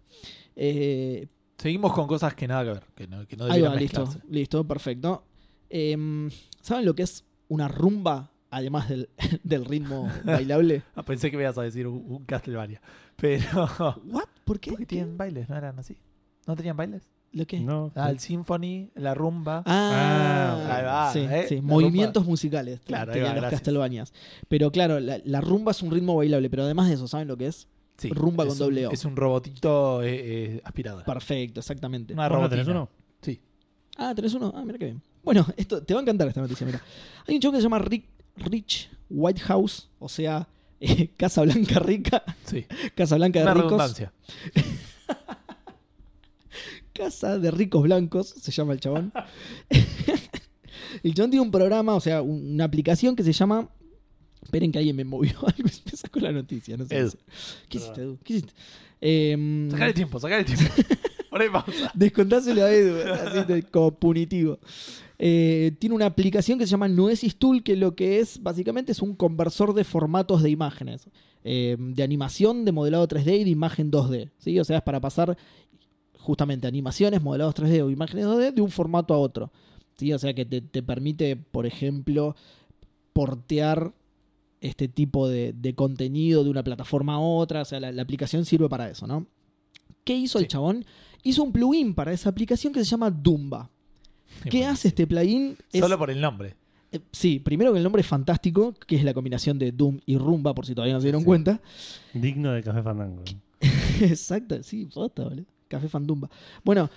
S2: Eh,
S1: Seguimos con cosas que nada que ver, que no, que no
S2: ahí
S1: debieran
S2: va, listo.
S1: mezclarse.
S2: Listo, perfecto. Em, ¿Saben lo que es una rumba? Además del, del ritmo bailable.
S1: Ah, pensé que me ibas a decir un, un Castlevania. Pero.
S2: ¿What? ¿Por qué?
S1: Porque tienen bailes, ¿no eran así? ¿No tenían bailes?
S2: ¿Lo qué?
S3: No,
S1: Ah, el Symphony, la rumba.
S2: Ah,
S1: Ahí va,
S2: sí,
S1: ¿eh?
S2: sí,
S1: La
S2: movimientos musicales.
S1: Claro, ahí
S2: tenían
S1: va,
S2: los
S1: gracias.
S2: Castlevanias. Pero claro, la, la rumba es un ritmo bailable, pero además de eso, ¿saben lo que es?
S1: Sí,
S2: rumba
S1: es
S2: con
S1: un-
S2: doble O.
S1: Es un robotito eh, eh, aspirador.
S2: Perfecto, exactamente.
S1: Una
S3: ¿Vos no tenés
S1: robotina.
S3: uno?
S1: Sí.
S2: Ah, tenés uno. Ah, mira qué bien. Bueno, esto te va a encantar esta noticia, mira. Hay un chico que se llama Rick, Rich Whitehouse, o sea, eh, Casa Blanca Rica,
S1: sí.
S2: Casa Blanca de
S1: Una
S2: Ricos,
S1: redundancia.
S2: Casa de Ricos Blancos, se llama el chabón. el chabón tiene un programa, o sea, un- una aplicación que se llama... Esperen que alguien me movió algo, me sacó la noticia, no sé.
S1: Edu.
S2: ¿Qué hiciste, Edu? ¿Qué hiciste? Eh,
S1: Sacar el tiempo, sacar el tiempo. Ahora hay pausa.
S2: descontáselo a Edu, así de- como punitivo. Eh, tiene una aplicación que se llama Nuesis Tool, que lo que es básicamente es un conversor de formatos de imágenes, eh, de animación, de modelado 3D y de imagen 2D. ¿sí? O sea, es para pasar justamente animaciones, modelados 3D o imágenes 2D de un formato a otro. ¿sí? O sea, que te, te permite, por ejemplo, portear este tipo de, de contenido de una plataforma a otra. O sea, la, la aplicación sirve para eso, ¿no? ¿Qué hizo el
S1: Sí.
S2: chabón? Hizo un plugin para esa aplicación que se llama Dumba. ¿Qué
S1: Bueno,
S2: hace este plugin? Es-
S1: Solo por el nombre.
S2: eh, sí, primero que el nombre es fantástico, que es la combinación de Doom y Rumba, por si todavía no se dieron
S1: Sí.
S2: cuenta.
S3: Digno de Café Fandango.
S2: Exacto, sí, posta, boludo. Café Fandumba. Bueno,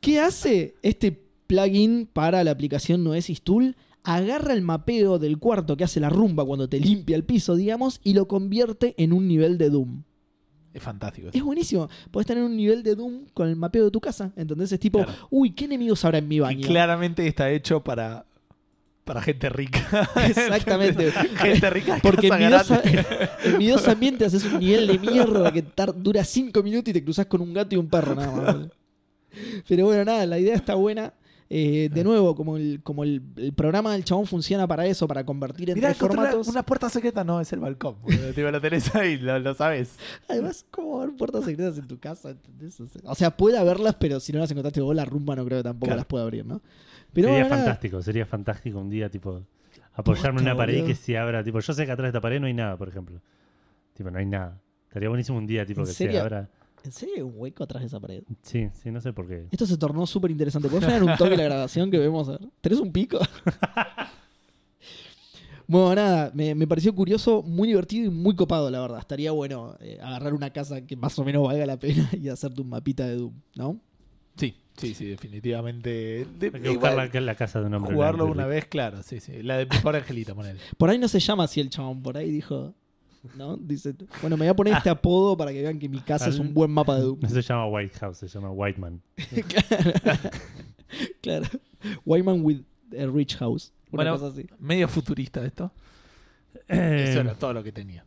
S2: ¿qué hace este plugin para la aplicación Noesis Tool? Agarra el mapeo del cuarto que hace la rumba cuando te limpia el piso, digamos, y lo convierte en un nivel de Doom.
S1: Es fantástico.
S2: Es buenísimo. Podés tener un nivel de Doom con el mapeo de tu casa. Entonces es tipo,
S1: Claro.
S2: uy, ¿qué enemigos habrá en mi
S1: Y
S2: baño?
S1: claramente está hecho para, para gente rica.
S2: Exactamente.
S1: gente rica. es
S2: Porque
S1: casa
S2: en mi, dos,
S1: grande.
S2: en mi dos ambientes haces un nivel de mierda que tar- dura 5 minutos y te cruzas con un gato y un perro nada más. boludo. Pero bueno, nada, la idea está buena. Eh, de nuevo, como el, como el, el programa del chabón funciona para eso, para convertir en
S1: Mirá,
S2: tres
S1: encontré
S2: formatos.
S1: una puerta secreta. No, es el balcón. boludo. Tipo, lo tenés ahí, lo, lo sabes.
S2: Además, ¿cómo va a haber puertas secretas en tu casa? ¿Entendés? O sea- O sea, puede haberlas, pero si no las encontraste vos, la rumba no creo que tampoco
S1: Claro.
S2: las pueda abrir, ¿no? Pero
S3: sería
S2: bueno, nada.
S3: fantástico, sería fantástico un día, tipo. apoyarme en
S2: Posta,
S3: una pared y
S2: boludo.
S3: que se abra. Tipo, yo sé que atrás de esta pared no hay nada, por ejemplo. Tipo, no hay nada. Estaría buenísimo un día, tipo,
S2: ¿En
S3: que se
S2: serio?
S3: abra.
S2: ¿En serio hay un hueco atrás de esa pared?
S3: Sí, sí, no sé por qué.
S2: Esto se tornó súper interesante. ¿Puedes frenar un toque la grabación que vemos? A ver, ¿Tenés un pico? bueno, nada, me, me pareció curioso, muy divertido y muy copado, la verdad. Estaría bueno eh, agarrar una casa que más o menos valga la pena y hacerte un mapita de Doom, ¿no?
S1: Sí, sí, sí, definitivamente. De-
S3: Hay que buscar
S1: igual,
S3: la, la casa de un hombre.
S1: jugarlo
S3: blanco,
S1: una
S3: sí.
S1: vez, claro, sí, sí. La de mi pobre Angelita, ponele.
S2: Por ahí no se llama así el chabón, por ahí dijo. ¿No? Dice, bueno, me voy a poner este apodo para que vean que mi casa es un buen mapa de Doom.
S3: No se llama White House, se llama White Man.
S2: claro. Wyman with a Rich House. Una
S1: Bueno,
S2: cosa así.
S1: Medio futurista esto.
S3: Eh.
S1: Eso era todo lo que tenía.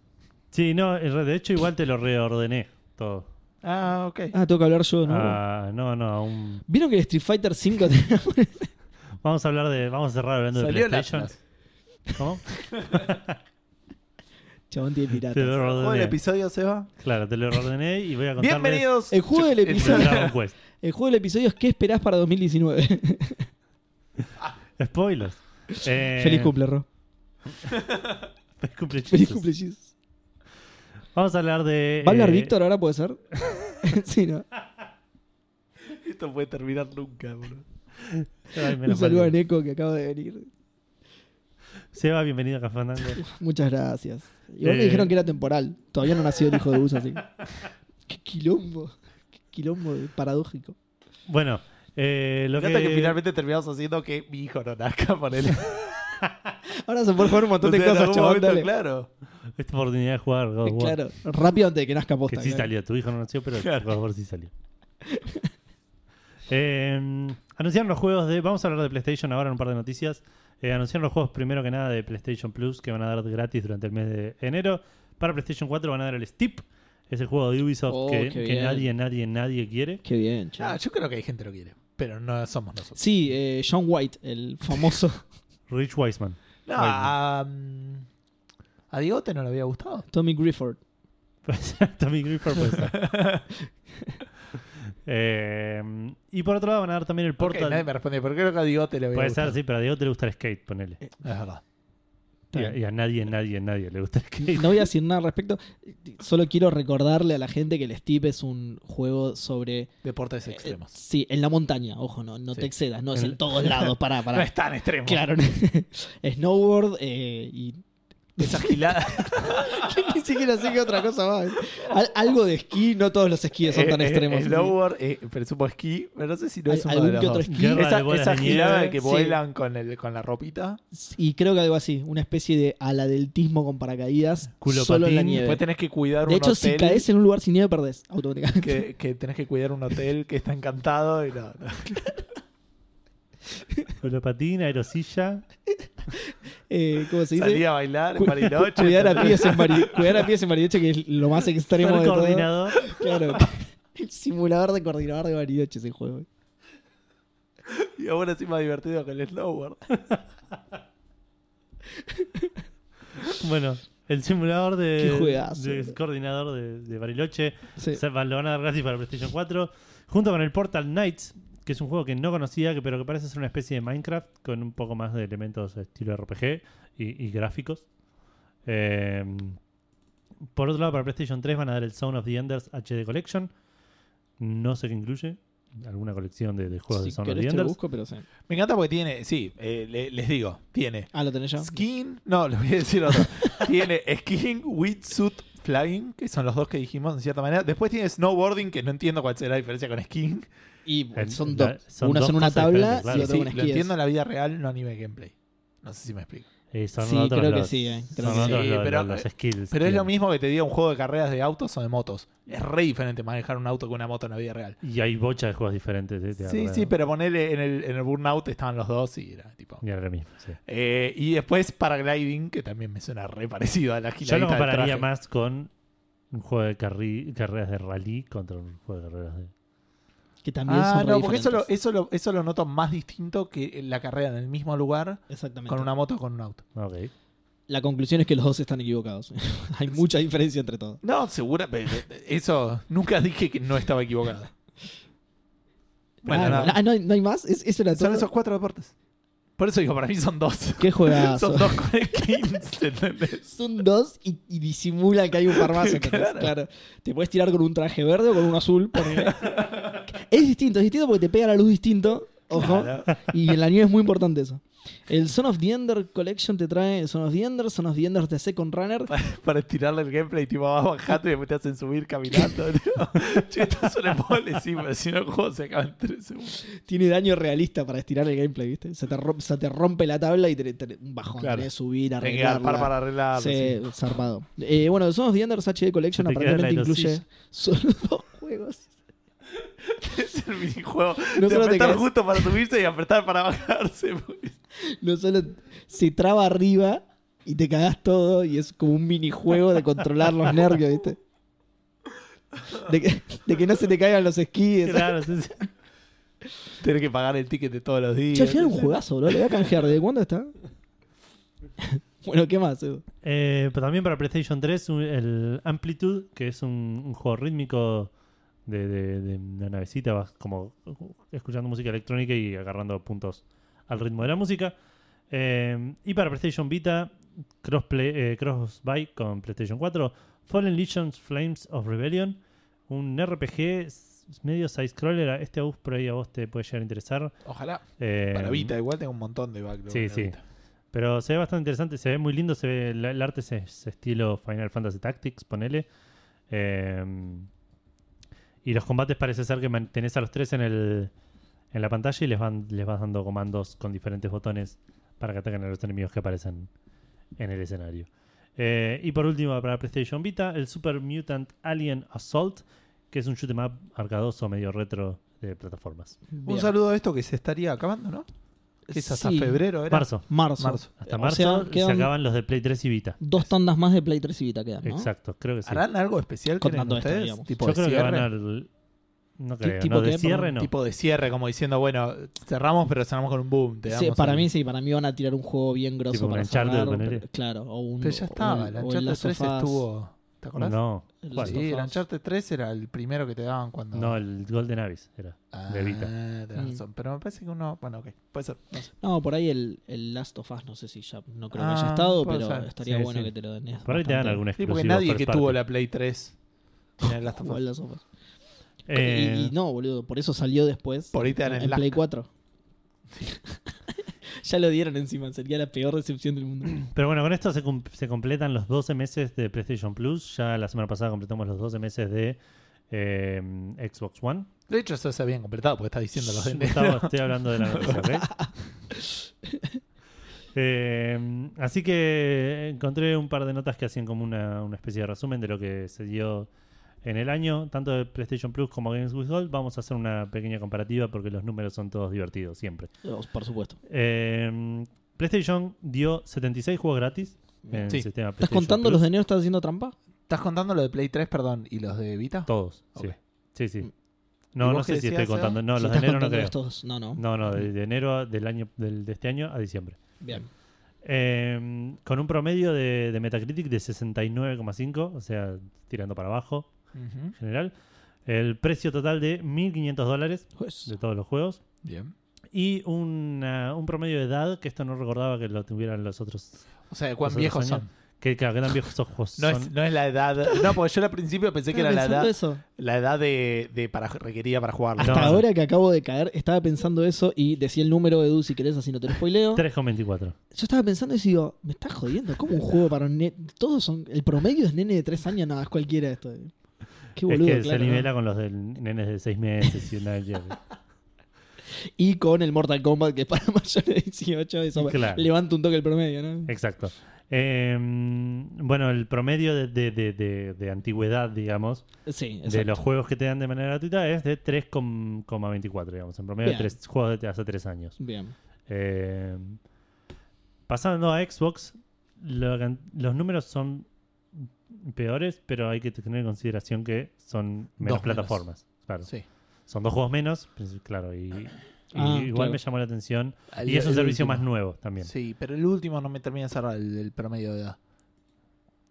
S3: Sí, no, en re- de hecho igual te lo reordené todo.
S1: Ah, ok.
S2: Ah, tengo que hablar yo, ¿no?
S3: Ah, no, no, aún-
S2: ¿Vieron que el Street Fighter 5 tenía
S3: Vamos a hablar de. Vamos a cerrar hablando
S1: Salió
S3: de
S1: el
S3: PlayStation.
S1: Atlas.
S3: ¿Cómo?
S2: Chabón tiene
S3: Te
S2: piratas.
S3: lo
S1: ¿Juego del
S3: reordené.
S1: episodio, Seba?
S3: Claro, te lo reordené y voy a contarles
S1: Bienvenidos.
S2: El juego del
S1: Ch-
S3: el
S2: episodio.
S3: Dragon Quest.
S2: El juego del episodio es ¿Qué esperás para 2019?
S3: Spoilers. Eh,
S2: Feliz cumple, Ro.
S3: Feliz cumple,
S2: Feliz
S3: Jesus.
S2: cumple, Jesus.
S3: Vamos a hablar de.
S2: ¿Va a hablar
S3: eh,
S2: Víctor ahora? ¿Puede ser? sí, ¿no?
S1: Esto puede terminar nunca, boludo.
S3: ay,
S2: Un
S3: menos
S2: saludo a
S3: mal.
S2: Neko que acaba de venir.
S3: Seba, bienvenido a Cafandango.
S2: Muchas gracias. Igual me
S3: Eh.
S2: dijeron que era temporal. Todavía no nació el hijo de Gus, así. Qué quilombo. Qué quilombo de paradójico.
S3: Bueno, eh, lo
S1: Me
S3: que.
S1: encanta que finalmente terminamos haciendo que mi hijo no nazca, ponele.
S2: Ahora se puede jugar un montón de
S1: O sea, en
S2: cosas,
S1: algún
S2: chabón.
S1: momento,
S2: Dale. Eh,
S1: Claro.
S3: Esta oportunidad de jugar God of War.
S2: Claro, rápido antes de que nazca posta.
S3: Que sí
S2: claro.
S3: salió, tu hijo no nació, pero
S1: Claro.
S3: God of War sí salió. Eh, anunciaron los juegos de. Vamos a hablar de PlayStation ahora en un par de noticias. Eh, anunciaron los juegos primero que nada de PlayStation Plus que van a dar gratis durante el mes de enero. Para PlayStation 4 van a dar el Steep. Es el juego de Ubisoft
S2: Oh,
S3: que,
S2: qué
S3: que
S2: bien.
S3: nadie, nadie, nadie quiere.
S2: Qué bien, che.
S1: Ah, yo creo que hay gente que lo quiere, pero no somos nosotros.
S2: Sí, eh, John White, el famoso.
S3: Rich Wiseman.
S1: No,
S3: Ay, no.
S1: a, mm, a Diegote no le había gustado.
S2: Tommy Grifford.
S3: Tommy Griefer, puede ser. Eh, y por otro lado van a dar también el
S1: Porque
S3: Portal.
S1: nadie me respondió, pero creo que a Diegote le había
S3: puede
S1: gustado.
S3: ser, sí, pero a Diego te le gusta el skate, ponele.
S2: Eh,
S1: Es verdad.
S3: Y a, y a nadie, nadie, nadie le gusta el skate.
S2: No voy a decir nada al respecto. Solo quiero recordarle a la gente que el Steep es un juego sobre.
S1: Deportes
S2: eh,
S1: extremos.
S2: sí, en la montaña. Ojo, no, no
S1: Sí.
S2: te excedas. No es en todos lados. Pará,
S1: No
S2: pará.
S1: es tan extremo.
S2: Claro. Snowboard eh, y.
S1: Esa gilada.
S2: Ni siquiera sé qué otra cosa más. Al- algo de esquí, no todos los esquíes son tan
S1: Eh, eh,
S2: extremos.
S1: Snowboard, eh, presumo esquí, pero no sé si no
S2: Al-
S1: es uno
S2: algún
S1: de los
S2: que otro
S1: dos.
S2: esquí.
S3: Guerra
S1: Esa,
S3: de bolas
S1: esa
S3: de
S1: gilada
S3: nieve.
S1: de que
S2: Sí.
S1: vuelan con, el, con la ropita.
S2: Y creo que algo así, una especie de aladeltismo con paracaídas
S3: Culo
S2: solo en la
S3: patín,
S2: nieve.
S1: Después tenés que cuidar
S2: De
S1: un
S2: hecho,
S1: hotel.
S2: si caes en un lugar sin nieve, perdés automáticamente.
S1: que, que tenés que cuidar un hotel que está encantado y no, no.
S3: Colopatín, aerosilla.
S2: Eh, ¿Cómo se dice?
S1: Salí a bailar en
S2: Cu-
S1: Bariloche.
S2: Cuidar a pies en Mari- cuidar a pies en Bariloche, que es lo más
S3: ser
S2: extremo de todo.
S3: coordinador.
S2: Claro. El simulador de coordinador de Bariloche ese juego.
S1: Y ahora sí más divertido que el snowboard.
S3: Bueno, el simulador de,
S2: Qué juegazo,
S3: de
S2: bro.
S3: coordinador de, de Bariloche.
S2: Sí.
S3: Se va- lo van a dar gratis para PlayStation 4. Junto con el Portal Knights, que es un juego que no conocía, que- pero que parece ser una especie de Minecraft con un poco más de elementos de estilo RPG y, y gráficos. Eh, por otro lado, para PlayStation 3 van a dar el Sound of the Enders HD Collection. No sé qué incluye. Alguna colección de, de juegos
S2: Si
S3: de Sound of
S2: querés
S3: the
S2: te lo
S3: Enders.
S2: busco, pero sí.
S1: Me encanta porque tiene, sí, eh, le- les digo, tiene
S2: Ah, lo tenés ya.
S1: skin, no, les voy a decir otro. tiene skin, wetsuit, flying, que son los dos que dijimos en cierta manera. Después tiene snowboarding, que no entiendo cuál será la diferencia con skin.
S2: Y bueno,
S3: El-
S2: son
S3: la-
S2: dos.
S3: son
S2: una
S3: dos
S2: son una
S3: cosas
S2: tabla
S3: diferentes,
S2: y
S3: claro.
S2: otra
S1: Sí,
S2: una
S1: lo
S2: esquí.
S1: entiendo en la vida real, no anime gameplay. No sé si me explico.
S3: Eh, son
S2: Sí,
S3: otros
S2: creo que
S3: los-
S2: sí, eh, creo
S3: son
S1: que sí.
S3: otros
S1: Sí,
S3: los-
S1: pero- eh,
S3: los skills.
S1: Pero es
S3: que-
S1: lo mismo que te diga un juego de carreras de autos o de motos. Es re diferente manejar un auto que una moto en la vida real.
S3: Y hay bocha de juegos diferentes. eh, te
S1: Sí,
S3: acuerdas,
S1: sí,
S3: ¿no?
S1: pero ponele en el, en el Burnout estaban los dos y era tipo.
S3: Y ahora lo mismo, sí.
S1: Eh, y después Paragliding, que también me suena re parecido a la
S3: Yo
S1: giladita
S3: lo
S1: del
S3: compararía
S1: traje.
S3: más con un juego de carri- carreras de rally contra un juego de carreras de.
S2: Que también
S1: Ah,
S2: son re
S1: no, porque eso lo,
S2: diferentes.
S1: eso, lo, eso lo noto más distinto que la carrera en el mismo lugar
S2: Exactamente.
S1: con una moto o con un auto.
S3: Ok.
S2: La conclusión es que los dos están equivocados. Hay mucha diferencia entre todos.
S1: No, segura, pero eso nunca dije que no estaba equivocado. Bueno,
S2: ah,
S1: nada.
S2: ah, no, hay- no hay más. Es, eso era
S1: Son
S2: todo.
S1: esos cuatro deportes. Por eso digo, para mí son dos.
S2: Qué juegazo.
S1: Son dos con el 15, ¿entendés?
S2: Son dos y, y disimulan que hay un par más. ¿entendés?
S1: Claro.
S2: Claro. Te puedes tirar con un traje verde o con uno azul. ponele. es distinto, es distinto porque te pega la luz distinto. Ojo.
S1: Claro.
S2: Y en la nieve es muy importante eso. El Son of the Ender Collection te trae Son of the Ender, Son of the Ender de Second Runner.
S1: Para, para estirarle el gameplay, tipo, vas bajando y después te hacen subir caminando. tipo. che, esto es un embole, sí, pero si no el juego se acaba en 3 segundos.
S2: Tiene daño realista para estirar el gameplay, ¿viste? Se te, rom- se te rompe la tabla y te, te- un bajón.
S1: Claro.
S2: Tenés que subir,
S1: Hay que dar
S2: arreglarla.
S1: par para arreglarlo.
S2: Sí, zarpado. Eh, bueno, el Son of the Enders HD Collection
S3: Se te queda
S2: aparentemente
S3: la
S2: incluye
S3: ilusión.
S2: solo dos juegos.
S1: sí. Es el minijuego.
S2: No
S1: de
S2: solo te
S1: apretar
S2: quedas-
S1: justo para subirse y apretar para bajarse. porque-
S2: No solo se traba arriba y te cagás todo y es como un minijuego de controlar los nervios, ¿viste? De que, de que no se te caigan los esquíes.
S3: Claro, sí, sí.
S1: Tenés que pagar el ticket de todos los días.
S2: Che, al final un juegazo, boludo. Le voy a canjear. ¿De cuándo está? bueno, ¿qué más? Edu?
S3: Eh, pero también para PlayStation 3, un- el Amplitude, que es un, un juego rítmico de, de- de una navecita, vas como escuchando música electrónica y agarrando puntos al ritmo de la música. Eh, y para PlayStation Vita, crossplay, eh, cross-buy con PlayStation 4, Fallen Legions Flames of Rebellion, un RPG s- medio side-scroller. a- Este Abus por ahí a vos te puede llegar a interesar.
S1: Ojalá.
S3: Eh,
S1: Para Vita, igual tengo un montón de backlog.
S3: Sí,
S1: en la
S3: sí.
S1: Vita.
S3: Pero se ve bastante interesante, se ve muy lindo, se ve, el, el arte es, es estilo Final Fantasy Tactics, ponele. Eh, y los combates parece ser que mantenés a los tres en el en la pantalla y les van les vas dando comandos con diferentes botones para que ataquen a los enemigos que aparecen en el escenario. Eh, y por último, para PlayStation Vita, el Super Mutant Alien Assault, que es un shoot 'em up arcadoso medio retro de plataformas.
S1: Un
S2: Bien.
S1: saludo a esto que se estaría acabando, ¿no? Que es hasta
S2: Sí.
S1: febrero, ¿era?
S3: Marzo.
S2: Marzo.
S1: Marzo.
S3: Hasta
S2: eh, O
S3: marzo
S2: sea, quedan
S3: se acaban los de Play 3 y Vita.
S2: Dos tandas más de Play 3 y Vita quedan, ¿no?
S3: Exacto, creo que sí.
S1: ¿Harán algo especial que
S2: Contando esto,
S1: ustedes?
S2: digamos.
S1: tipo
S3: Yo
S1: de
S3: creo que
S1: cierre.
S3: van al. No creo.
S2: tipo
S3: no,
S2: qué?
S3: de cierre
S2: Perdón,
S3: no.
S1: Tipo de cierre, como diciendo, bueno, cerramos, pero cerramos con un boom. te
S2: Sí,
S1: damos
S2: para
S1: el-
S2: mí sí, para mí van a tirar un juego bien grosso
S3: Tipo un
S2: para
S3: Uncharted,
S2: cerrar,
S3: ponele.
S2: pero- claro, o un
S1: Pero ya
S2: o
S1: estaba,
S2: el-
S1: el
S2: o el
S1: Uncharted
S2: Last
S1: 3
S2: of Us.
S1: estuvo. ¿Te acordás?
S3: No.
S2: El
S3: ¿Cuál?
S2: Last of
S1: Sí, el
S2: Us.
S1: Uncharted 3 era el primero que te daban cuando.
S3: No, el Golden Abyss era.
S1: ah,
S3: de Vita.
S1: tenés
S2: Mm.
S1: razón. Pero me parece que uno. Bueno, ok. Puede ser. no sé.
S2: No, por ahí el, el Last of Us, no sé si ya, no creo
S1: Ah,
S2: que haya estado,
S1: puede
S2: pero
S1: ser.
S2: estaría
S3: Sí,
S2: bueno
S3: sí.
S2: que te lo den. es
S3: Por ahí
S2: bastante-
S3: te dan algún
S1: Sí,
S3: exclusivo.
S1: porque nadie
S3: first
S1: que
S3: party.
S1: tuvo la Play 3 tenía el Last of
S2: Jugó al
S1: Us.
S2: Last of Us.
S3: Eh,
S2: Y, y no, boludo, por eso salió después.
S1: Por ahí te dan el
S2: en
S1: Last.
S2: Play 4. ya lo dieron encima, sería la peor decepción del mundo.
S3: Pero bueno, con esto se, cum- se completan los 12 meses de PlayStation Plus. Ya la semana pasada completamos los 12 meses de eh, Xbox One.
S1: De hecho, eso se habían completado porque estás diciendo los de
S3: Gustavo, estoy hablando de la noticia, ¿ok? Eh, así que encontré un par de notas que hacían como una, una especie de resumen de lo que se dio en el año, tanto de PlayStation Plus como Games with Gold. Vamos a hacer una pequeña comparativa porque los números son todos divertidos siempre.
S2: Oh, por supuesto.
S3: Eh, PlayStation dio 76 juegos gratis en el
S1: Sí.
S3: sistema
S2: ¿Estás
S3: PlayStation
S2: contando
S3: Plus.
S2: los de enero? ¿Estás haciendo trampa?
S1: ¿Estás contando lo de Play 3, perdón, y los de Vita?
S3: Todos, sí.
S1: Ok.
S3: sí. sí.
S2: Mm.
S3: No,
S1: ¿Y
S3: no
S1: vos
S3: sé
S1: qué
S3: si
S1: decías,
S3: estoy
S1: Seba?
S3: contando. No,
S2: Si
S3: los de
S2: estás
S3: enero no
S2: contando
S3: creo.
S2: estos- no, no.
S3: No, no, de, de enero a- del año del- de este año a diciembre.
S2: Bien.
S3: Eh, con un promedio de, de Metacritic de 69,5, o sea, tirando para abajo
S1: Ujú.
S3: en general. El precio total de 1.500 dólares
S2: Pues,
S3: de todos los juegos.
S1: Bien.
S3: Y una- un promedio de edad, que esto no recordaba que lo tuvieran los otros.
S1: O sea, ¿cuán
S3: los otros
S1: viejos
S3: años.
S1: son?
S3: Que, claro, que tan viejos esos juegos
S1: No
S3: son.
S1: es, no es la edad. No, porque yo al principio pensé que
S2: estaba
S1: era la
S2: pensando
S1: edad,
S2: eso.
S1: la edad de, de para, requerida para jugarlo.
S2: Hasta
S3: No.
S2: ahora que acabo de caer, estaba pensando eso y decía el número de Edu si querés, así no te lo spoileo.
S3: 3,24.
S2: Yo estaba pensando y digo, me estás jodiendo, ¿cómo un juego para un ne- Todos son. El promedio es nene de 3 años, nada, es cualquiera esto. Qué
S3: Es
S2: boludo,
S3: que
S2: claro,
S3: se
S2: ¿no?
S3: nivela con los de nenes de 6 meses y un año.
S2: Y con el Mortal Kombat, que es para mayores de 18, eso
S3: Claro.
S2: levanta un toque el promedio, ¿no?
S3: Exacto. Eh, bueno, el promedio de- de- de- de- de antigüedad, digamos,
S2: Sí,
S3: Eh, de
S2: exacto.
S3: los juegos que te dan de manera gratuita es de 3,24, digamos. En promedio,
S2: Bien.
S3: tres juegos de hace 3 años.
S2: Bien.
S3: Eh, pasando a Xbox, lo que- los números son peores, pero hay que tener en consideración que son menos
S1: Dos menos.
S3: plataformas. Claro.
S1: Sí.
S3: Son dos juegos menos, pues, claro. Y, y
S2: Ah,
S3: igual
S2: claro.
S3: me llamó la atención.
S1: El-
S3: y es un
S1: el
S3: servicio
S1: último.
S3: más nuevo también.
S1: Sí, pero el último no me termina de cerrar el, el promedio de edad.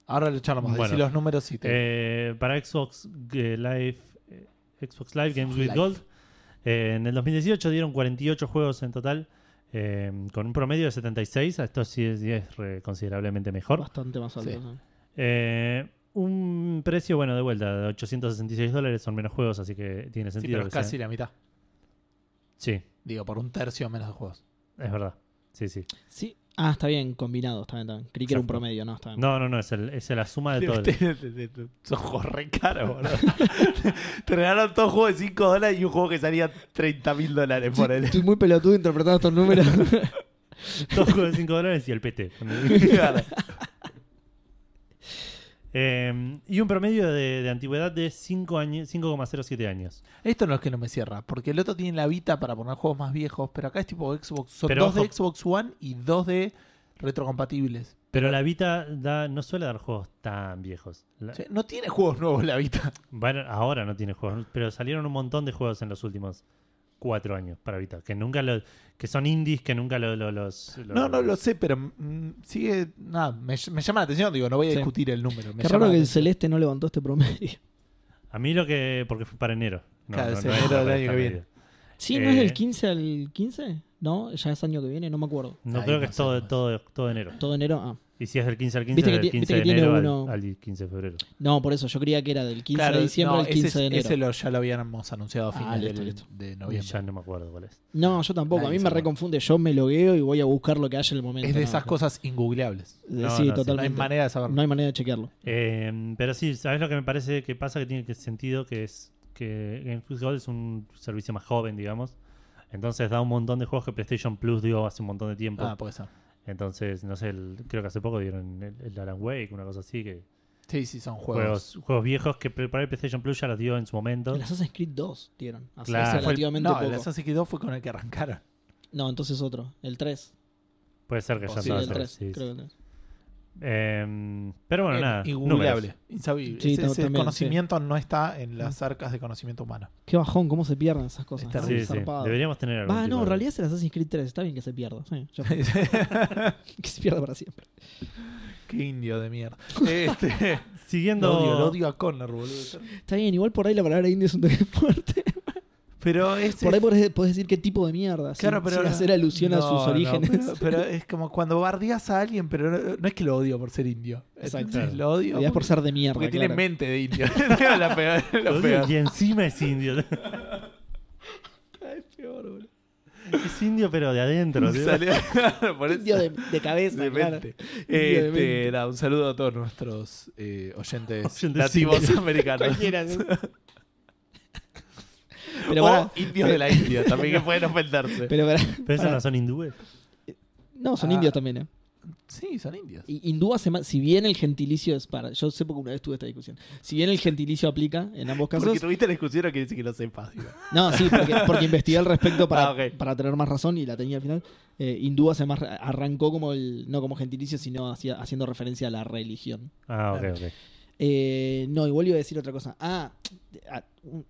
S1: Ahora lo charlamos,
S3: Bueno.
S1: decí los números y te.
S3: Eh, para Xbox eh, Live, eh, Xbox Live Games with
S1: Live.
S3: Gold, eh, en el 2018 dieron 48 juegos en total, eh, con un promedio de 76, esto sí es, sí es, eh, considerablemente mejor.
S2: Bastante más alto.
S1: Sí.
S2: ¿no?
S3: Eh, un precio, bueno, de vuelta, de 866 dólares son menos juegos, así que tiene
S1: Sí,
S3: sentido.
S1: pero es
S3: que sea-
S1: casi la mitad.
S3: Sí,
S1: Digo, por un tercio menos de juegos.
S3: es verdad. Sí, sí.
S2: Sí. Ah, está bien, combinado, está bien, está bien. Creí que era un
S3: Exacto.
S2: promedio, no,
S1: Ah.
S2: está bien.
S3: No, no, no, es, el, es la suma de todo. el-
S1: Son juegos re caros, boludo. Te regalaron todos juegos de 5 dólares y un juego que salía 30 mil dólares por él.
S2: Estoy muy pelotudo interpretando estos números.
S3: Dos juegos de 5 dólares y el PT. Eh, y un promedio de, de antigüedad de 5 años, 5,07 años.
S1: Esto no es que no me cierra, porque el otro tiene la Vita para poner juegos más viejos, pero acá es tipo Xbox. Son
S3: Pero
S1: dos de
S3: ojo.
S1: Xbox One y dos de retrocompatibles.
S3: Pero la Vita da- no suele dar juegos tan viejos. La-
S1: O sea, no tiene juegos nuevos la Vita.
S3: Bueno, ahora no tiene juegos, pero salieron un montón de juegos en los últimos cuatro años para Vita, que nunca lo, que son indies que nunca lo- lo- los, los-
S1: No, no lo sé, pero mm, sigue. Nada, me, me llama la atención, digo, no voy a
S2: Sí.
S1: discutir el número. me
S2: Qué
S1: llama
S2: raro
S1: la
S2: que el
S1: atención.
S2: celeste no levantó este promedio.
S3: A mí lo que porque fue para enero. No,
S1: Claro,
S3: no,
S1: es
S3: no
S1: enero
S3: para
S1: del año
S3: esta
S1: que viene.
S3: medida.
S2: Sí, ¿no es del
S3: Eh.
S2: 15 al 15? No, ya es año que viene, no me acuerdo.
S3: No
S1: Ahí
S3: creo
S1: no
S3: que es todo,
S1: sabemos.
S3: todo, todo enero.
S2: Todo enero, ah.
S3: Y si es del 15 al 15,
S2: Viste que
S3: del
S2: ti-
S3: 15
S2: viste
S3: de
S2: que tiene
S3: enero al-
S2: uno-
S3: al, 15 de febrero.
S2: No, por eso, yo creía que era del 15
S1: Claro,
S2: de diciembre
S1: no,
S2: al 15
S1: ese,
S2: de enero.
S1: ese lo- ya lo habíamos anunciado a
S2: Ah,
S1: fines
S2: listo,
S1: del-
S2: listo.
S1: de
S3: Y
S1: noviembre.
S3: ya no me acuerdo cuál es.
S2: No, yo tampoco.
S1: Nadie
S2: a mí
S1: se
S2: me
S1: acuerda.
S2: reconfunde. Yo me logueo y voy a buscar lo que haya en el momento.
S1: Es de
S2: no,
S1: esas
S2: no.
S1: cosas ingugleables.
S2: Eh,
S3: No, no,
S2: sí,
S3: sí, no hay
S1: No hay
S2: totalmente.
S1: manera de saberlo.
S2: No hay manera de chequearlo.
S3: Eh, pero sí, ¿sabes lo que me parece que pasa? Que tiene que sentido que es que Gameplus Gold es un servicio más joven, digamos. Entonces da un montón de juegos que PlayStation Plus dio hace un montón de tiempo.
S1: Ah, puede ser.
S3: Entonces, no sé, el- creo que hace poco dieron el, el Alan Wake, una cosa así, que
S1: Sí, sí, son juegos.
S3: juegos, juegos viejos que pre- para el PlayStation Plus ya los dio en su momento.
S2: El Assassin's Creed 2 dieron. Hace
S3: Claro.
S2: hace
S3: Fue el-
S2: relativamente
S1: No, el
S2: poco.
S1: Assassin's Creed 2 fue con el que arrancaron.
S2: No, entonces otro. El 3.
S3: Puede ser que ya
S2: Sí,
S1: Posible,
S3: no
S2: el
S1: sí,
S2: 3.
S3: sí, sí.
S2: creo que el 3.
S3: Em, Pero bueno,
S1: Eh,
S3: nada. números.
S1: Ingugleable. Insabible.
S2: Sí,
S1: ese
S2: tam-
S1: ese
S2: también, Mm.
S1: conocimiento no está en las arcas de conocimiento humano.
S2: Qué bajón, cómo se pierden esas cosas.
S1: Está
S2: Está
S3: Sí, sí.
S2: zarpado.
S3: Deberíamos tener algún
S2: Va,
S3: tipo
S2: no,
S3: de-
S2: en realidad es el Assassin's Creed 3. Está bien que se pierda. sí, ya fue.
S1: Qué
S2: que se pierda para siempre.
S1: indio de mierda. Este,
S3: Siguiendo.
S1: lo, odio, lo odio a Connor, boludo.
S2: Está bien, igual por ahí la palabra indie es un toque fuerte.
S1: Pero es.
S2: Por ahí podés, podés decir qué tipo de mierda. sin-
S1: Claro, pero
S2: sin
S1: ahora-
S2: hacer alusión a
S1: No,
S2: sus
S1: no,
S2: orígenes.
S1: pero- pero, es como cuando bardeas a alguien, pero no, no es que lo odio por ser indio.
S2: Exacto.
S1: ¿Entendés? Lo odio.
S2: Y es por ser de mierda.
S1: Porque
S2: claro.
S1: tiene mente de indio. la peor,
S3: lo
S1: lo
S3: odio
S1: peor.
S3: y encima es indio.
S2: Ay, peor, boludo.
S3: es indio, pero de adentro. tío.
S1: Salió- por eso-
S2: Indio de, de cabeza,
S1: de
S2: claro.
S1: mente.
S2: de
S1: Este,
S2: mente.
S1: nada, un saludo a todos nuestros eh, oyentes,
S3: Oyentes
S1: nativos
S3: indios.
S1: americanos.
S2: Cualquiera, sí.
S1: Pero
S2: Pero pará,
S1: indios de la India también que pueden ofenderse.
S2: pero pará.
S3: Pero esos no son hindúes.
S2: No, son
S1: Ah.
S2: indios también, ¿eh?
S1: sí, son indios.
S2: Y hindú hace más. Si bien el gentilicio es para. Yo sé porque una vez tuve esta discusión. Si bien el gentilicio aplica en ambos casos.
S1: Porque tuviste la discusión, no quiere decir que lo sepas. digo.
S2: No, sí, porque, porque investigué al respecto para,
S1: Ah, ok.
S2: para tener más razón y la tenía al final. Eh, hindú hace más. Arrancó como el. No como gentilicio, sino hacía- haciendo referencia a la religión.
S3: Ah, ok, ok.
S2: Eh, no, igual iba a decir otra cosa. Ah, ah, un-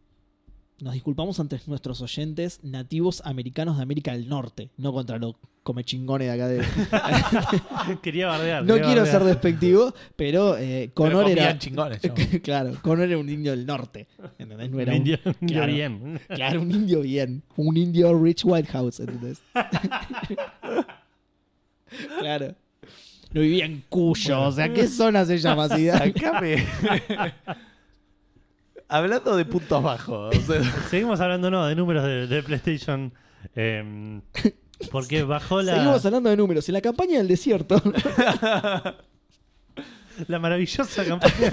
S2: nos disculpamos ante nuestros oyentes nativos americanos de América del Norte, no contra los comechingones de acá de...
S3: quería bardear.
S2: No
S3: quería
S2: quiero
S3: bardear.
S2: ser despectivo, pero
S1: Pero
S2: eh, Connor
S1: comían
S2: era...
S1: chingones. yo.
S2: claro, Connor era un indio del norte. ¿entendés? No
S3: Un
S2: era un-
S3: indio, un indio
S2: Claro.
S3: bien.
S2: Claro, un indio bien. Un indio Rich Whitehouse, ¿entendés? claro. No vivía en Cuyo, o sea, ¿qué zona se llama así?
S1: Sacame. Hablando de puntos bajos. o sea,
S3: Seguimos hablando, no, de números de, de PlayStation. em, porque bajó la,
S2: Seguimos hablando de números. En la campaña del desierto.
S3: la maravillosa campaña.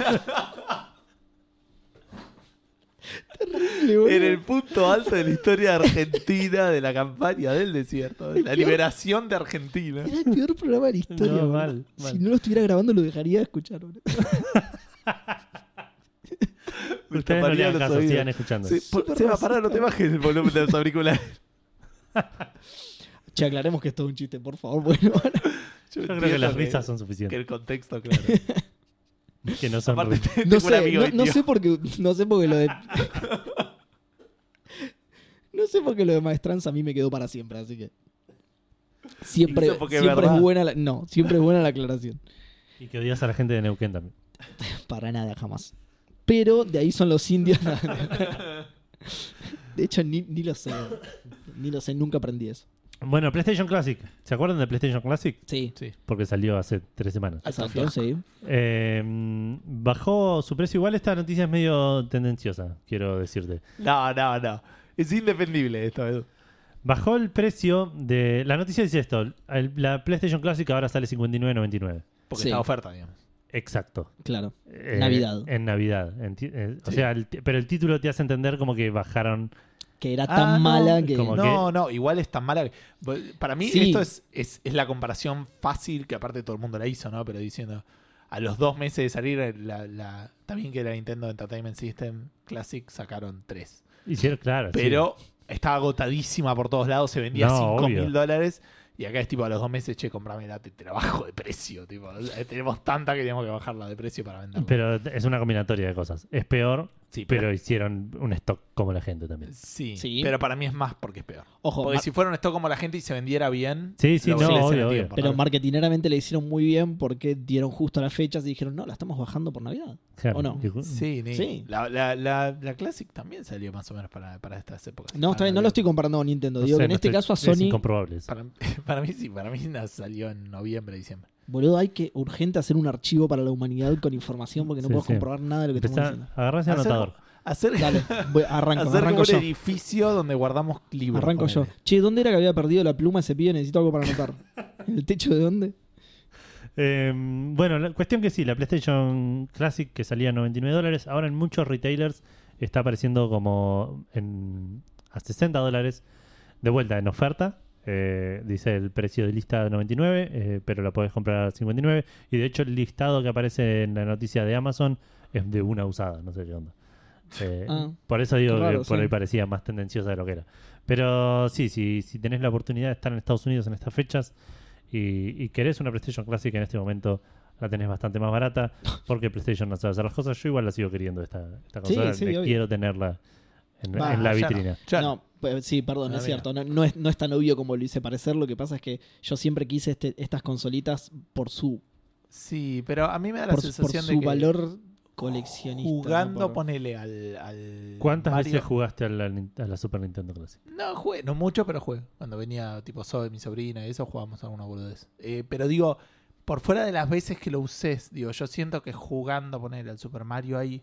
S2: Le voy a-
S1: en el punto alto de la historia argentina, de la campaña del desierto, de la liberación de Argentina.
S2: Era el peor programa de la historia.
S3: No,
S2: boludo.
S3: mal,
S2: Si
S3: mal.
S2: no lo estuviera grabando, lo dejaría de escuchar. boludo.
S1: Me
S3: Ustedes no le
S1: taparía
S3: hagan
S1: los
S3: caso,
S1: oídos.
S3: sigan escuchando.
S1: Sí, por-
S2: Súper
S1: se va a parar, no te bajes el volumen de los auriculares.
S2: Che, aclaremos que esto es todo un chiste, por favor. Bueno,
S1: Yo,
S3: Yo creo que
S1: entiendo
S3: las risas son
S1: Que
S3: suficientes.
S1: el contexto, claro.
S3: Que, no son
S1: Aparte,
S3: risas.
S1: tengo
S2: no,
S1: un
S2: sé,
S1: amigo
S2: no, no
S1: indio.
S2: sé por qué. No sé por qué lo de. No sé por qué lo de maestranza a mí me quedó para siempre, así que. Siempre,
S1: Eso porque es
S2: siempre
S1: verdad.
S2: es buena la, No, siempre es buena la aclaración.
S3: Y que odias a la gente de Neuquén también.
S2: Para nada, jamás. Pero de ahí son los indios. De hecho, ni, ni lo sé. Ni lo sé, nunca aprendí eso.
S3: Bueno, PlayStation Classic. ¿Se acuerdan de PlayStation Classic?
S2: Sí.
S1: Sí.
S3: Porque salió hace tres semanas.
S2: Exacto, sí.
S3: Eh, bajó su precio igual. Esta noticia es medio tendenciosa, quiero decirte.
S1: No, no, no. Es indefendible esto, Edu.
S3: Bajó el precio de... La noticia dice esto. el- la PlayStation Classic ahora sale 59.99.
S1: Porque
S2: Sí.
S1: está oferta, digamos.
S3: Exacto.
S2: Claro.
S3: Eh,
S2: Navidad.
S3: En Navidad. Enti- eh, O
S1: Sí.
S3: sea, el ti- pero el título te hace entender como que bajaron...
S2: Que era
S1: Ah,
S2: tan
S1: no,
S2: mala
S1: es
S2: que.
S3: como-
S1: No, no, igual es tan mala. que- Para mí,
S2: Sí.
S1: esto es, es, es la comparación fácil que, aparte, todo el mundo la hizo, ¿no? Pero diciendo, a los dos meses de salir, la, la, está bien que la Nintendo Entertainment System Classic sacaron tres.
S3: Hicieron, claro. sí.
S1: Pero estaba agotadísima por todos lados, se vendía
S3: No,
S1: cinco
S3: obvio.
S1: mil dólares. Y acá es tipo, a los dos meses, che, comprame te, te la bajo de precio. Tipo, eh, tenemos tanta que tenemos que bajarla de precio para venderla.
S3: Pero es una combinatoria de cosas. Es peor,
S1: sí,
S3: pero hicieron un stock como la gente también.
S1: Sí,
S2: Sí.
S1: pero para mí es más porque es peor.
S2: Ojo,
S1: Porque
S2: mar-
S1: si fuera un stock como la gente y se vendiera bien,
S3: Sí, sí,
S1: lo
S3: no,
S1: vendés en
S3: obvio,
S1: el
S3: obvio.
S1: tiempo,
S2: pero
S1: ¿no?
S2: marketineramente le hicieron muy bien porque dieron justo las fechas y dijeron, no, la estamos bajando por Navidad.
S3: Claro.
S2: ¿O no?
S1: Sí, ni-
S2: Sí.
S1: La, la, la, la Classic también salió más o menos para, para estas épocas.
S2: No, está
S1: Para
S2: bien, no lo
S1: noviembre.
S2: estoy comparando con Nintendo.
S3: No
S2: Digo
S3: sé,
S2: que en
S3: no
S2: este
S3: estoy-
S2: caso a
S3: Es
S2: Sony,
S3: incomprobable eso.
S1: Para, para mí sí, para mí na- salió en noviembre, diciembre.
S2: boludo, hay que urgente hacer un archivo para la humanidad con información porque no
S3: Sí,
S2: podemos
S3: sí.
S2: comprobar nada de lo que
S3: Empezá-
S2: estamos
S3: agarrá ese
S1: Hacer-
S3: anotador.
S1: Hacer,
S2: diciendo. Dale, voy-
S1: hacer
S2: arranco,
S1: como
S2: arranco
S1: un
S2: yo.
S1: edificio donde guardamos libros.
S2: Arranco yo.
S1: ponele.
S2: Che, ¿dónde era que había perdido la pluma ese pibe? Necesito algo para anotar. ¿En el techo de dónde?
S3: Eh, bueno, la cuestión que sí, la PlayStation Classic que salía a 99 dólares, ahora en muchos retailers está apareciendo como en, a 60 dólares de vuelta en oferta. Eh, dice el precio de lista de 99, eh, pero la podés comprar a 59. Y de hecho el listado que aparece en la noticia de Amazon es de una usada, no sé qué onda. Eh,
S2: Ah,
S3: por eso digo
S2: qué raro,
S3: que por
S2: sí.
S3: ahí parecía más tendenciosa de lo que era. Pero sí, sí, si tenés la oportunidad de estar en Estados Unidos en estas fechas y, y querés una PlayStation Classic en este momento, la tenés bastante más barata porque PlayStation no sabe hacer las cosas. Yo igual la sigo queriendo esta, esta
S2: Sí,
S3: consola.
S2: sí,
S3: Me
S2: obvio.
S3: quiero tenerla en,
S2: Va,
S3: en la
S1: Ah, ya
S3: vitrina.
S1: no, ya no.
S2: No, pues, sí, perdón,
S1: Ah,
S2: es
S1: mira.
S2: cierto. No, no es, no es tan obvio como lo hice parecer. Lo que pasa es que yo siempre quise este- estas consolitas por su,
S1: Sí, pero a mí me da la
S2: por, su- por
S1: sensación de
S2: su
S1: que
S2: valor coleccionista. ¿no?
S1: jugando,
S2: Por-
S1: ponele al, al
S3: ¿Cuántas
S1: Mario-
S3: veces jugaste a la, nin- a la Super Nintendo Classic?
S1: No, jugué, no mucho, pero jugué. Cuando venía tipo Zoe, mi sobrina y eso, jugábamos alguna boludez. Eh, pero digo, por fuera de las veces que lo usés, digo, yo siento que jugando, poner al Super Mario ahí,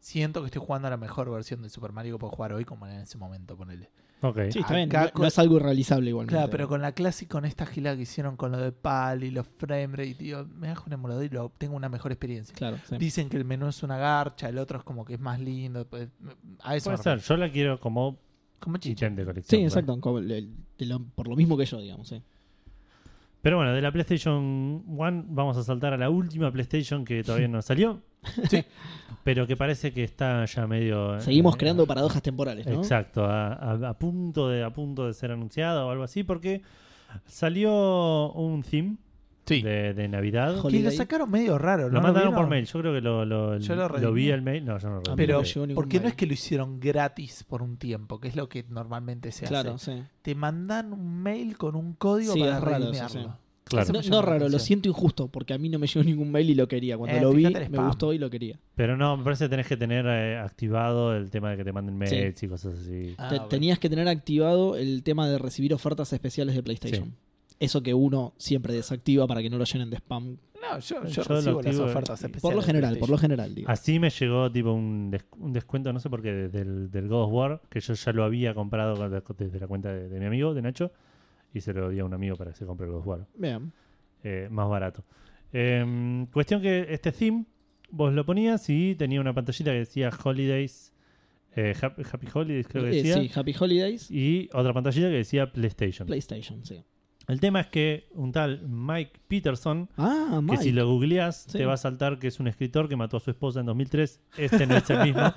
S1: siento que estoy jugando a la mejor versión del Super Mario que puedo jugar hoy, como era en ese momento, ponele.
S3: Ok.
S2: Sí, está bien.
S1: Acá
S2: No,
S1: con-
S2: no es algo irrealizable igualmente.
S1: Claro, pero con la Classic, con esta gilada que hicieron con lo de PAL y los frame rate, digo, me bajo un emulador y lo, tengo una mejor experiencia.
S2: Claro, sí.
S1: Dicen que el menú es una garcha, el otro es como que es más lindo. pues, A eso
S3: Puede
S1: me
S3: ser,
S1: refiero.
S3: yo la quiero como
S1: Como chicha.
S3: ítem de
S2: Sí,
S3: colección. ¿verdad?
S2: exacto. como el- el- de lo- por lo mismo que yo, digamos. sí.
S3: Pero bueno, de la PlayStation 1 vamos a saltar a la última PlayStation que todavía no salió.
S1: Sí.
S3: Pero que parece que está ya medio.
S2: Seguimos
S3: eh,
S2: creando paradojas temporales, ¿no?
S3: Exacto, a, a- a punto de, a punto de ser anunciada o algo así, porque salió un theme
S1: Sí.
S3: de, de Navidad.
S2: Joder,
S1: Que lo
S2: Holiday.
S1: sacaron medio raro, ¿no?
S3: Lo
S1: ¿Lo
S3: mandaron
S1: vieron?
S3: por mail, yo creo que lo, lo,
S1: Yo lo
S3: lo vi
S1: redimí.
S3: el mail. No, yo no lo
S2: A mí
S3: redimí.
S1: Pero,
S2: no llegó ningún
S1: porque no
S2: mail.
S1: es que lo hicieron gratis por un tiempo, que es lo que normalmente se
S2: Claro,
S1: hace.
S2: sí.
S1: Te mandan un mail con un código
S2: Sí,
S1: para
S2: es raro eso,
S1: redeemearlo.
S2: sí.
S3: Claro.
S1: Eso me
S2: No,
S1: llama
S2: no
S1: la
S2: raro, lo
S1: atención.
S2: siento injusto, porque a mí no me llegó ningún mail y lo quería. Cuando
S1: Eh,
S2: lo vi,
S1: fíjate el
S2: me
S1: spam.
S2: gustó y lo quería.
S3: Pero no, me parece que tenés que tener eh, activado el tema de que te manden
S2: Sí.
S3: mails y cosas así.
S1: Ah,
S2: Te-
S1: ok.
S2: Tenías que tener activado el tema de recibir ofertas especiales de PlayStation. Eso que uno siempre desactiva para que no lo llenen de spam.
S1: No, yo,
S3: Yo
S1: yo,
S3: lo
S1: recibo las
S3: activo,
S1: ofertas
S3: eh,
S1: especiales.
S2: Por lo
S1: de
S2: general, por lo
S1: PlayStation.
S2: general, digo.
S3: Así me llegó tipo un, des- un descuento, no sé por qué, de- del, del God of War, que yo ya lo había comprado con la- desde la cuenta de, de mi amigo, de Nacho, y se lo di a un amigo para que se compre el God of War.
S2: Bien.
S3: eh, más barato. Eh, cuestión que este theme, vos lo ponías y tenía una pantallita que decía Holidays, eh, Happy, Happy Holidays creo que
S2: Eh,
S3: decía,
S2: sí, Happy Holidays,
S3: y otra pantallita que decía PlayStation.
S2: PlayStation, sí.
S3: El tema es que un tal Mike Peterson,
S2: Ah, Mike.
S3: que si lo googleás
S2: Sí.
S3: te va a saltar que es un escritor que mató a su esposa en 2003, este no es el mismo.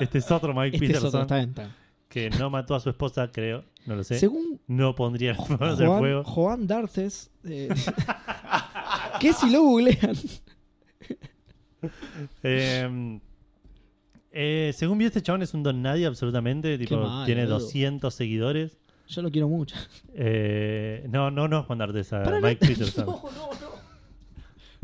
S3: Este es otro Mike
S2: este es
S3: Peterson
S2: otro, está bien, está bien.
S3: que no mató a su esposa, creo, no lo sé.
S2: Según
S3: no pondría las manos en
S2: Juan,
S3: fuego.
S2: Juan D'Artes, eh, que si lo googlean,
S3: Eh, eh, según vi, este chabón es un don nadie absolutamente. Tipo,
S2: mal,
S3: tiene
S2: boludo.
S3: 200 seguidores.
S2: yo lo quiero mucho.
S3: Eh, no, no, no es Juan D'Artes, a
S2: Para,
S3: Mike Peterson.
S2: No, no, no.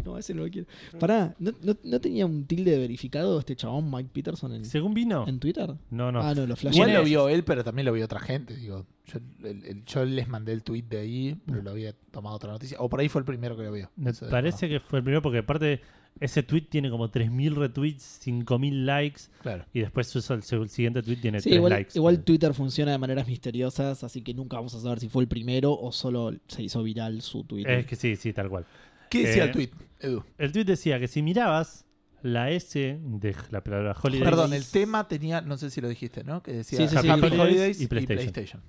S2: No, ese no lo quiero. Pará, ¿no, no, no tenía un tilde de verificado este chabón Mike Peterson en,
S3: Según vino.
S2: en Twitter?
S3: No, no.
S2: Ah, no, lo
S3: ¿Quién
S1: Igual
S2: flasheé.
S1: lo
S3: es?
S1: vio él, pero también lo vio otra gente. Digo, yo, el- el- yo les mandé el tweet de ahí, pero lo había tomado otra noticia. O por ahí fue el primero que lo vio.
S3: Me parece que fue el primero porque aparte ese tweet tiene como 3.000 retweets, 5.000 likes
S1: Claro.
S3: y después su- su- el siguiente tweet tiene
S2: Sí,
S3: 3
S2: igual,
S3: likes. eh.
S2: igual Twitter funciona de maneras misteriosas, así que nunca vamos a saber si fue el primero o solo se hizo viral su Twitter.
S3: Es que sí, sí, tal cual.
S1: ¿Qué decía
S3: Eh,
S1: el tweet, Edu?
S3: El tweet decía que si mirabas la S de la palabra Holidays,
S1: Perdón, el tema tenía, no sé si lo dijiste, ¿no? Que decía
S2: Sí, sí, sí,
S1: Happy
S2: Happy
S1: Holidays
S3: Holidays y
S1: y PlayStation.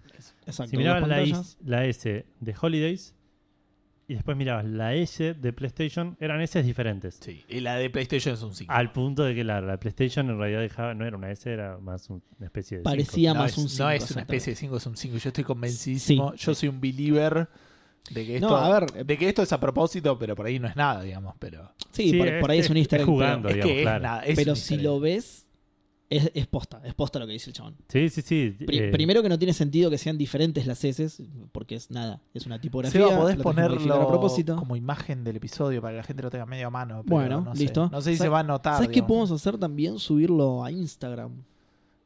S2: Exacto,
S3: si mirabas
S2: las
S3: la,
S2: pantallas.
S3: is- la S de Holidays y después mirabas la S de PlayStation, eran S diferentes.
S1: Sí, y la de PlayStation es un 5.
S3: Al punto de que la, la PlayStation en realidad dejaba, no era una S, era más un- una especie de. cinco.
S2: Parecía
S1: no
S2: más
S1: es,
S2: un
S1: no
S2: 5.
S1: es una especie de 5, es un 5. Yo estoy convencidísimo.
S2: Sí,
S1: Yo soy un believer de que, esto,
S2: No, a ver. eh,
S1: de que esto es a propósito, pero por ahí no es nada, digamos. Pero
S2: Sí,
S3: Sí,
S2: por,
S3: es-
S2: por ahí es un
S3: es-
S2: Instagram.
S3: es jugando.
S1: es
S3: digamos,
S1: que
S3: claro.
S1: es nada. es
S2: Pero, pero
S1: un
S2: si
S1: easter
S2: lo
S1: egg.
S2: ves, es, es posta. Es posta lo que dice el chabón.
S3: Sí, sí, sí.
S2: Pri-
S3: eh,
S2: primero que no tiene sentido que sean diferentes las S, porque es nada. Es una tipografía.
S1: Seba, podés
S2: lo tenés que modificar
S1: ponerlo
S2: a propósito.
S1: como imagen del episodio para que la gente lo tenga medio a mano. pero
S2: Bueno,
S1: no sé.
S2: listo.
S1: No sé si
S2: Sa-
S1: se va a notar.
S2: ¿Sabes qué
S1: digamos.
S2: podemos hacer también? Subirlo a Instagram.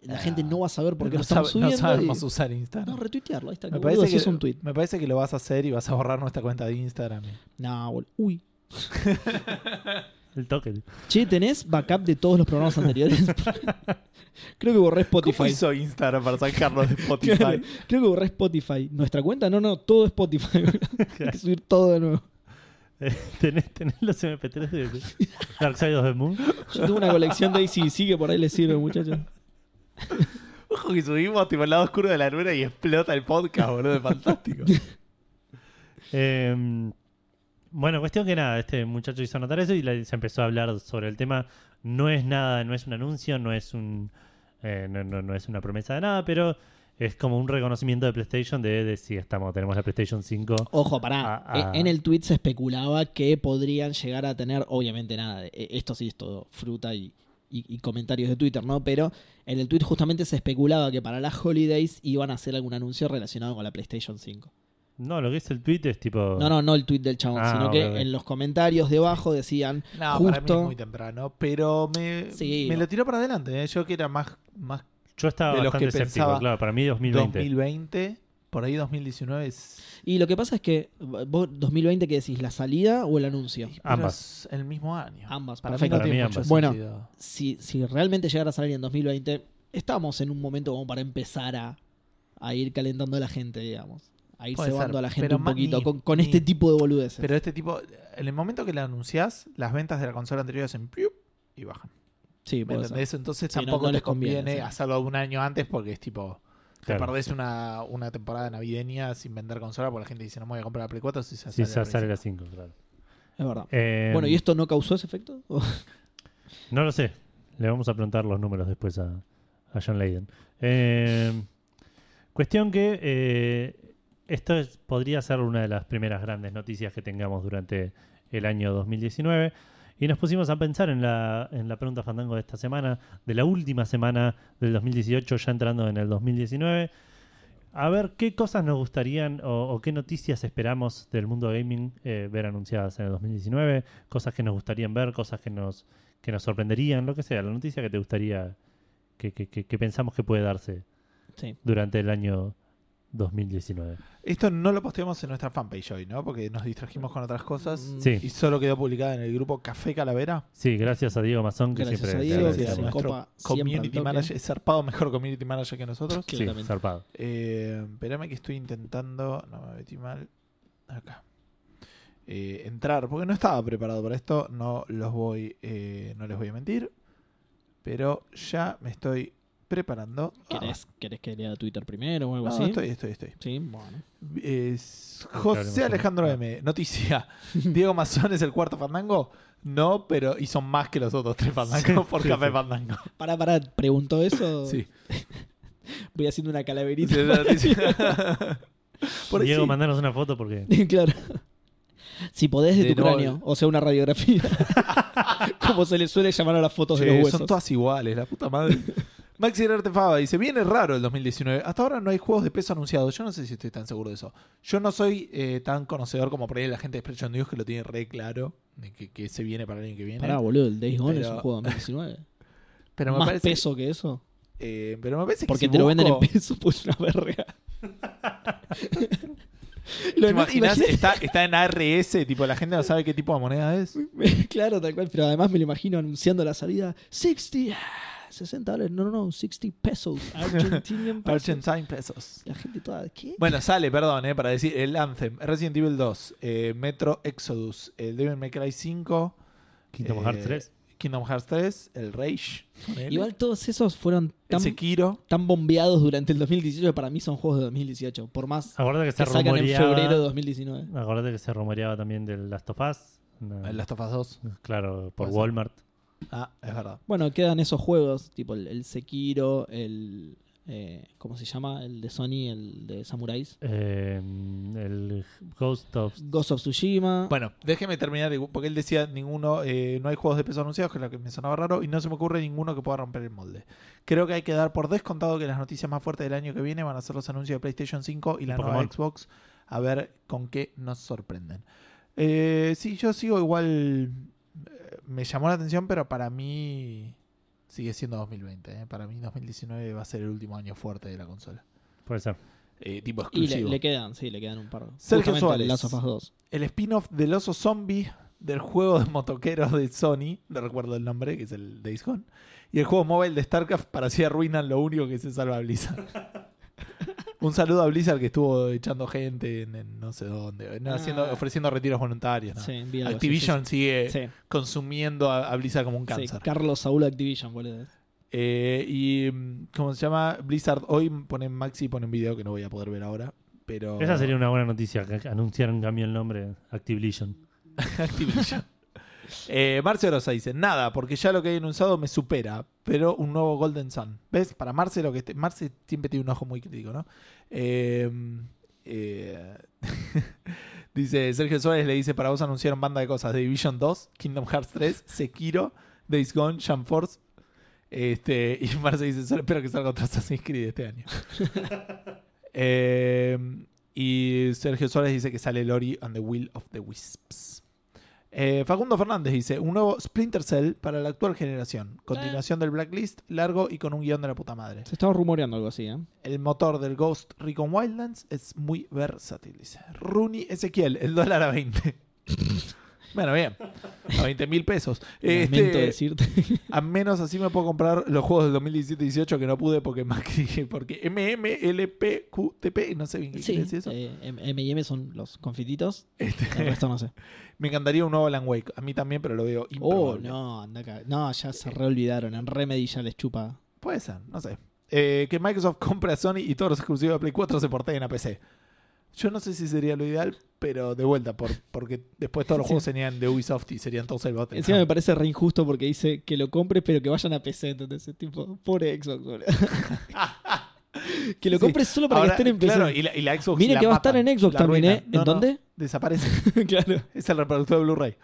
S2: La
S1: Ah,
S2: gente no va a saber por qué
S1: no
S2: lo estamos
S1: sabe- no
S2: subiendo. y-
S1: sabemos usar Instagram.
S2: No, retuitearlo. Ahí está.
S1: me,
S2: que boludo,
S1: parece
S2: si
S1: que,
S2: es un tweet.
S1: me parece que lo vas a hacer y vas a borrar nuestra cuenta de Instagram.
S2: No, boludo. Uy.
S3: El toque.
S2: Che, ¿tenés backup de todos los programas anteriores? Creo que borré
S1: ¿Cómo
S2: Spotify.
S1: hizo Instagram para sacarlo de
S2: Claro,
S1: Spotify?
S2: Creo que borré Spotify. ¿Nuestra cuenta? No, no, todo Spotify. Hay que subir todo de nuevo.
S3: ¿Tenés, tenés los MP3 de Dark Side of the Moon?
S2: Yo tengo una colección de ACDC que por ahí le sirve, muchachos.
S1: Ojo que subimos tipo el lado oscuro de la luna y explota el podcast, boludo. Es fantástico.
S3: Eh, bueno, cuestión que nada, este muchacho hizo notar eso y la- se empezó a hablar sobre el tema. No es nada, no es un anuncio, no es un eh, no, no- no es una promesa de nada, pero es como un reconocimiento de PlayStation de, de si estamos, tenemos la PlayStation 5.
S2: Ojo, pará.
S3: Ah, ah.
S2: E- En el tweet se especulaba que podrían llegar a tener, obviamente nada, e- esto sí es todo fruta y, y- y comentarios de Twitter, ¿no? Pero en el tweet justamente se especulaba que para las holidays iban a hacer algún anuncio relacionado con la PlayStation 5.
S3: No, lo que es el tweet es tipo.
S2: No, no, no el tweet del chabón,
S3: Ah,
S2: sino
S3: ok,
S2: que
S3: ok.
S2: en los comentarios debajo decían
S1: No, para mí es
S2: justo...
S1: muy temprano, pero me,
S2: Sí.
S1: me lo tiró para adelante. ¿eh? Yo que era más, más
S3: Yo estaba
S1: de los
S3: bastante
S1: que
S3: escéptico,
S1: pensaba
S3: claro, para mí 2020.
S1: 2020. por ahí 2019 es
S2: Y lo que pasa es que eh, vos 2020 qué decís, la salida o el anuncio.
S1: pero
S3: Ambas.
S1: es el mismo año.
S2: Ambas,
S1: Para
S2: perfecto.
S1: mí no tiene
S3: Para mí
S1: mucho
S3: ambas.
S2: Bueno.
S1: sentido.
S2: Si, si realmente llegara a salir en 2020, estamos en un momento como para empezar a, a ir calentando a la gente, digamos. A ir
S1: Puede
S2: cebando
S1: ser,
S2: a la gente
S1: pero
S2: un
S1: más
S2: poquito
S1: ni-
S2: con, con
S1: ni-
S2: este tipo de boludeces.
S1: Pero este tipo, en el momento que la anunciás, las ventas de la consola anterior hacen piu y bajan.
S2: sí,
S1: ¿Me
S2: puede ser.
S1: entendés? Entonces
S2: Sí, no-
S1: tampoco
S2: no les
S1: les conviene,
S2: conviene, sí.
S1: hacerlo un año antes porque es tipo,
S3: Claro.
S1: te perdés una, una temporada navideña sin vender consola porque la gente dice no me voy a comprar la Play 4 si se
S3: Si
S1: sale la
S3: sa- sale
S1: Play
S3: la 5, claro.
S2: Es verdad.
S3: Eh,
S2: bueno, ¿y esto no causó ese efecto?
S3: No lo sé. Le vamos a preguntar los números después a, a John Layden. Eh, cuestión que eh, esto es- podría ser una de las primeras grandes noticias que tengamos durante el año 2019. Y nos pusimos a pensar en la, en la pregunta fandango de esta semana, de la última semana del 2018, ya entrando en el 2019. A ver qué cosas nos gustarían o, o qué noticias esperamos del mundo gaming eh, ver anunciadas en el 2019, cosas que nos gustarían ver, cosas que nos, que nos sorprenderían, lo que sea, la noticia que te gustaría, que, que- que- que pensamos que puede darse
S2: Sí.
S3: durante el año 2019.
S1: cinco. Esto no lo posteamos en nuestra fanpage hoy, ¿no? Porque nos distrajimos con otras cosas
S2: Mm.
S3: Sí.
S1: y solo quedó publicada en el grupo Café Calavera.
S3: Sí, gracias a Diego Mazón, que
S2: Gracias
S3: siempre
S2: a
S3: te
S2: Diego,
S1: Gracias
S2: que
S1: a
S2: se
S3: agradecemos.
S1: nuestro
S2: copa siempre al
S1: community
S2: toque.
S1: manager, es zarpado mejor community manager que nosotros.
S3: Sí,
S2: Claramente.
S3: zarpado.
S1: Eh, espérame que estoy intentando. No me metí mal. Acá. Eh, entrar, porque no estaba preparado para esto. No los voy. eh, no les voy a mentir. Pero ya me estoy preparando.
S2: ¿Querés, ¿Querés que lea Twitter primero o
S1: Ah,
S2: algo
S1: no,
S2: así?
S1: estoy, estoy, estoy.
S2: Sí, bueno.
S1: Es
S3: Hablemos
S1: José
S3: de-
S1: Alejandro M. Noticia. ¿Diego Mazón es el cuarto fandango? No, pero y son más que los otros tres fandangos por
S3: sí,
S1: café
S3: sí.
S1: fandango.
S2: Pará, pará, preguntó eso.
S1: Sí.
S2: Voy haciendo una calaverita.
S1: Dice la noticia. Por ahí
S3: Diego,
S1: sí.
S3: mandanos una foto porque
S2: claro. Si podés de,
S1: De
S2: tu
S1: no-
S2: cráneo, o sea, una radiografía. como se le suele llamar a las fotos de
S1: Che,
S2: los huesos.
S1: son todas iguales, la puta madre. Maxi Herarte Fava dice, viene raro el 2019. Hasta ahora no hay juegos de peso anunciados. Yo no sé si estoy tan seguro de eso. Yo no soy eh, tan conocedor como por ahí la gente de Expression News que lo tiene re claro de que, que se viene para el año que viene.
S2: Pará, boludo, el Days Gone es un
S1: ¿eh? Pero- pero,
S2: juego de 2019.
S1: me
S2: Más
S1: parece,
S2: peso que eso.
S1: eh, pero me parece que
S2: Porque
S1: si
S2: te lo
S1: busco-
S2: venden en peso, pues una verga.
S1: ¿Te imaginas? Está, está en ARS, tipo, la gente no sabe qué tipo de moneda es.
S2: claro, tal cual, pero además me lo imagino anunciando la salida. 60, ah, 60 dólares, no, no, no, 60 pesos. Argentinian pesos.
S1: Argentine pesos.
S2: La gente toda, ¿qué?
S1: Bueno, sale, perdón, eh, para decir el Anthem, Resident Evil 2, eh, Metro Exodus, el Devil May Cry 5,
S3: Kingdom
S1: eh,
S3: Hearts 3.
S1: Kingdom Hearts 3, el Rage, ponele,
S2: Igual todos esos fueron
S1: el
S2: tan,
S1: Sekiro.
S2: tan bombeados durante el 2018 que para mí son juegos de 2018. Por más
S1: Ah,
S3: Acuérdate que se
S2: que sacan en
S3: rumoreaba.
S2: febrero de 2019.
S3: Acuérdate que se rumoreaba también del Last of Us. No,
S1: El Ah, Last of Us 2.
S3: Claro, por
S1: Puede ser.
S3: Walmart.
S1: Ah, es verdad.
S2: Bueno, quedan esos juegos, tipo el, el Sekiro, el. eh, ¿Cómo se llama? El de Sony, el de Samuráis.
S3: Eh, el Ghost of.
S2: Ghost of Tsushima.
S1: Bueno, déjeme terminar, porque él decía ninguno, eh, no hay juegos de peso anunciados, que es lo que me sonaba raro, y no se me ocurre ninguno que pueda romper el molde. Creo que hay que dar por descontado que las noticias más fuertes del año que viene van a ser los anuncios de PlayStation 5 y la nueva
S3: Pokémon.
S1: Xbox, a ver con qué nos sorprenden. Eh, sí, yo sigo igual, eh, me llamó la atención, pero para mí sigue siendo 2020, eh. para mí 2019 va a ser el último año fuerte de la consola.
S3: Puede ser.
S1: Eh, tipo
S2: y le,
S1: exclusivo.
S2: le quedan, sí, le quedan un par.
S1: Sergio
S2: Justamente
S1: Suárez.
S2: el Last of Us 2.
S1: el spin-off del oso zombie del juego de motoqueros de Sony, no recuerdo el nombre, que es el Days Gone, y el juego móvil de StarCraft para así arruinan lo único que se salva a Blizzard. Un saludo a Blizzard que estuvo echando gente en, en no sé dónde, no,
S2: Ah.
S1: haciendo, ofreciendo retiros voluntarios. ¿no?
S2: Sí, vi algo así,
S1: Activision
S2: sí,
S1: sigue
S2: sí. Sí,
S1: consumiendo a, a Blizzard como un
S2: sí,
S1: cáncer.
S2: Carlos Saúl Activision, boludo.
S1: Eh, y, mm, ¿cómo se llama? Blizzard hoy pone Maxi, pone un video que no voy a poder ver ahora, pero...
S3: Esa sería una buena noticia, que anunciaron cambio el nombre Activision.
S1: Activision. Eh, Marce Rosa dice, nada, porque ya lo que he anunciado me supera, pero un nuevo Golden Sun. ¿Ves? Para Marce lo que este- Marce siempre tiene un ojo muy crítico, ¿no? Eh, eh, dice, Sergio Suárez le dice, para vos anunciaron banda de cosas, The Division 2, Kingdom Hearts 3, Sekiro, Days Gone, Jump Force. Este, y Marce dice, solo espero que salga otro Assassin's Creed este año. Eh, y Sergio Suárez dice que sale Lori and the Will of the Wisps. Eh, Facundo Fernández dice, un nuevo Splinter Cell para la actual generación. Continuación del Blacklist, largo y con un guión de la puta madre.
S2: Se estaba rumoreando algo así, ¿eh?
S1: El motor del Ghost Recon Wildlands es muy versátil, dice. Rooney Ezequiel, el dólar a 20. bueno, bien. A 20 mil pesos.
S2: Lamento
S1: Este,
S2: decirte.
S1: a menos así me puedo comprar los juegos del 2017-18 que no pude porque Maxi- porque MMLPQTP, no sé bien qué quiere
S2: sí,
S1: decir eso.
S2: eh, M- M&M son los confititos.
S1: Este,
S2: El resto no sé.
S1: me encantaría un nuevo Alan Wake. A mí también, pero lo veo
S2: Oh,
S1: improbable.
S2: no, anda acá. No, ya se reolvidaron. En Remedy ya les chupa.
S1: Puede ser, no sé. Eh, que Microsoft compre a Sony y todos los exclusivos de Play 4 se porten a PC. Yo no sé si sería lo ideal, pero de vuelta, por, porque después todos los
S2: Sí.
S1: juegos serían de Ubisoft y serían todos el bot.
S2: Encima me parece re injusto porque dice que lo compres, pero que vayan a PC. Entonces, es tipo, pobre Xbox, boludo. que lo
S1: Sí.
S2: compres solo para
S1: Ahora,
S2: que estén en PC.
S1: Claro, y la, y la Xbox.
S2: Miren
S1: la
S2: que va a
S1: matan,
S2: estar en Xbox
S1: la
S2: también,
S1: arruinan.
S2: ¿eh?
S1: No,
S2: ¿En
S1: no,
S2: dónde?
S1: desaparece.
S2: claro.
S1: Es el reproductor de Blu-ray.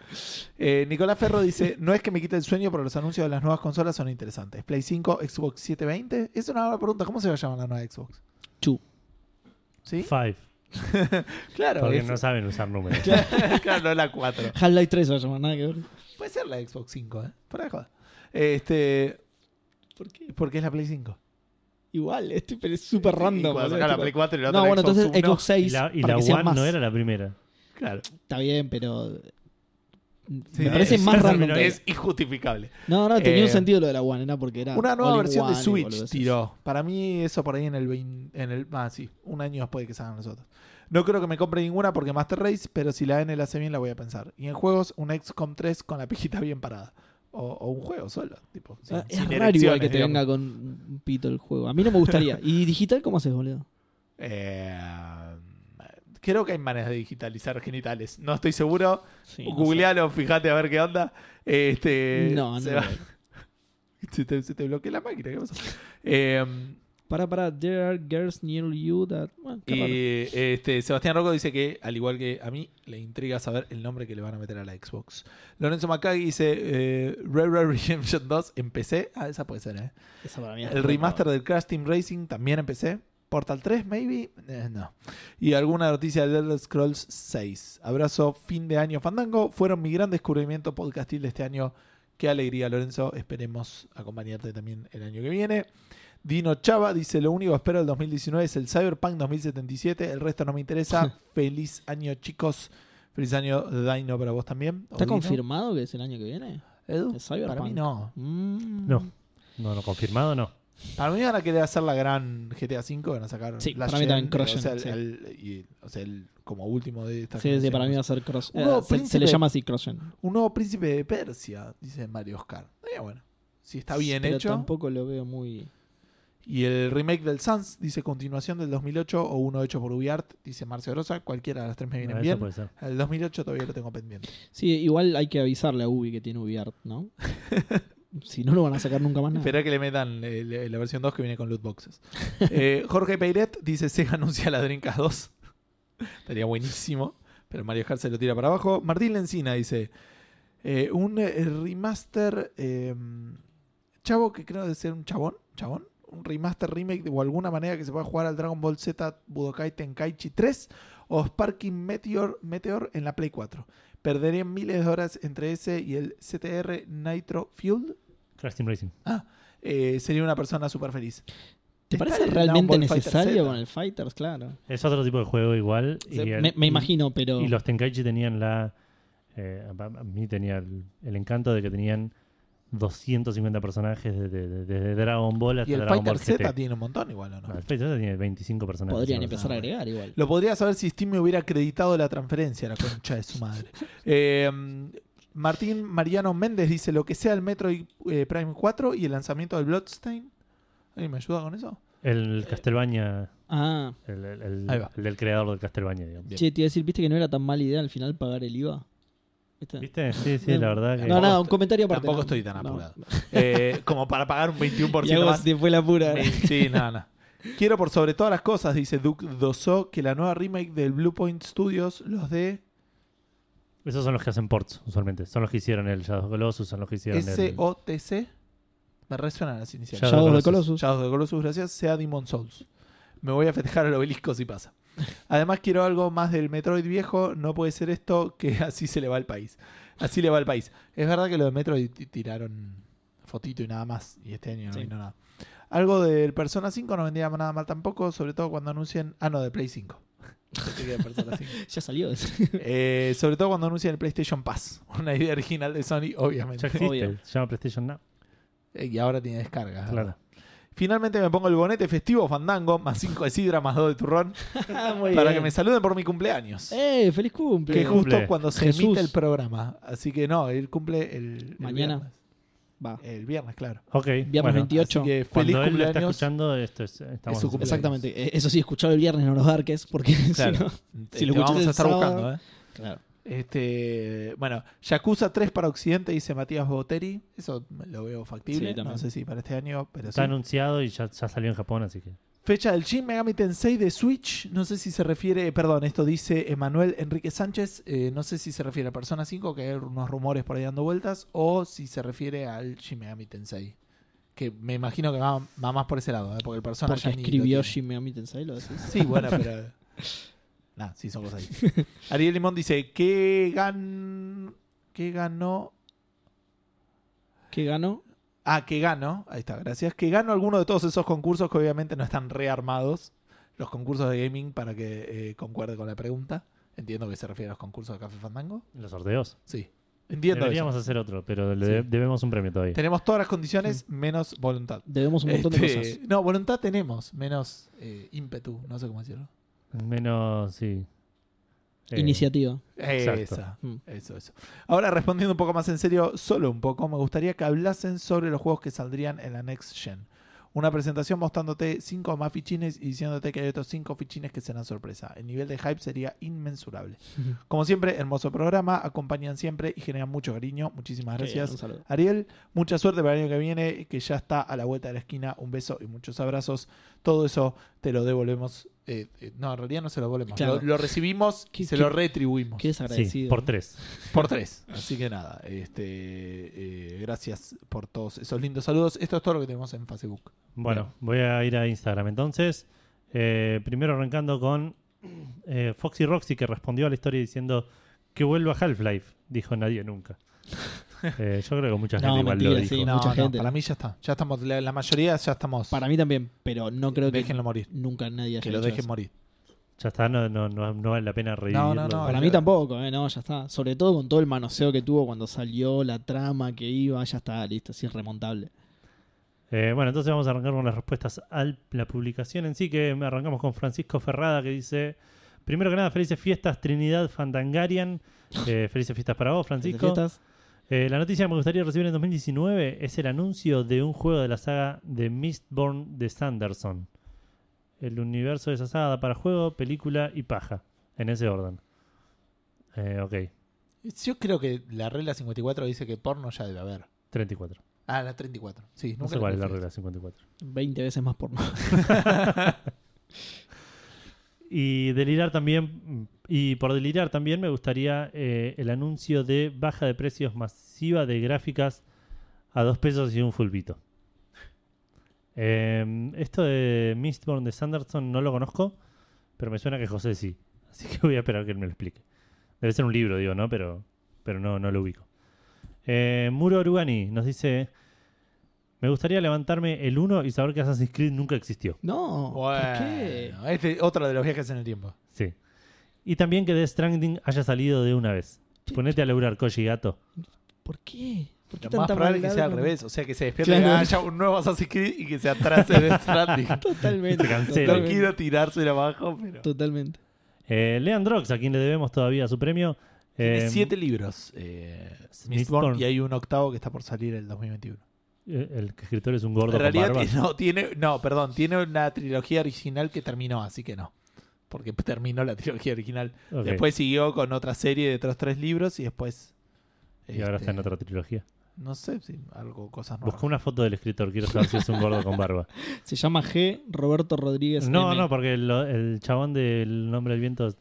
S1: Eh, Nicolás Ferro dice: No es que me quite el sueño, pero los anuncios de las nuevas consolas son interesantes. Play 5, Xbox 720. Es una buena pregunta. ¿Cómo se va a llamar la nueva Xbox?
S2: Chu.
S1: ¿Sí?
S3: Five.
S1: claro.
S3: Porque
S1: es-
S3: no saben usar números.
S1: claro, no es la 4.
S2: Half-Life 3 se va a llamar, nada que ver.
S1: Puede ser la Xbox 5, ¿eh? Fuera de joda. Este,
S2: ¿Por qué?
S1: porque es la Play 5.
S2: Igual, este pero es súper
S1: Y
S2: random.
S1: cuando
S2: boludo,
S1: saca la
S2: tipo-
S1: Play 4 y la
S2: no,
S1: otra
S2: bueno,
S1: Xbox
S2: entonces
S1: Uno,
S2: Xbox 6
S3: Y la, y
S2: para
S3: la
S2: que sean
S3: One
S2: más.
S3: no era la primera.
S1: Claro.
S2: Está bien, pero...
S1: Sí,
S2: me parece
S1: es-
S2: más
S1: es-
S2: random. todavía.
S1: Es injustificable.
S2: No, no, tenía
S1: Eh,
S2: un sentido lo de la One, era porque era.
S1: Una nueva
S2: Ah, all in
S1: versión de
S2: one y
S1: Switch
S2: boludeces.
S1: tiró. Para mí, eso por ahí en el, vein- en el. Ah, sí, un año después de que salgan nosotros. No creo que me compre ninguna porque Master Race, pero si la N la hace bien, la voy a pensar. Y en juegos, un XCOM 3 con la pijita bien parada. O, o un juego solo. Tipo, sin-
S2: Ah,
S1: sin
S2: es raro igual que
S1: erecciones,
S2: te
S1: digamos.
S2: venga con un pito el juego. A mí no me gustaría. ¿Y digital cómo haces, boludo?
S1: Eh, creo que hay maneras de digitalizar genitales. No estoy seguro.
S2: Sí, no sé.
S1: Googlealo, fíjate a ver qué onda. Este,
S2: No, no.
S1: se, va- se te, se te bloquea la máquina. ¿qué pasó? Eh,
S2: Para, para, there are girls near you that. Bueno, qué
S1: Y
S2: raro.
S1: este, Sebastián Rocco dice que, al igual que a mí, le intriga saber el nombre que le van a meter a la Xbox. Lorenzo Macagui dice eh, Red Dead Redemption 2 en PC. Ah, esa puede ser, ¿eh?
S2: Esa para mí es
S1: El
S2: re
S1: remaster
S2: raro.
S1: del Crash Team Racing también en PC. Portal 3, maybe. Eh, no. Y alguna noticia de Elder Scrolls 6. Abrazo, fin de año, Fandango. Fueron mi gran descubrimiento podcastil de este año. Qué alegría, Lorenzo. Esperemos acompañarte también el año que viene. Dino Chava dice: Lo único que espero del 2019 es el Cyberpunk 2077. El resto no me interesa. Feliz año, chicos. Feliz año, Dino, para vos también.
S2: ¿Está
S1: O Dino.
S2: confirmado que es el año que viene?
S1: Edu,
S2: el Cyberpunk?
S1: para mí no.
S2: Mm.
S3: No. No, no, confirmado no.
S1: Para mí van a querer hacer la gran GTA V, van a sacar
S2: Sí,
S1: la
S2: para mí también
S1: Gen,
S2: Cross
S1: o sea,
S2: Gen,
S1: el,
S2: sí.
S1: el- y- o sea, el- como último de esta
S2: Sí, sí,
S1: generación.
S2: para mí va a ser cross.
S1: Un
S2: eh,
S1: nuevo
S2: se, se le
S1: príncipe.
S2: llama así cross-gen.
S1: Un nuevo príncipe de Persia, dice Mario Oscar. Eh, bueno, si está bien
S2: Pero
S1: hecho.
S2: tampoco lo veo muy.
S1: Y el remake del Sans dice continuación del 2008 o uno hecho por Ubiart, dice Marcio Rosa. Cualquiera de las tres me
S3: Ah,
S1: vienen
S3: eso
S1: bien.
S3: puede ser.
S1: El 2008 todavía lo tengo pendiente.
S2: Sí, igual hay que avisarle a Ubi que tiene UbiArt, ¿no? si no, lo van a sacar nunca más nada.
S1: Espera que le metan eh, le- la versión 2 que viene con loot boxes. Eh, Jorge Peiret dice: Sega anuncia la Dreamcast 2. Estaría buenísimo. Pero Mario Kart se lo tira para abajo. Martín Lencina dice: eh, Un eh, remaster. eh, chavo, que creo de ser un chabón. ¿Chabón? Un remaster remake de- o alguna manera que se pueda jugar al Dragon Ball Z Budokai Tenkaichi 3 o Sparking Meteor, Meteor en la Play 4. Perderé miles de horas entre ese y el CTR Nitro Fuel.
S3: Crash Team Racing.
S1: Eh, sería una persona súper feliz.
S2: ¿Te
S1: Está
S2: parece
S1: el Dragon
S2: realmente
S1: Ball Fighter Z.
S2: necesario con el Fighters? Claro.
S3: Es otro tipo de juego igual.
S2: O sea,
S3: y el-
S2: me, me
S3: y-
S2: imagino, pero.
S3: Y los Tenkaichi tenían la. eh, a a mí tenía el, el encanto de que tenían 250 personajes desde de, desde Dragon Ball hasta
S1: Y el
S3: Dragon
S1: Fighter
S3: Ball GT.
S1: Z tiene un montón igual, ¿o no?
S3: No, el Fighter Z tiene 25 personajes.
S2: Podrían
S3: ¿no?
S2: empezar a agregar igual.
S1: Lo podría saber si Steam me hubiera acreditado la transferencia, la concha de su madre. Eh, Martín Mariano Méndez dice lo que sea el Metroid eh, Prime 4 y el lanzamiento del Bloodstain. ¿Alguien me ayuda con eso?
S3: El Castlevania,
S2: Ah,
S3: el, el- el-
S1: Ahí va.
S3: el del creador del Castlevania, digamos.
S1: Bien.
S2: che, te iba a decir, viste que no era tan mala idea al final pagar el IVA. ¿Viste?
S3: ¿Viste? Sí, sí, la verdad que.
S2: No,
S1: Tampoco
S2: no, un
S1: estoy-
S2: comentario aparte.
S1: tampoco
S2: no.
S1: estoy tan
S2: No.
S1: apurado. Eh, como para pagar un 21%
S2: Y a vos
S1: más.
S2: te fue la pura.
S1: Me- Sí, nada, nada. Quiero por sobre todas las cosas, dice Duke Dosso, que la nueva remake del Blue Point Studios, los de
S3: Esos son los que hacen ports, usualmente. Son los que hicieron el Shadow of Colossus, son los que hicieron el.
S1: SOTC. Me resuenan las iniciales.
S2: Shadow
S3: Shadow of
S2: of the Colossus.
S1: Shadows de Colossus, gracias, sea Demon Souls. Me voy a festejar al obelisco si pasa. Además, quiero algo más del Metroid viejo. No puede ser esto que así se le va al país. Así le va al país. Es verdad que lo de Metroid ti- tiraron fotito y nada más. Y este año no
S2: Sí.
S1: vino nada. Algo del Persona 5 no vendría nada mal tampoco, sobre todo cuando anuncien. Ah, no, de Play 5. Pensé que era Persona 5.
S2: Ya salió. eso.
S1: Eh, sobre todo cuando anuncien el PlayStation Pass. Una idea original de Sony, obviamente.
S3: Ya existe,
S2: Obvio.
S3: se llama PlayStation Now.
S1: Eh, Y ahora tiene descarga.
S3: Claro.
S1: Finalmente me pongo el bonete festivo fandango, más 5 de sidra, más 2 de turrón,
S2: Ah, muy
S1: para que
S2: bien.
S1: me saluden por mi cumpleaños.
S2: ¡Eh! ¡Feliz cumple!
S1: que justo
S3: cumple.
S1: cuando se
S2: Jesús.
S1: emite el programa. Así que no, él cumple el, el
S2: Mañana.
S1: viernes.
S2: Va.
S1: El viernes, claro.
S3: Ok.
S2: Viernes
S3: bueno,
S2: 28.
S1: Así que feliz
S3: Cuando él lo está
S1: cumpleaños.
S3: escuchando, esto es, estamos
S1: Es su cumpleaños.
S2: Exactamente. Eh, Eso sí, escuchar el viernes no los darques, porque
S1: Claro.
S2: si no.
S1: Te-
S2: Si lo
S1: te
S2: escuchas
S1: vamos
S2: el
S1: a estar
S2: sábado-
S1: buscando, ¿eh?
S2: Claro.
S1: Este, bueno, Yakuza 3 para Occidente, dice Matías Boteri. Eso lo veo factible.
S2: Sí, también.
S1: no sé si para este año, pero sí.
S3: Está anunciado y ya, ya salió en Japón, así que.
S1: Fecha del Shin Megami Tensei de Switch. No sé si se refiere, perdón, esto dice Emanuel Enrique Sánchez. eh, no sé si se refiere a Persona 5, que hay unos rumores por ahí dando vueltas, o si se refiere al Shin Megami Tensei. Que me imagino que va, va más por ese lado, ¿eh? porque el Persona
S2: Porque
S1: ya ni lo
S2: escribió
S1: tiene.
S2: Jim Megami Tensei, lo decís.
S1: Sí, bueno, pero. Nah, sí, son cosas ahí. Ariel Limón dice: ¿Qué, gan... ¿Qué ganó
S2: ¿Qué ganó?
S1: Ah, que gano. Ahí está, gracias. Que gano alguno de todos esos concursos que obviamente no están rearmados. Los concursos de gaming para que eh, concuerde con la pregunta. Entiendo que se refiere a los concursos de Café Fandango.
S3: Los sorteos.
S1: Sí. Entiendo.
S3: Deberíamos
S1: eso.
S3: hacer otro, pero le de-
S1: Sí.
S3: debemos un premio todavía.
S1: Tenemos todas las condiciones menos voluntad.
S2: Debemos un montón de
S1: Este,
S2: cosas.
S1: No, voluntad tenemos, menos eh, ímpetu, no sé cómo decirlo.
S3: Menos, sí. Eh,
S2: Iniciativa.
S3: Exacto.
S1: Esa.
S2: Mm.
S1: Eso, eso. Ahora respondiendo un poco más en serio, solo un poco, me gustaría que hablasen sobre los juegos que saldrían en la Next Gen. Una presentación mostrándote cinco más fichines y diciéndote que hay otros cinco fichines que serán sorpresa. El nivel de hype sería inmensurable. Como siempre, hermoso programa, acompañan siempre y generan mucho cariño. Muchísimas gracias.
S2: Un saludo.
S1: Ariel, mucha suerte para el año que viene, que ya está a la vuelta de la esquina. Un beso y muchos abrazos. Todo eso te lo devolvemos. eh, eh, no, en realidad no se lo devolvemos.
S2: Claro.
S1: Lo, lo recibimos y
S2: Qué-
S1: se
S2: qué-
S1: lo retribuimos
S2: Qué desagradecido.
S3: Sí, por tres.
S1: por tres. Así que nada, este, eh, gracias por todos esos lindos saludos. Esto es todo lo que tenemos en Facebook.
S3: Bueno, voy a ir a Instagram entonces. eh, primero arrancando con eh, Foxy Roxy que respondió a la historia diciendo que vuelva Half-Life. Dijo nadie nunca. Eh, yo creo que mucha gente
S2: No,
S3: igual lo
S2: mentira,
S3: dijo.
S2: sí, no. Mucha gente.
S1: para mí ya está. Ya estamos, la, la mayoría ya estamos.
S2: Para mí también, pero no creo que
S1: Déjenlo morir.
S2: nunca nadie haya
S1: Que lo
S2: hecho
S1: dejen
S2: eso.
S1: morir.
S3: Ya está, no, no, no, no vale la pena
S1: No,
S3: revivirlo.
S1: no, no.
S2: Para mí tampoco, eh, no, ya está. Sobre todo con todo el manoseo que tuvo cuando salió, la trama que iba, ya está, listo, así es remontable.
S3: Eh, bueno, entonces vamos a arrancar con las respuestas a la publicación en sí, que arrancamos con Francisco Ferrada que dice, primero que nada, felices fiestas Trinidad Fantangarian. Eh, felices fiestas para vos, Francisco.
S2: ¿Fiestas?
S3: Eh, la noticia que me gustaría recibir en 2019 es el anuncio de un juego de la saga de Mistborn de Sanderson. El universo de esa saga da para juego, película y paja, en ese orden. Eh, ok,
S1: Yo creo que la regla 54 dice que porno ya debe haber.
S3: 34.
S1: Ah, la 34. Sí,
S3: No
S1: nunca
S3: sé cuál es la
S1: prefiero.
S3: regla 54.
S2: 20 veces más por más.
S3: Y delirar también, y por delirar también me gustaría eh, el anuncio de baja de precios masiva de gráficas a dos pesos y un fulbito. Eh, esto de Mistborn de Sanderson no lo conozco, pero me suena que José sí. Así que voy a esperar que él me lo explique. Debe ser un libro, digo, ¿no? Pero, pero no, no lo ubico. Eh, Muro Orugani nos dice: Me gustaría levantarme el 1 y saber que Assassin's Creed nunca existió.
S2: No, ¿por qué?
S1: Bueno, este es otro de los viajes en el tiempo.
S3: Sí. Y también que Death Stranding haya salido de una vez. Ponete a laburar, Koji Gato.
S2: ¿Por qué? ¿Por qué
S1: Lo más
S2: tanta
S1: probable es que
S2: maldad
S1: sea al
S2: con-
S1: revés. O sea, que se despierte
S2: Claro.
S1: que haya un nuevo Assassin's Creed y que se atrase de Stranding.
S2: Totalmente.
S3: Se cancela.
S1: no
S3: Pero-
S2: totalmente,
S1: quiero tirárselo abajo, pero...
S2: totalmente.
S3: Eh, Leandrox, a quien le debemos todavía su premio.
S1: Tiene
S3: Eh,
S1: siete libros. eh,
S3: Mistborn.
S1: Mistborn, y hay un octavo que está por salir el 2021.
S3: eh, El escritor es un gordo
S1: En
S3: con
S1: realidad,
S3: barba.
S1: ti- no, tiene, no, perdón, tiene una trilogía original que terminó, así que no. Porque terminó la trilogía original.
S3: Ok.
S1: Después siguió con otra serie de otros tres libros y después.
S3: y ahora
S1: este,
S3: está en otra trilogía.
S1: No sé, si algo, cosas nuevas.
S3: Busca una foto del escritor, quiero saber si es un gordo con barba.
S2: Se llama G. Roberto Rodríguez.
S3: No,
S2: M.
S3: no, porque lo- el chabón del nombre del viento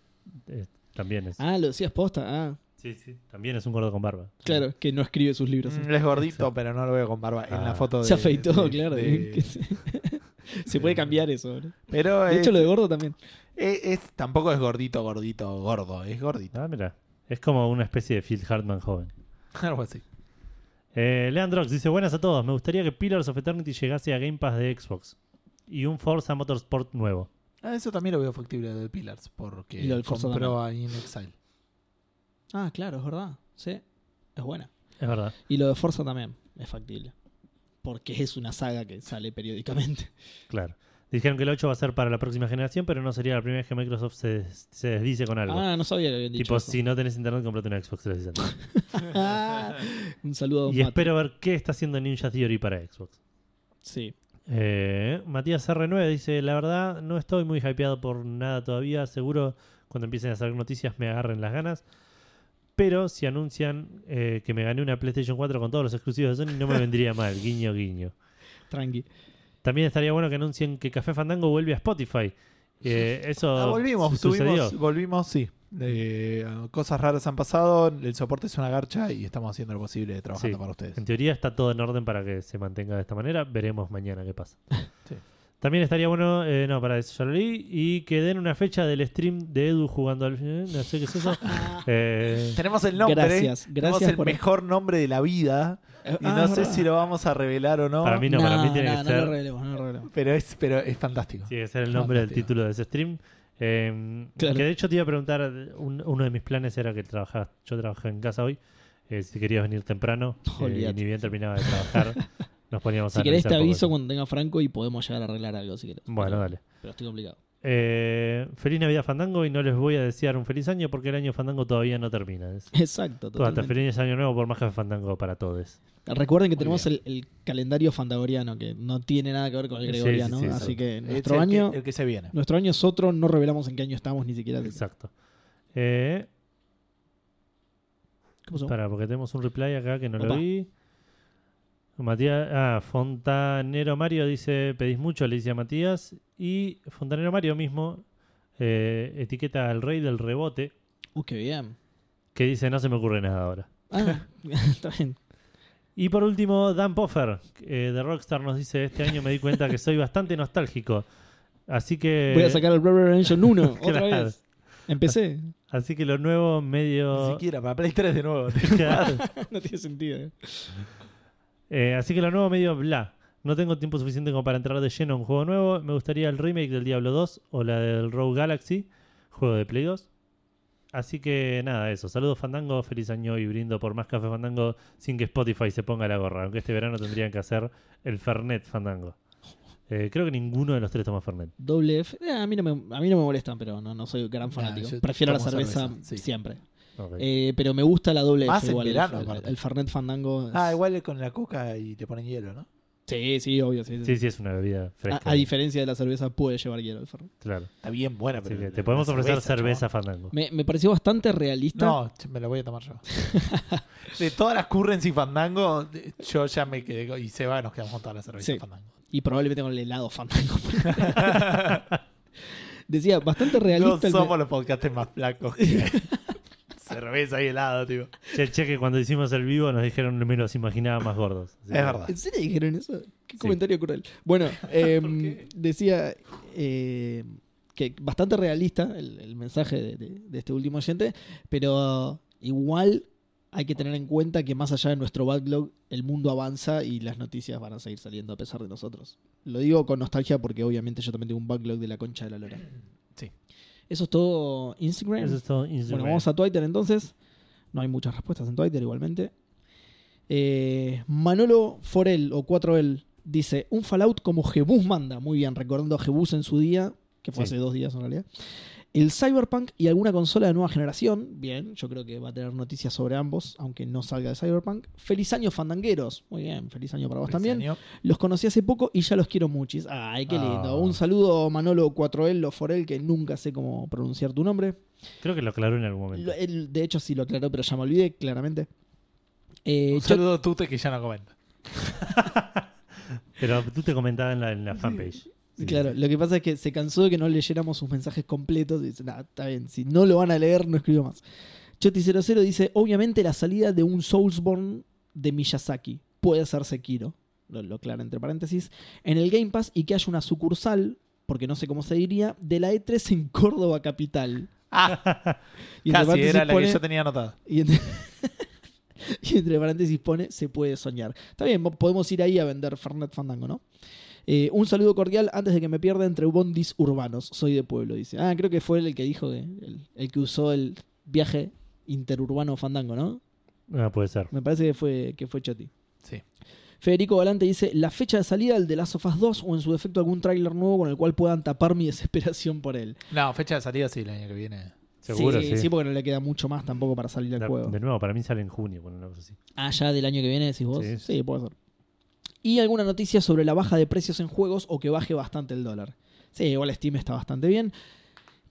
S3: eh, también es.
S2: Ah, lo decías posta. Ah,
S3: Sí, sí. También es un gordo con barba.
S2: claro, que no escribe sus libros.
S1: Mm, es gordito, pero no lo veo con barba en
S3: Ah.
S1: la foto de.
S2: Se afeitó,
S1: de- este.
S2: claro.
S1: de-
S2: Se puede cambiar eso. ¿no?
S1: pero
S2: De hecho,
S1: es-
S2: lo de gordo también.
S1: es- es- tampoco es gordito, gordito, gordo. Es gordito.
S3: Ah, mira. Es como una especie de Phil Hartman joven.
S1: Algo así.
S3: Eh, Leandrox dice: Buenas a todos. Me gustaría que Pillars of Eternity llegase a Game Pass de Xbox. Y un Forza Motorsport nuevo.
S1: Ah, eso también lo veo factible de Pillars, porque
S2: Y lo del Forza
S1: compró a In Exile.
S2: Ah, claro, es verdad. Sí, es buena.
S3: Es verdad.
S2: Y lo de Forza también es factible. Porque es una saga que sale periódicamente.
S3: Claro. Dijeron que el 8 va a ser para la próxima generación, pero no sería la primera vez que Microsoft se, des- se desdice con algo.
S2: Ah, no sabía que habían dicho
S3: tipo,
S2: eso.
S3: si no tenés internet, comprate una Xbox 360.
S2: Ah, Un saludo a Don
S3: y
S2: Mati.
S3: espero ver qué está haciendo Ninja Theory para Xbox.
S2: Sí.
S3: Eh, Matías R9 dice: La verdad, no estoy muy hypeado por nada todavía. Seguro cuando empiecen a salir noticias me agarren las ganas. Pero si anuncian eh, que me gané una PlayStation 4 con todos los exclusivos de Sony, no me vendría mal. Guiño, guiño.
S2: Tranqui.
S3: También estaría bueno que anuncien que Café Fandango vuelve a Spotify. Eh, eso
S1: Ah, volvimos,
S3: su- sucedió.
S1: tuvimos, volvimos, sí. Eh, cosas raras han pasado, el soporte es una garcha y estamos haciendo lo posible trabajando
S3: Sí.
S1: para ustedes.
S3: En teoría está todo en orden para que se mantenga de esta manera. Veremos mañana qué pasa.
S1: Sí.
S3: También estaría bueno, eh, no, para eso ya lo leí, y que den una fecha del stream de Edu jugando al... eh, no sé qué es eso. Eh,
S1: Tenemos el nombre,
S2: Gracias,
S1: tenemos
S2: gracias
S1: el
S2: por- Ah,
S1: mejor nombre de la vida y no sé si lo vamos a revelar o no,
S3: Para mí no, para mí tiene que
S2: No
S3: ser...
S2: lo revelemos, no lo revelemos.
S1: pero es pero es fantástico.
S3: Tiene que ser el nombre del
S1: Fantástico.
S3: título de ese stream. Eh,
S2: Claro.
S3: Que de hecho te iba a preguntar, un- uno de mis planes era que trabajaba, yo trabajaba en casa hoy, eh, si querías venir temprano, eh, y
S2: Olvídate.
S3: ni bien terminaba de trabajar, nos poníamos a
S2: Si querés te
S3: analizar un poco
S2: aviso
S3: eso.
S2: cuando tenga Franco y podemos llegar a arreglar algo si querés.
S3: Bueno, dale.
S2: Pero estoy complicado.
S3: eh, feliz Navidad Fandango y no les voy a desear un feliz año porque el año Fandango todavía no termina. Es-
S2: Exacto,
S3: Hasta
S2: totalmente.
S3: feliz año nuevo por más que Fandango para todos.
S2: Recuerden que
S1: Muy
S2: tenemos el, el calendario fandagoriano, que no tiene nada que ver con el
S3: Sí, sí,
S2: gregoriano.
S3: sí,
S2: así
S3: sí.
S2: que
S1: Es
S2: nuestro
S1: el
S2: año,
S1: que, el que se viene.
S2: nuestro año es otro, no revelamos en qué año estamos ni siquiera.
S3: Exacto. Eh,
S2: ¿Qué pasó?
S3: Para, porque tenemos un reply acá que no
S2: Opa.
S3: lo vi. Matías, ah, Fontanero Mario dice, pedís mucho, le dice a Matías. Y Fontanero Mario mismo eh, etiqueta al rey del rebote,
S2: Uh, qué bien.
S3: que dice, no se me ocurre nada ahora.
S2: Ah, está bien.
S3: Y por último, Dan Poffer, eh, de Rockstar, nos dice, este año me di cuenta que soy bastante nostálgico. Así que...
S2: Voy a sacar el Brother Engine 1 otra
S3: Claro.
S2: vez. Empecé.
S3: Así que lo nuevo
S1: Ni
S3: medio...
S1: siquiera, para Play 3 de nuevo.
S2: no tiene sentido. ¿eh?
S3: Eh, así que lo nuevo medio bla. No tengo tiempo suficiente como para entrar de lleno a un juego nuevo. Me gustaría el remake del Diablo 2 o la del Rogue Galaxy, juego de Play 2. Así que nada, eso. Saludos Fandango, feliz año y brindo por más café Fandango sin que Spotify se ponga la gorra. Aunque este verano tendrían que hacer el Fernet Fandango. Eh, creo que ninguno de los tres toma Fernet.
S2: Doble F. Eh, a, mí no me, a mí no me molestan, pero no, no soy gran fanático.
S1: yo
S2: Prefiero la
S1: tomo
S2: cerveza,
S1: cerveza, sí.
S2: siempre.
S3: Ok.
S2: Eh, pero me gusta la doble
S1: Más
S2: F.
S1: en
S2: igual, el-
S1: verano,
S2: el,
S1: aparte.
S2: el Fernet Fandango. es-
S1: ah, igual con la coca y te ponen hielo, ¿no?
S2: Sí, sí, obvio. Sí, sí.
S3: sí, sí, es una bebida
S2: A,
S3: fresca.
S2: a diferencia de la cerveza, puede llevar hielo el Fernet.
S3: Claro.
S1: Está bien buena,
S3: Así
S1: Ah, pero.
S3: que
S1: la-
S3: te podemos
S1: la
S3: ofrecer cerveza,
S1: chabón.
S3: Fandango.
S2: Me, me pareció bastante realista.
S1: No, ch- me la voy a tomar yo. de todas las currency fandango, de- yo ya me quedé. con- Y se va, nos quedamos con toda la cerveza
S2: Sí.
S1: fandango.
S2: Y probablemente con el helado fandango. Decía, bastante
S1: No
S2: realista. el-
S1: somos los podcastes más flacos. que hay. cerveza y helado, tío.
S3: Che, che, que cuando hicimos el vivo nos dijeron me los imaginaba más gordos. Así
S1: Es
S3: que-
S1: verdad.
S2: ¿En serio dijeron eso? Qué
S3: Sí.
S2: comentario cruel. Bueno, eh,
S1: qué?
S2: decía eh, que bastante realista el, el mensaje de, de- de este último oyente, pero igual hay que tener en cuenta que más allá de nuestro backlog, el mundo avanza y las noticias van a seguir saliendo a pesar de nosotros. Lo digo con nostalgia porque obviamente yo también tengo un backlog de la concha de la lora.
S1: Sí.
S2: Eso es todo Instagram.
S3: Eso es todo Instagram.
S2: Bueno, vamos a Twitter entonces. No hay muchas respuestas en Twitter igualmente. Eh, Manolo Forel o 4L dice: Un Fallout como Jebus manda. Muy bien, recordando a Jebus en su día, que fue
S3: Sí.
S2: hace dos días en realidad. El Cyberpunk y alguna consola de nueva generación. Bien, yo creo que va a tener noticias sobre ambos, aunque no salga de Cyberpunk. Feliz año, fandangueros. Muy bien, feliz año para vos también.
S1: Diseño.
S2: Los conocí hace poco y ya los quiero muchis. Ay, qué lindo.
S3: Ah.
S2: Un saludo, Manolo 4L o Forel, que nunca sé cómo pronunciar tu nombre.
S3: Creo que lo aclaró en algún momento.
S2: Lo- él, de hecho, sí lo aclaró, pero ya me olvidé, claramente. Eh,
S1: Un
S2: Cho-
S1: saludo a Tute que ya no comenta.
S3: Pero tú te comentabas en la, en la fanpage. Sí,
S2: claro,
S3: sí.
S2: lo que pasa es que se cansó de que no leyéramos sus mensajes completos. Y dice, "Nah, está bien, si no lo van a leer, no escribo más. Choti00 dice: Obviamente, la salida de un Soulsborne de Miyazaki puede ser Sekiro. Lo, lo aclara entre paréntesis. En el Game Pass y que haya una sucursal, porque no sé cómo se diría, de la E3 en Córdoba Capital.
S1: Ah,
S2: Y entre
S1: casi
S2: paréntesis
S1: era la
S2: pone-
S1: que yo tenía anotada.
S2: Y entre, y entre paréntesis pone, se puede soñar. Está bien, mo- podemos ir ahí a vender Fernet Fandango, ¿no? Eh, un saludo cordial antes de que me pierda entre bondis urbanos. Soy de pueblo, dice. Ah, creo que fue el que dijo, que, el, el que usó el viaje interurbano Fandango, ¿no?
S3: Ah, puede ser.
S2: Me parece que fue, que fue Choti.
S1: Sí.
S2: Federico Galante dice, la fecha de salida del de Last of Us 2 o en su defecto algún tráiler nuevo con el cual puedan tapar mi desesperación por él.
S1: No, fecha de salida sí, el año que viene.
S3: Seguro, sí.
S2: Sí, porque no le queda mucho más tampoco para salir
S3: de,
S2: al juego.
S3: de nuevo, para mí sale en junio. Bueno, una cosa así.
S2: Ah, ya del año que viene decís vos. Sí,
S3: Sí.
S2: puede ser. Y alguna noticia sobre la baja de precios en juegos o que baje bastante el dólar. Sí, igual Steam está bastante bien.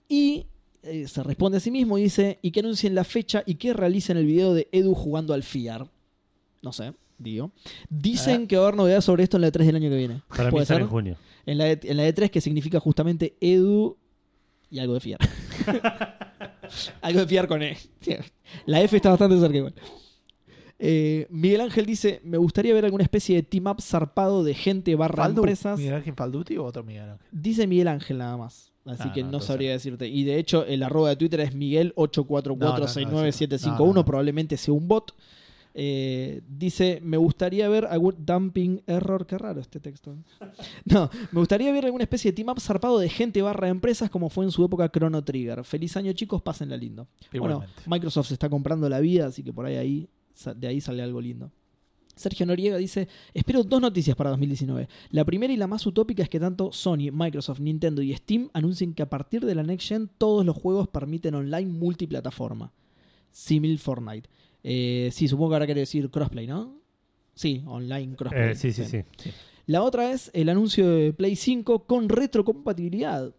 S2: Y eh, se responde a sí mismo y dice, y que anuncien la fecha y que realicen el video de Edu jugando al FIAR. No sé, digo. Dicen que va a haber novedades sobre esto en la E3 del año que viene.
S3: Ah. Para mí
S2: ¿Puede
S3: sale
S2: ser?
S3: en junio.
S2: En la, E- en la E3 que significa justamente Edu y algo de FIAR. algo de FIAR con E. La F está bastante cerca igual. Eh, Miguel Ángel dice, me gustaría ver alguna especie de team-up zarpado de gente barra
S1: Faldu-
S2: empresas.
S1: ¿Miguel Ángel Falduti o otro Miguel Ángel?
S2: Dice Miguel Ángel nada más. Así
S1: Ah,
S2: que
S1: no,
S2: no,
S1: entonces
S2: sabría decirte. Y de hecho, el arroba de Twitter es Miguel84469751.
S1: No, no, no.
S2: Probablemente sea un bot. Eh, dice: Me gustaría ver algún dumping error. Qué raro este texto. No, me gustaría ver alguna especie de team up zarpado de gente barra empresas como fue en su época Chrono Trigger. Feliz año, chicos. Pásenla lindo. Bueno,
S1: Igualmente.
S2: Microsoft se está comprando la vida, así que por ahí, ahí sa- de ahí sale algo lindo. Sergio Noriega dice, espero dos noticias para 2019. La primera y la más utópica es que tanto Sony, Microsoft, Nintendo y Steam anuncien que a partir de la Next Gen todos los juegos permiten online multiplataforma. Simil Fortnite. Eh, sí, supongo que ahora quiere decir crossplay, ¿no? Sí, online crossplay.
S3: Eh, sí, sí,
S2: Bien.
S3: sí.
S2: La otra es el anuncio de Play 5 con retrocompatibilidad.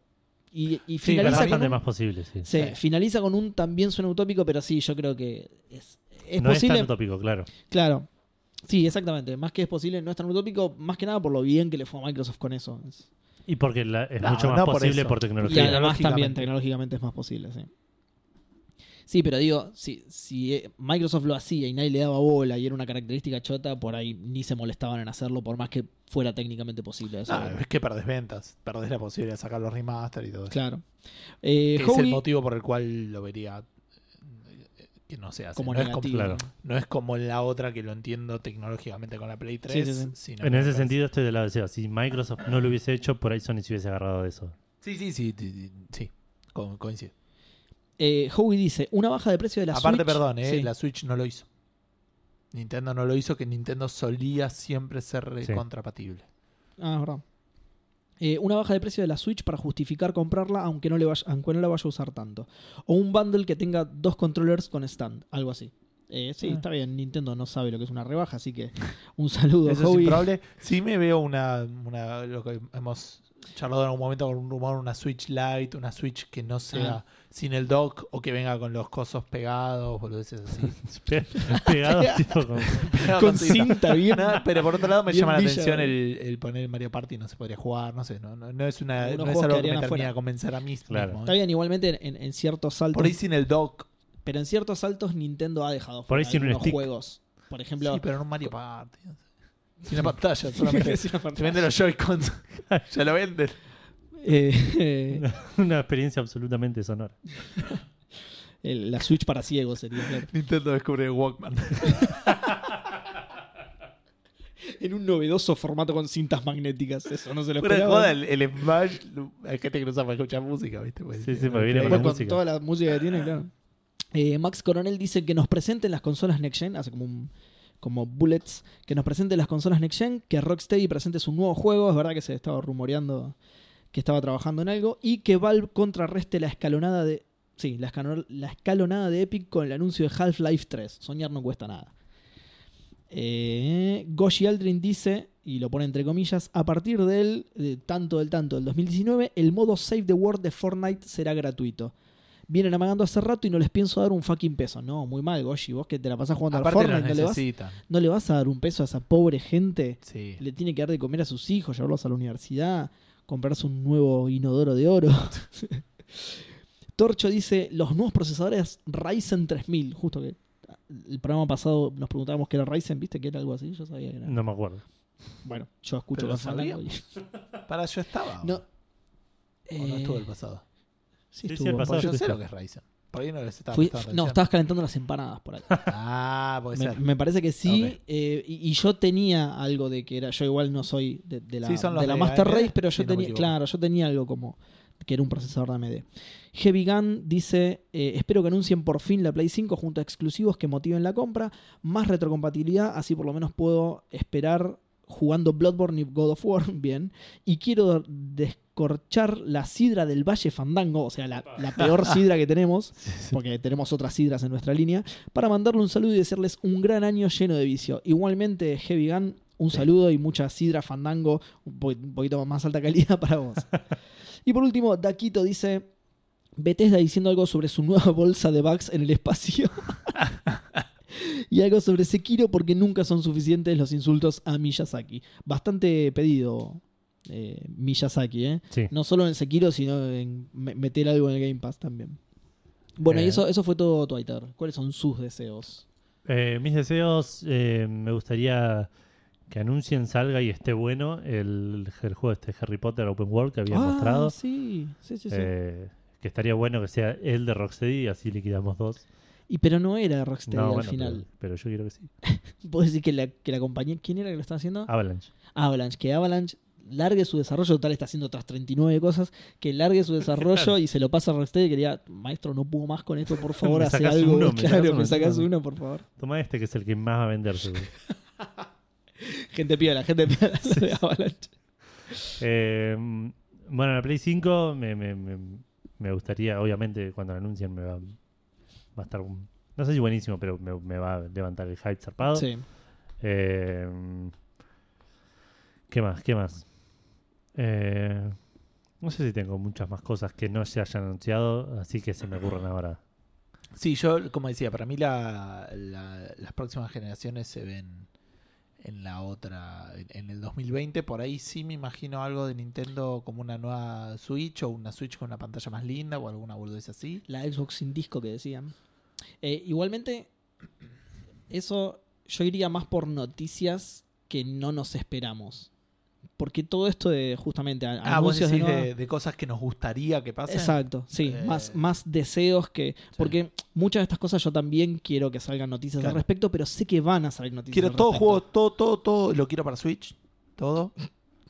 S2: Y, y
S3: Sí, pero es
S2: finaliza, con
S3: bastante
S2: un,
S3: más posible, sí.
S2: sí,
S1: Sí.
S2: finaliza con un también suena utópico, pero sí, yo creo que es, es
S3: no
S2: posible.
S3: es tan utópico, claro.
S2: claro. Sí, exactamente. Más que es posible, no es tan utópico, más que nada por lo bien que le fue a Microsoft con eso. Es-
S3: Y porque la- es
S1: No,
S3: mucho más
S1: no por
S3: posible
S1: eso.
S3: por
S2: Y
S3: tecnología.
S1: Claro.
S2: además también
S1: tecnológicamente.
S2: tecnológicamente es más posible, sí. Sí, pero digo, si, si eh, Microsoft lo hacía y nadie le daba bola y era una característica chota, por ahí ni se molestaban en hacerlo, por más que fuera técnicamente posible. Eso,
S1: Ah, es que perdés ventas, perdés la posibilidad de sacar los remaster y todo eso.
S2: Claro. Eh,
S1: Que es el
S2: Howie,
S1: motivo por el cual lo vería eh, que no se hace.
S2: como
S1: no, es como,
S2: negativo.
S3: claro.
S1: no es como en la otra que lo entiendo tecnológicamente con la Play 3.
S2: Sí, sí, sí.
S1: sino
S3: En
S1: me
S3: ese
S1: parece-
S3: sentido estoy del lado de Seba. Si Microsoft no lo hubiese hecho, por ahí Sony se hubiese agarrado de eso.
S1: Sí, sí, sí, sí, sí, sí, co- coincide.
S2: Eh, Howie dice, una baja de precio de la
S1: Aparte,
S2: Switch-
S1: perdón, eh,
S2: Sí.
S1: la Switch no lo hizo. Nintendo no lo hizo, que Nintendo solía siempre ser eh,
S3: Sí.
S1: contrapatible.
S2: Ah, es verdad. Eh, una baja de precio de la Switch para justificar comprarla aunque no, le vaya- aunque no la vaya a usar tanto. O un bundle que tenga dos controllers con stand, algo así. Eh, sí,
S1: Ah.
S2: está bien, Nintendo no sabe lo que es una rebaja, así que un saludo,
S1: Eso es
S2: Howie.
S1: improbable. Sí me veo una, una- lo que hemos charlado en algún momento con un rumor, una Switch Lite, una Switch que no
S2: Ah.
S1: sea sin el dock o que venga con los cosos pegados, boludeces así.
S3: Pe- Pegado tipo con-
S2: Con cinta bien.
S1: Nada, pero por otro lado me
S2: Bien
S1: llama la
S2: Villa, eh.
S1: atención
S2: boludo.
S1: el, el poner el Mario Party no se podría jugar, no sé, no, no, no es una
S2: Algunos
S1: no es
S2: juegos
S1: algo que me
S2: quedarían
S1: termina
S2: afuera.
S1: de convencer a mí
S3: Claro.
S1: mismo,
S2: Está
S1: ¿eh?
S2: bien, igualmente en, en ciertos saltos.
S1: Por ahí sin el dock,
S2: Pero en ciertos saltos Nintendo ha dejado
S3: Por ahí
S2: fuera
S3: sin un
S2: algunos
S3: stick.
S2: juegos. Por ejemplo,
S1: sí, pero no un Mario Party. no sé. Sin la pantalla, solamente.
S2: Sin la pantalla.
S1: Te venden los Joy-Cons. ya lo venden.
S2: eh, eh,
S3: una experiencia absolutamente sonora.
S2: el- la Switch para ciegos sería. claro.
S1: Nintendo descubre el Walkman.
S2: en un novedoso formato con cintas magnéticas. Eso no se lo
S1: Fuera de
S2: esperaba.
S1: joda, el, el Smash, lo- hay gente que lo usa para escuchar música, ¿viste? Pues,
S3: Sí, sí,
S1: eh,
S3: porque viene
S1: eh,
S2: Después
S3: con
S2: con
S3: música.
S2: toda la música que tiene, claro. Eh, Max Coronel dice que nos presenten las consolas Next Gen, hace como un- como bullets, que nos presenten las consolas Next Gen, que Rocksteady presente su nuevo juego, es verdad que se estaba rumoreando que estaba trabajando en algo, y que Valve contrarreste la escalonada de... Sí, la, escano- la escalonada de Epic con el anuncio de Half-Life 3. Soñar no cuesta nada. Eh, Goshi Aldrin dice, y lo pone entre comillas, a partir del de tanto del tanto del 2019, el modo Save the World de Fortnite será gratuito. Vienen amagando hace rato y no les pienso dar un fucking peso. No, muy mal, Goshi. Vos que te la pasás jugando al
S1: Aparte
S2: Fortnite,
S1: los
S2: no le, vas,
S1: necesitan.
S2: no le vas a dar un peso a esa pobre gente.
S1: Sí.
S2: Le tiene que dar de comer a sus hijos, llevarlos a la universidad, comprarse un nuevo inodoro de oro. Torcho dice, los nuevos procesadores Ryzen 3000, justo que ah, el programa pasado nos preguntábamos qué era Ryzen, ¿viste que era algo así? Yo sabía que era.
S3: No me acuerdo.
S2: Bueno, yo escucho
S1: Pero
S2: cosas
S1: lo
S2: hablando
S1: Para yo estaba.
S2: y- No.
S1: ¿o no
S2: Eh,
S1: estuvo el pasado.
S2: sí
S3: Sí, sí,
S2: estuvo.
S3: el pasado.
S1: Porque yo
S3: sí
S1: sé
S3: está.
S1: lo que es Ryzen. Por ahí no les estaba
S2: Fui-
S1: prestando
S2: no,
S1: atención.
S2: estabas calentando las empanadas por ahí.
S1: Ah, puede
S2: Me,
S1: ser.
S2: me parece que sí.
S1: Ok.
S2: eh, y, y yo tenía algo de que era. Yo igual no soy de, de la,
S1: Sí, son los
S2: de la
S1: de
S2: Master
S1: AMD,
S2: Race, pero
S1: si
S2: yo
S1: no me
S2: tenía.
S1: equivoco.
S2: Claro, yo tenía algo como. Que era un procesador de AMD. Heavy Gun dice: eh, Espero que anuncien por fin la Play 5 junto a exclusivos que motiven la compra. Más retrocompatibilidad, así por lo menos puedo esperar jugando Bloodborne y God of War. Bien. Y quiero descorchar la sidra del Valle Fandango, o sea, la- la peor sidra que tenemos porque tenemos otras sidras en nuestra línea, para mandarle un saludo y decirles un gran año lleno de vicio. Igualmente, Heavy Gun, un
S1: Sí.
S2: saludo y mucha sidra fandango, un po- un poquito más alta calidad para vos. y por último, Daquito dice, Bethesda diciendo algo sobre su nueva bolsa de bugs en el espacio. Y algo sobre Sekiro porque nunca son suficientes los insultos a Miyazaki. Bastante pedido eh, Miyazaki, ¿eh?
S3: Sí.
S2: No solo en Sekiro, sino en me- meter algo en el Game Pass también. Bueno, y
S3: Eh.
S2: eso, eso fue todo Twitter. ¿Cuáles son sus deseos?
S3: Eh, mis deseos, eh, me gustaría que anuncien, salga y esté bueno el, el juego este Harry Potter Open World que habían mostrado.
S2: Ah, sí, sí, sí. sí.
S3: Eh, que estaría bueno que sea el de Rocksteady y así liquidamos dos.
S2: y pero no era Rocksteady al
S3: bueno,
S2: final.
S3: Pero, pero yo quiero que sí.
S2: Puedo decir que la, que la compañía... ¿Quién era que lo estaba haciendo?
S3: Avalanche.
S2: Avalanche. Que Avalanche largue su desarrollo, total está haciendo otras 39 cosas, que largue su desarrollo y se lo pasa a Rocksteady que diga, maestro, no puedo más con esto, por favor,
S3: Me
S2: hace
S3: sacás
S2: algo.
S3: uno, me
S2: claro,
S3: sacás
S2: me
S3: uno,
S2: sacas
S3: claro.
S2: uno, por favor.
S3: Toma este que es el que más va a vender seguro.
S2: Gente piola, gente piola. lo de Avalanche.
S3: Eh, bueno, la Play 5 me, me- me- me gustaría, obviamente, cuando la anuncien me va, va a estar... un- No sé si buenísimo, pero me, me va a levantar el hype zarpado.
S2: Sí.
S3: Eh, ¿Qué más? ¿Qué más? Eh, no sé si tengo muchas más cosas que no se hayan anunciado, así que se me
S1: Ah,
S3: ocurren ahora.
S1: Sí, yo, como decía, para mí la- la- las próximas generaciones se ven en la otra, en, en el 2020. Por ahí sí me imagino algo de Nintendo como una nueva Switch o una Switch con una pantalla más linda o alguna boludez así.
S2: La Xbox sin disco que decían. Eh, igualmente, eso yo iría más por noticias que no nos esperamos. Porque todo esto de justamente a-
S1: Ah, vos
S2: anuncios de
S1: decís
S2: nueva-
S1: de, de cosas que nos gustaría que pasen.
S2: Exacto, sí,
S1: Eh,
S2: más, más deseos que... Porque muchas de estas cosas yo también quiero que salgan noticias
S1: Claro.
S2: al respecto, pero sé que van a salir noticias.
S1: Quiero
S2: al
S1: todo
S2: respecto.
S1: juego, todo, todo, todo. Lo quiero para Switch. Todo.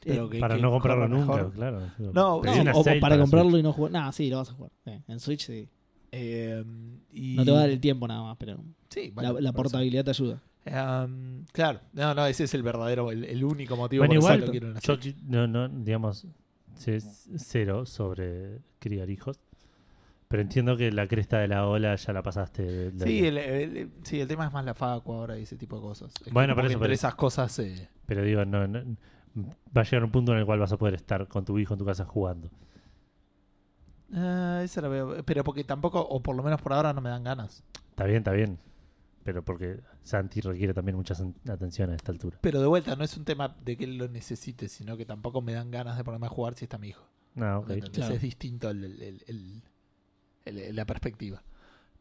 S1: Pero que-
S3: Para
S1: que
S3: no comprarlo
S1: corra
S3: nunca,
S1: mejor.
S3: claro.
S1: No,
S3: Pedí
S1: no,
S3: una
S2: o, o
S3: sale
S2: para,
S3: Switch.
S2: comprarlo y no jugar. Nah, sí, lo vas a jugar. Eh, en Switch sí.
S1: Eh, y-
S2: No te va a dar el tiempo nada más, pero
S1: Sí,
S2: la-
S1: bueno,
S2: la,
S1: por eso.
S2: portabilidad te ayuda.
S1: Em, claro, no, no, ese es el verdadero, el, el único motivo
S3: Bueno,
S1: por el cual
S3: igual,
S1: lo quiero en la
S3: yo
S1: Switch.
S3: qui- no, no, digamos, c- cero sobre criar hijos. Pero entiendo que la cresta de la ola ya la pasaste. de- de-
S1: Sí el, el- el- sí, el tema es más la facu ahora y ese tipo de cosas. Es que
S3: Bueno,
S1: como
S3: por
S1: que
S3: eso,
S1: entre
S3: pero-
S1: esas cosas. eh,
S3: Pero digo, no, no- va a llegar un punto en el cual vas a poder estar con tu hijo en tu casa jugando.
S1: ah, esa la veo. Pero porque tampoco, o por lo menos por ahora, no me dan ganas.
S3: Está bien, está bien. Pero porque Santi requiere también mucha san- atención a esta altura.
S1: Pero de vuelta, no es un tema de que él lo necesite, sino que tampoco me dan ganas de ponerme a jugar si está mi hijo.
S3: No, ok.
S1: Entonces
S2: Claro.
S1: es distinto el- el- el- el- el- la perspectiva.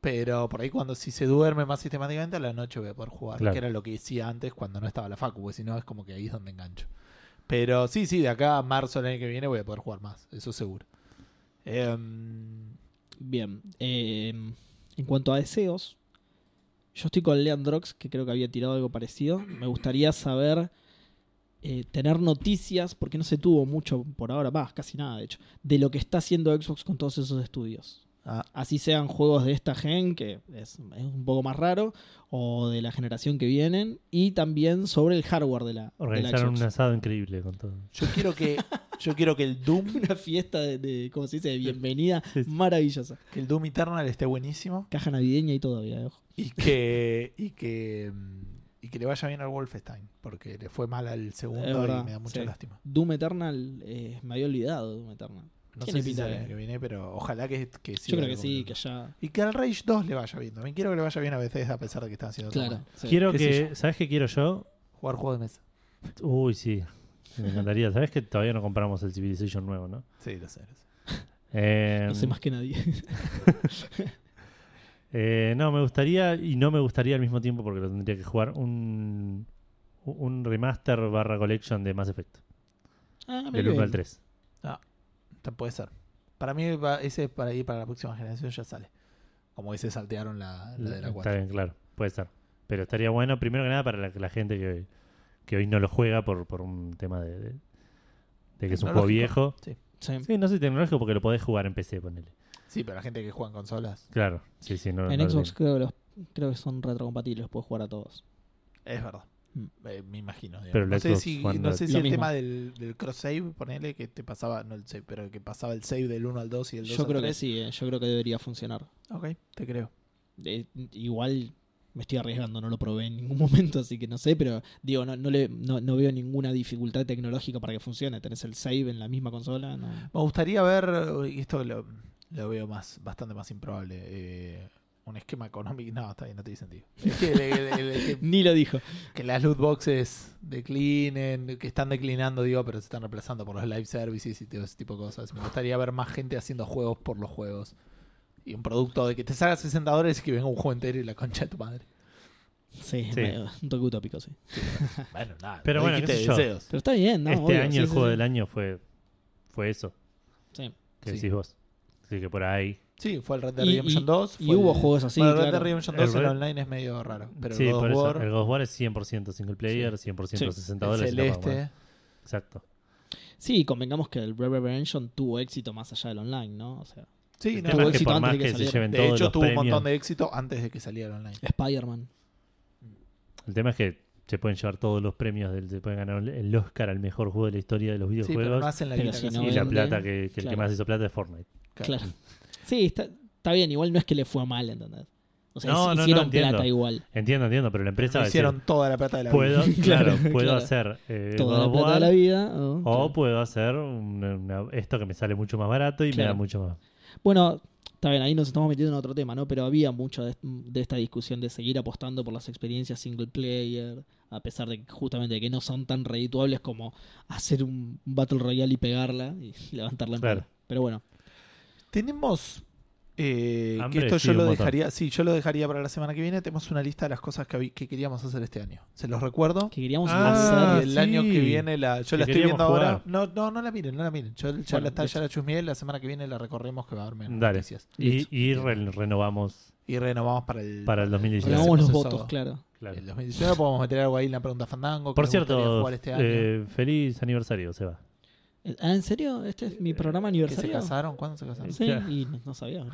S1: Pero por ahí cuando si se duerme más sistemáticamente, a la noche voy a poder jugar.
S3: Claro.
S1: Que era lo que decía antes cuando no estaba la facu, porque si no es como que ahí es donde engancho. Pero sí, sí, de acá a marzo del año que viene voy a poder jugar más, eso seguro. Em,
S2: Bien. eh, en cuanto a deseos, yo estoy con Leandrox, que creo que había tirado algo parecido. Me gustaría saber, eh, tener noticias, porque no se tuvo mucho por ahora, va, casi nada de hecho, de lo que está haciendo Xbox con todos esos estudios.
S1: ah,
S2: Así sean juegos de esta gen, que es, es un poco más raro, o de la generación que vienen, y también sobre el hardware de la, de la
S3: Organizaron
S2: Xbox.
S3: un asado increíble con todo.
S1: yo quiero que yo quiero que el Doom,
S2: Una fiesta de, de, ¿cómo se dice?, de bienvenida
S3: Sí, sí.
S2: maravillosa.
S1: que el Doom Eternal esté buenísimo
S2: Caja navideña y todo, mira, ojo.
S1: y que y que em, y que le vaya bien al Wolfenstein, porque le fue mal al segundo
S2: verdad,
S1: y me da mucha
S2: sí.
S1: lástima.
S2: Doom Eternal, eh, me había olvidado de Doom Eternal.
S1: No
S2: Tiene
S1: sé si
S2: pinta
S1: sale
S2: de-
S1: el que viene, pero ojalá que, que sí.
S2: Yo creo
S1: algo
S2: que sí,
S1: boludo.
S2: que ya...
S1: Y que al Rage 2 le vaya bien. También quiero que le vaya bien a veces a pesar de que están haciendo todo
S2: Claro.
S1: mal.
S2: sí.
S3: quiero
S1: qué sé
S3: que. ¿Sabes qué quiero yo?
S1: Jugar juegos de mesa.
S3: Uy, sí. Me encantaría. ¿Sabes que todavía no compramos el Civilization nuevo, no?
S1: Sí, lo sé. lo sé.
S3: Eh,
S2: No sé más que nadie.
S3: eh, no, me gustaría, y no me gustaría al mismo tiempo porque lo tendría que jugar, un, un remaster barra collection de Mass Effect.
S2: ah,
S3: Del 1 al 3.
S1: Ta- Puede ser. Para mí va- ese es para ir para la próxima generación ya sale. Como que se saltearon la, la de la
S3: Está
S1: 4.
S3: bien, claro. Puede ser. Pero estaría bueno, primero que nada, para la, la gente que, que hoy no lo juega por, por un tema de, de- de que es un
S1: Tecnológico.
S3: juego viejo.
S2: Sí.
S3: Sí, no sé tecnológico porque lo podés jugar en PC, ponele.
S1: Sí, pero la gente que juega en consolas.
S3: Claro, sí, sí, no, no
S2: En
S3: lo
S2: Xbox
S3: tengo.
S2: creo que, los, creo que son retrocompatibles, puedes jugar a todos.
S1: Es verdad.
S2: Mm.
S1: Eh, me imagino. digamos.
S3: Pero la
S1: no sé
S3: Xbox
S1: si,
S3: One
S1: no
S3: no-
S1: sé si
S2: Lo
S1: el
S2: mismo.
S1: tema del, del cross-save, ponele que te pasaba, no el save, pero que pasaba el save del 1 al 2 y del 2
S2: Yo
S1: al
S2: creo que
S1: 3.
S2: sí, eh, yo creo que debería funcionar.
S1: Ok, te creo.
S2: Eh, igual me estoy arriesgando, no lo probé en ningún momento, así que no sé, pero digo, no, no, le, no, no veo ninguna dificultad tecnológica para que funcione. Tenés el save en la misma consola. no.
S1: Me gustaría ver, y esto lo, lo veo más bastante más improbable, eh, un esquema económico. No, está bien, no tiene sentido. Es que, el- el- el- el- que-
S2: Ni lo dijo.
S1: que las loot boxes declinen, que están declinando, digo, pero se están reemplazando por los live services y todo ese tipo de cosas. Me gustaría ver más gente haciendo juegos por los juegos. Y un producto de que te salga 60 dólares y que venga un juego entero y la concha de tu madre.
S2: Sí,
S3: Sí.
S2: me- un toque utópico, sí.
S1: Bueno, nada.
S3: Pero
S1: no
S3: bueno,
S1: dijiste
S3: qué sé yo.
S1: deseos.
S2: Pero está bien, ¿no?
S3: este
S2: obvio,
S3: año
S2: sí,
S3: el
S2: sí,
S3: juego
S2: sí.
S3: del año fue, fue eso
S2: Sí.
S3: que
S1: Sí.
S3: decís vos. Así que por ahí.
S1: Sí, fue el Red Dead
S2: Y-
S1: Redemption
S2: y-
S1: 2.
S2: Y
S1: fue
S2: hubo
S1: el-
S2: juegos así,
S1: bueno, el Red
S2: claro.
S1: Dead Redemption
S3: El
S1: 2 en
S3: Red-
S1: online es medio raro. Pero
S3: sí,
S1: el God of
S3: por eso.
S1: War,
S3: El Ghost War es 100% single player, 100%
S2: Sí.
S3: 60
S1: el este.
S3: dólares. y la pago,
S1: Celeste.
S3: bueno. Exacto.
S2: Sí, convengamos que el Red Dead Redemption tuvo éxito más allá del online, ¿no? O sea,
S1: Sí,
S3: El
S1: no,
S3: tema
S2: tuvo
S3: es que
S2: éxito
S3: por
S2: antes
S3: más
S2: de que
S3: que se
S2: saliera.
S3: lleven
S1: De
S3: todos
S1: hecho,
S3: los
S1: tuvo un
S3: premios,
S1: montón de éxito antes de que saliera online.
S2: Spider-Man.
S3: el tema es que se pueden llevar todos los premios, del, se pueden ganar el Oscar al mejor juego de la historia de los
S1: Sí, pero no
S3: videojuegos.
S1: hacen la
S2: pero
S1: guita
S2: si
S1: que
S2: no
S1: hacen.
S3: y la
S2: vende,
S3: plata que, que el que
S2: claro.
S3: más hizo plata es Fortnite.
S2: Claro. Sí, está, está bien, igual no es que le fue mal, ¿entendés? O sea,
S3: No,
S2: hic-
S3: no, no,
S2: hicieron
S3: entiendo.
S2: plata igual.
S3: Entiendo, entiendo, pero la empresa va a decir,
S1: Hicieron toda la plata de la
S3: puedo,
S1: vida.
S3: claro,
S2: Claro,
S3: puedo
S2: claro.
S3: hacer eh,
S2: Toda
S3: God
S2: la
S3: of
S2: plata de
S3: War,
S2: la vida. o-
S3: o puedo hacer una- una- esto que me sale mucho más barato y me
S2: Claro.
S3: da mucho más.
S2: Bueno, está bien, ahí nos estamos metiendo en otro tema, ¿no? Pero había mucho de, de esta discusión de seguir apostando por las experiencias single player, a pesar de que justamente que no son tan redituables como hacer un Battle Royale y pegarla y levantarla en
S3: Claro.
S2: pala. Pero bueno,
S1: Tenemos. eh, que
S3: Hambre,
S1: esto
S3: sí,
S1: yo
S3: un
S1: lo
S3: montón.
S1: dejaría. Sí, yo lo dejaría para la semana que viene. Tenemos una lista de las cosas que, habi- que queríamos hacer este año. Se los recuerdo.
S2: que queríamos
S3: Ah,
S1: Y
S2: hacer.
S1: el
S3: sí.
S1: año que viene la. Yo
S3: Que
S1: la estoy
S3: queríamos
S1: viendo ahora.
S3: jugar.
S1: No, no, no la miren, no la miren. Yo ya
S2: Bueno,
S1: la, está-
S2: listo.
S1: ya la chusmeé, la semana que viene la recorremos que va a haber menos
S3: Dale.
S1: noticias.
S3: Y,
S2: Listo.
S3: y re- renovamos
S1: Y renovamos para el,
S3: para el 2019.
S2: Hagamos los
S1: hacemos
S2: votos,
S1: eso.
S2: claro.
S3: Claro.
S1: el 2019. Podemos meter algo ahí en la pregunta Fandango. que
S3: Por
S1: nos gustaría
S3: cierto,
S1: jugar este año.
S3: eh, feliz aniversario, Seba.
S2: Eh, Ah, ¿en serio? ¿Este es mi programa
S1: Eh, ¿Que se
S2: aniversario?
S1: casaron? ¿Cuándo se casaron?
S2: Sí,
S3: Claro.
S2: y no, no sabía. ¿no?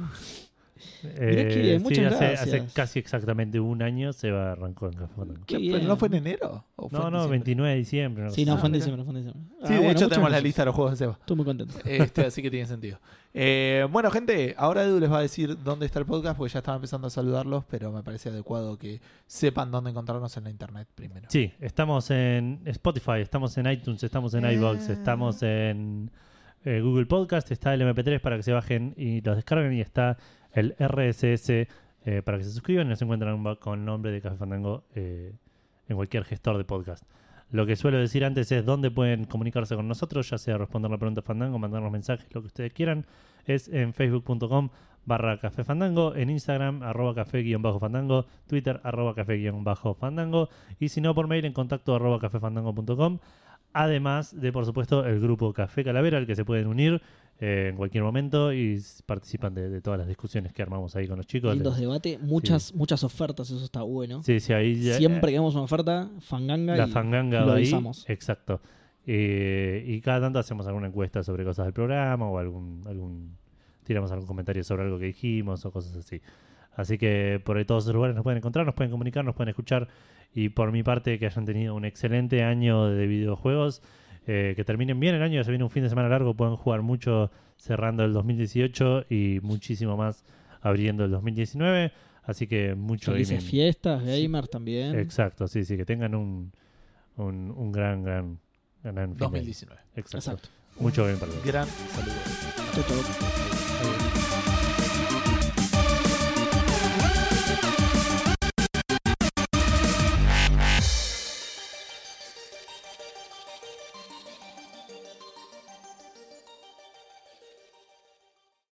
S3: Eh,
S2: que
S3: sí,
S2: muchas
S3: hace,
S2: gracias.
S3: hace casi exactamente un año Seba arrancó en Café Fandango.
S2: Qué
S1: ¿Pero
S2: bien.
S1: pues, no fue en enero? ¿O fue
S3: No,
S1: en
S3: no,
S1: diciembre?
S3: 29 de diciembre. una
S2: Sí,
S3: cosa
S2: no,
S3: así.
S2: fue en diciembre, fue en diciembre. Ah,
S1: Sí, de
S2: bueno,
S1: hecho
S2: muchas
S1: tenemos la
S2: gracias.
S1: lista de los juegos de Seba.
S2: Estoy muy contento.
S1: Este, así que tiene sentido. Eh, bueno, gente, ahora Edu les va a decir dónde está el podcast, porque ya estaba empezando a saludarlos, pero me parece adecuado que sepan dónde encontrarnos en la internet primero.
S3: Sí, estamos en Spotify, estamos en iTunes, estamos en
S1: Ah.
S3: iBox, estamos en eh, Google Podcast, está el MP3 para que se bajen y los descarguen y está el RSS eh, para que se suscriban y nos encuentran ba- con nombre de Café Fandango eh, en cualquier gestor de podcast. Lo que suelo decir antes es dónde pueden comunicarse con nosotros, ya sea responder la pregunta Fandango, mandarnos mensajes, lo que ustedes quieran. Es en facebook.com barra Café Fandango, en Instagram arroba café-fandango, Twitter arroba café-fandango y si no por mail en contacto arroba cafefandango.com. Además de, por supuesto, el grupo Café Calavera, al que se pueden unir eh, en cualquier momento y s- participan de, de todas las discusiones que armamos ahí con los chicos.
S2: Lindos debates, muchas, muchas ofertas, eso está bueno.
S3: Sí, sí, ahí ya-
S2: Siempre que vemos una oferta, fanganga
S3: la
S2: y
S3: fanganga
S2: lo
S3: va ahí.
S2: avisamos.
S3: Exacto. Eh, y cada tanto hacemos alguna encuesta sobre cosas del programa o algún, algún tiramos algún comentario sobre algo que dijimos o cosas así. Así que por ahí todos esos lugares nos pueden encontrar, nos pueden comunicar, nos pueden escuchar. Y por mi parte, que hayan tenido un excelente año de videojuegos. eh, que terminen bien el año, se viene un fin de semana largo, pueden jugar mucho cerrando el 2018 y muchísimo más abriendo el 2019. Así que mucho
S2: Felices
S3: gaming.
S2: fiestas, gamers también.
S3: Exacto, sí, sí, que tengan un, un, un gran, gran, gran fin de año.
S1: 2019.
S3: Exacto.
S2: Exacto.
S3: Mucho bien para todos.
S1: Gran saludo.
S2: Chau, chau.
S1: Saludos.